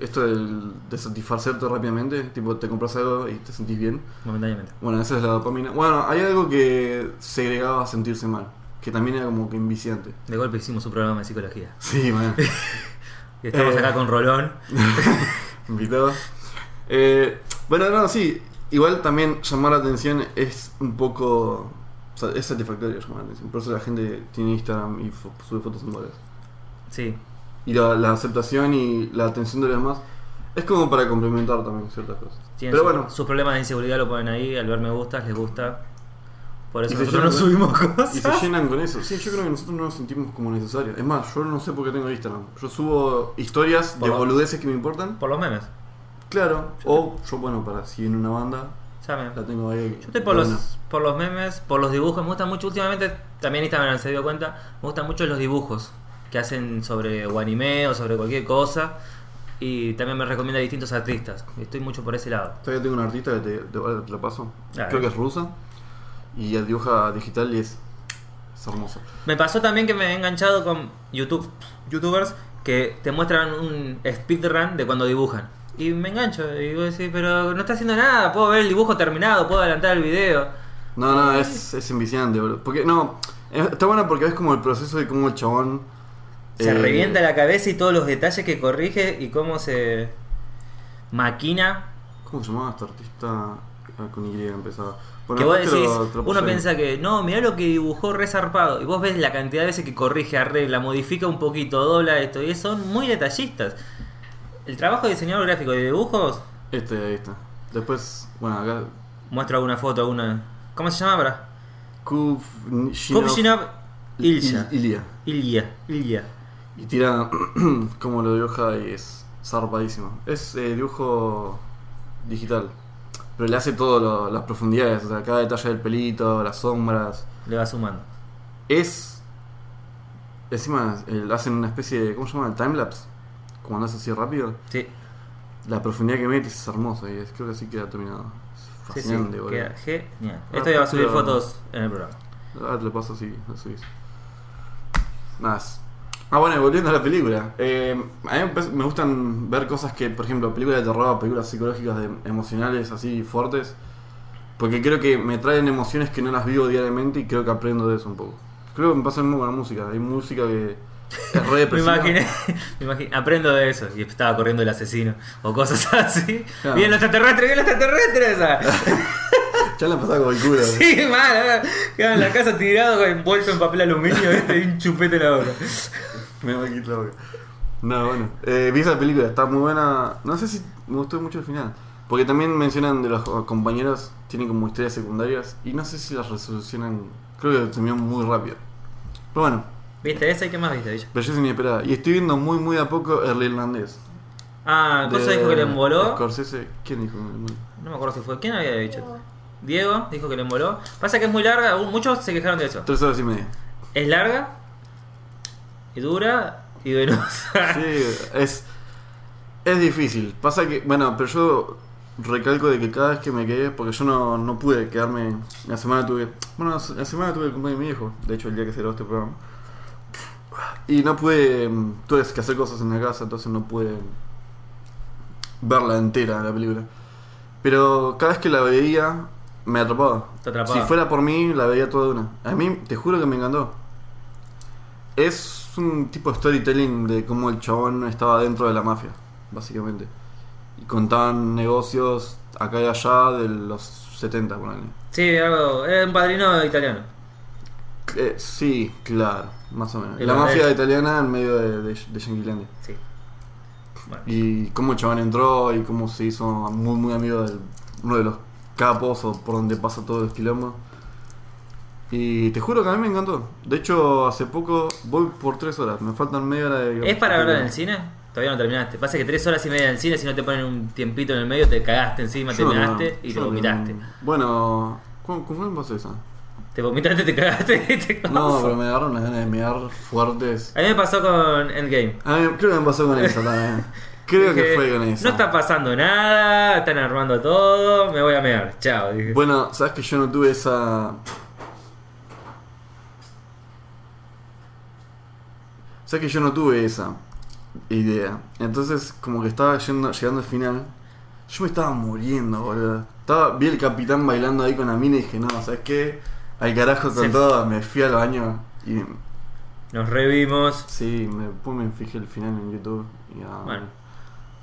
S5: esto del, de satisfacerte rápidamente, tipo te compras algo y te sentís bien.
S1: Momentáneamente.
S5: Bueno, esa es la dopamina. Bueno, hay algo que segregaba a sentirse mal, que también era como que inviciante.
S1: De golpe hicimos un programa de psicología.
S5: Sí, man.
S1: Y estamos
S5: Eh.
S1: acá con Rolón.
S5: Invitado. Eh, bueno, no, sí. Igual también llamar la atención es un poco... o sea, es satisfactorio llamar la atención. Por eso la gente tiene Instagram y fo- sube fotos en bolas.
S1: Sí.
S5: Y la, la aceptación y la atención de los demás es como para complementar también ciertas cosas.
S1: Tienen
S5: Pero
S1: su-
S5: bueno,
S1: sus problemas de inseguridad lo ponen ahí, al ver me gustas, les gusta. Por eso
S5: Y se
S1: nosotros no
S5: llenan-
S1: subimos cosas.
S5: Y se llenan con eso. Sí, yo creo que nosotros no nos sentimos como necesarios. Es más, yo no sé por qué tengo Instagram. Yo subo historias de
S1: Por-
S5: boludeces que me importan.
S1: Por los memes.
S5: Claro. O yo, bueno, para si en una banda
S1: Ya me-
S5: la tengo ahí.
S1: Yo estoy por
S5: Bueno.
S1: los, por los memes, por los dibujos. Me gustan mucho últimamente, también Instagram se dio cuenta, me gustan mucho los dibujos que hacen sobre o anime o sobre cualquier cosa. Y también me recomienda distintos artistas. Estoy mucho por ese lado.
S5: Todavía tengo una artista que te, te- ahora te la paso.
S1: A ver.
S5: Creo que es rusa. Y ella dibuja digital y es, es hermosa.
S1: Me pasó también que me he enganchado con YouTube, youtubers que te muestran un speedrun de cuando dibujan. Y me engancho. Y digo, sí, pero no está haciendo nada. Puedo ver el dibujo terminado, puedo adelantar el video.
S5: No, no, es, es enviciante, boludo. Porque, no, eh, está bueno porque ves como el proceso de cómo el chabón.
S1: Se
S5: eh,
S1: revienta la cabeza y todos los detalles que corrige y cómo se maquina
S5: ¿Cómo se llamaba este artista? Ah, con Y empezaba. Bueno,
S1: que vos
S5: después te
S1: decís,
S5: lo- te lo
S1: uno
S5: puse.
S1: piensa que no, mirá lo que dibujó re zarpado. Y vos ves la cantidad de veces que corrige, arregla, modifica un poquito, dobla esto. Y son muy detallistas. El trabajo de diseñador gráfico de dibujos,
S5: Este, ahí está. Después, bueno, acá.
S1: muestro alguna foto, alguna. ¿Cómo se llama ahora?
S5: Kuvshinov.
S1: Kupchinov Ilya.
S5: Il- Ilya.
S1: Ilya. Ilya.
S5: Y tira como lo dibuja y es zarpadísimo. Es eh, dibujo digital. Pero le hace todas las profundidades, o sea, cada detalle del pelito, las sombras.
S1: Le va sumando.
S5: Es. Encima eh, hacen una especie de. ¿Cómo se llama? Timelapse. Como andas así rápido.
S1: Sí,
S5: La profundidad que metes es hermosa y es- creo que así queda terminado. Es
S1: sí, sí.
S5: fascinante, boludo.
S1: Queda genial.
S5: Ah,
S1: Esto ya va a subir
S5: pero-
S1: fotos en el programa.
S5: Ahora Ah, te lo paso así, lo subís. Nada. es- Ah, bueno, y volviendo a la película. Eh, a mí me parece- me gustan ver cosas que, por ejemplo, películas de terror, películas psicológicas de- emocionales así fuertes. Porque creo que me traen emociones que no las vivo diariamente y creo que aprendo de eso un poco. Creo que me pasa lo mismo con la música. Hay música que es re
S1: Me
S5: depresiva.
S1: imaginé, me imaginé- aprendo de eso. Y estaba corriendo el asesino. O cosas así.
S5: Claro.
S1: Bien los extraterrestres, bien los extraterrestres. ah.
S5: Ya la pasaba con el culo.
S1: Sí, mal, ahora quedaba en la casa tirado, envuelto en papel aluminio, este, y un chupete en la boca.
S5: Me va a quitar la boca. No, bueno. Eh, vi esa película, está muy buena. No sé si me gustó mucho el final. Porque también mencionan de los compañeros, tienen como historias secundarias. Y no sé si las resolucionan. Creo que terminó muy rápido. Pero bueno,
S1: ¿Viste esa y qué más viste, Villa?
S5: belleza inesperada. Y estoy viendo muy, muy a poco el irlandés.
S1: Ah, Cosa
S5: De
S1: dijo que le emboló.
S5: Scorsese. ¿Quién dijo? que le emboló?
S1: No me acuerdo si fue. ¿Quién había dicho? Diego dijo que le emboló. Pasa que es muy larga, aún muchos se quejaron de eso.
S5: Tres horas y media.
S1: Es larga, y dura, y venosa.
S5: Sí, es. Es difícil. Pasa que. Bueno, pero yo recalco de que cada vez que me quedé, porque yo no, no pude quedarme, la semana tuve, bueno, la la semana tuve el cumpleaños de mi hijo, de hecho el día que se grabó este programa, y no pude, mm, tuve que hacer cosas en la casa, entonces no pude verla entera la película. Pero cada vez que la veía, me atrapaba.
S1: Te atrapaba.
S5: Si fuera por mí, la veía toda de una. A mí, te juro que me encantó. Es un tipo de storytelling de cómo el chabón estaba dentro de la mafia, básicamente. Y contaban negocios acá y allá de los 70, ponele.
S1: Sí, algo. Era un padrino italiano.
S5: Eh, sí, claro, más o menos.
S1: Y
S5: la
S1: la
S5: mafia
S1: de-
S5: italiana en medio de, de, de Yanquilandia.
S1: Sí. Bueno.
S5: Y cómo el chabón entró y cómo se hizo muy, muy amigo de uno de los capos o por donde pasa todo el quilombo. Y te juro que a mí me encantó. De hecho, hace poco voy por tres horas. Me faltan media hora de...
S1: ¿Es para verla en el cine? Todavía no terminaste. Pasa que tres horas y media en el cine, si no te ponen un tiempito en el medio, te cagaste encima, te
S5: Yo no,
S1: measte y
S5: yo
S1: te
S5: no.
S1: vomitaste.
S5: Bueno, ¿cu- ¿con cuál pasó esa?
S1: Te vomitaste, te cagaste y te
S5: No, pero me agarraron las ganas de mear fuertes.
S1: A mí me pasó con Endgame.
S5: A mí- creo que me pasó con esa también. Creo que
S1: Dije,
S5: fue con esa.
S1: No está pasando nada, están armando todo, me voy a mear. Chao, dije.
S5: Bueno, sabes que yo no tuve esa. Sabes que yo no tuve esa idea. Entonces, como que estaba yendo, llegando al final, yo me estaba muriendo, boludo. Estaba, vi el capitán bailando ahí con la mina y dije, no, ¿sabes qué? Al carajo con
S1: Se-
S5: todo, me fui al baño y
S1: Nos revimos.
S5: sí, me, después me fijé el final en YouTube y ah,
S1: Bueno.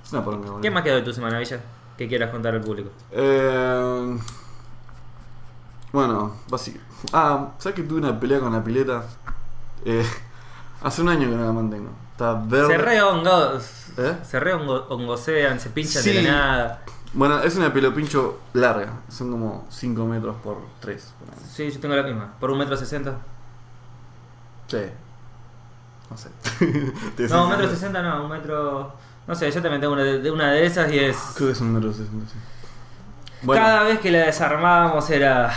S5: Es una poronga, boludo.
S1: ¿Qué más quedó de tu semana, Villa? Que quieras contar al público.
S5: Eh, bueno, básicamente. Ah, ¿sabes que tuve una pelea con la pileta? Eh, hace un año que no la mantengo. Está verde.
S1: Se re hongo-
S5: ¿Eh?
S1: Se re hongo- hongosean, se pinchan
S5: Sí.
S1: de la nada.
S5: Bueno, es una pelopincho larga. Son como 5 metros por 3.
S1: Sí, yo tengo la misma. Por un metro sesenta.
S5: Sí. No sé. Te
S1: No,
S5: soy
S1: un metro
S5: sincero.
S1: sesenta no, un metro... No sé, yo también tengo una de, de una de esas y es...
S5: Creo que es un metro 60. sí. Bueno,
S1: Cada vez que la desarmábamos era...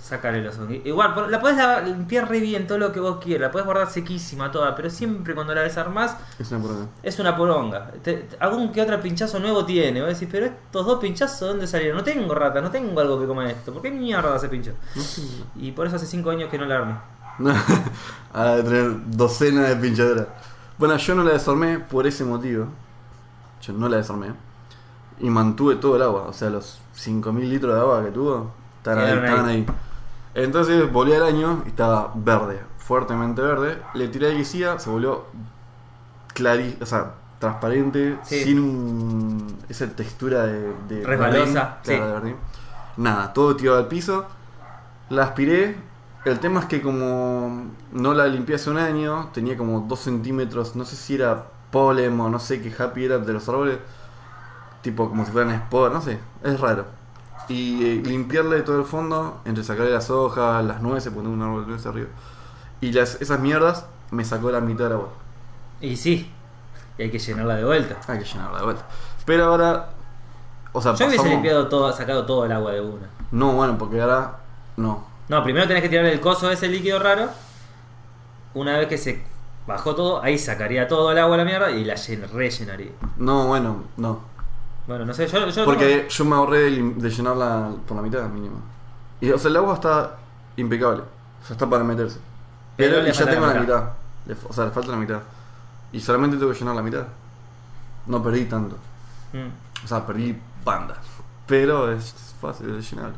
S1: Sacarle los hongui- Igual, por- la podés lavar- limpiar re bien todo lo que vos quieras. La podés guardar sequísima toda, pero siempre cuando la desarmás
S5: es una poronga.
S1: Es una poronga. Te- te- algún que otro pinchazo nuevo tiene. Vos decís, pero estos dos pinchazos, ¿de ¿dónde salieron? No tengo rata, no tengo algo que coma esto. ¿Por qué mierda se pinchó?
S5: No sé.
S1: Y por eso hace cinco años que no la armo.
S5: a tener docenas de pinchaderas. Bueno, yo no la desarmé por ese motivo. Yo no la desarmé. Y mantuve todo el agua. O sea, los 5.000 litros de agua que tuvo estaban ahí.
S1: Quedaron ahí.
S5: estaban ahí. Entonces volví al año y estaba verde, fuertemente verde. Le tiré el guisía, se volvió clarí, o sea, transparente,
S1: Sí.
S5: sin un- esa textura de, de
S1: Resbalosa,
S5: verdín,
S1: sí.
S5: claro, de verdín. Nada, todo tirado al piso. La aspiré. El tema es que como no la limpié hace un año, tenía como 2 centímetros, no sé si era polen o no sé qué happy era de los árboles, tipo como si fueran sport, no sé, es raro. Y eh, limpiarle todo el fondo, entre sacarle las hojas, las nueces, poner un árbol de nueces arriba, y las, esas mierdas me sacó la mitad de la vuelta.
S1: Y sí, y hay que llenarla de vuelta.
S5: Hay que llenarla de vuelta. Pero ahora, o sea,
S1: Yo hubiese
S5: pasamos-
S1: limpiado todo, sacado todo el agua de una.
S5: No, bueno, porque ahora no.
S1: No, primero tenés que tirar el coso de ese líquido raro. Una vez que se bajó todo, ahí sacaría todo el agua a la mierda y la llen- rellenaría.
S5: No, bueno, no.
S1: Bueno, no sé, yo... yo
S5: Porque yo me ahorré de, lim- de llenarla por la mitad mínimo. Y, o sea, el agua está impecable. O sea, está para meterse.
S1: Pero
S5: Pero,
S1: le
S5: y ya
S1: falta
S5: tengo
S1: la
S5: la mitad. Le f- o sea, le falta la mitad. Y solamente tengo que llenar la mitad. No perdí tanto.
S1: Mm.
S5: O sea, perdí banda. Pero es fácil de llenar.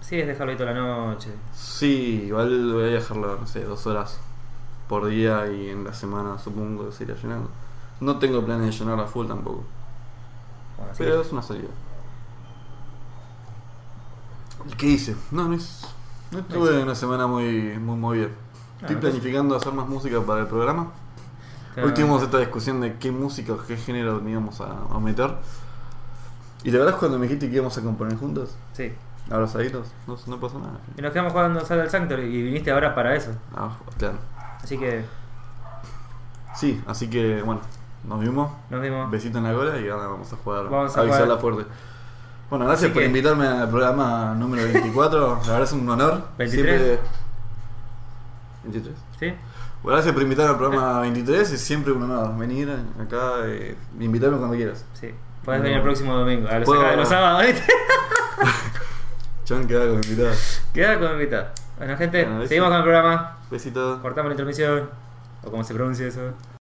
S1: Sí, es dejarlo ahí toda la noche.
S5: Sí, igual voy a dejarlo, no sé, dos horas por día y en la semana supongo que se irá llenando. No tengo planes de llenarla full tampoco.
S1: Bueno, así
S5: Pero es una salida. ¿Y qué hice? No, no es. No Ah, tuve una semana muy, muy movida. Estoy
S1: entonces-
S5: planificando hacer más música para el programa.
S1: que-
S5: Hoy tuvimos esta discusión de qué música o qué género íbamos a, a meter. Y la verdad es cuando me dijiste que íbamos a componer juntos,
S1: Sí.
S5: abrazaditos, no, no pasó nada.
S1: Y nos quedamos jugando Sala del Sanctuary y viniste ahora para eso.
S5: Ah, claro.
S1: Así que
S5: Sí, así que bueno, nos vimos.
S1: nos vimos.
S5: Besito en la gola y ahora vamos a jugar.
S1: Vamos a
S5: avisarla
S1: jugar.
S5: fuerte. Bueno, gracias
S1: Así
S5: por
S1: que-
S5: invitarme al programa número 24. La verdad es un honor.
S1: 23.
S5: Siempre... 23.
S1: ¿Sí?
S5: Bueno, gracias por invitarme al programa 23. Es siempre un honor venir acá eh, invitarme cuando quieras.
S1: Sí. Podés venir el próximo domingo. A los,
S5: Puedo-
S1: acá de los sábados, ¿viste?
S5: Chan queda con invitado.
S1: Queda con invitado. Bueno, gente,
S5: Bueno,
S1: seguimos con el programa.
S5: Besitos.
S1: Cortamos la intermisión. O como se pronuncia eso.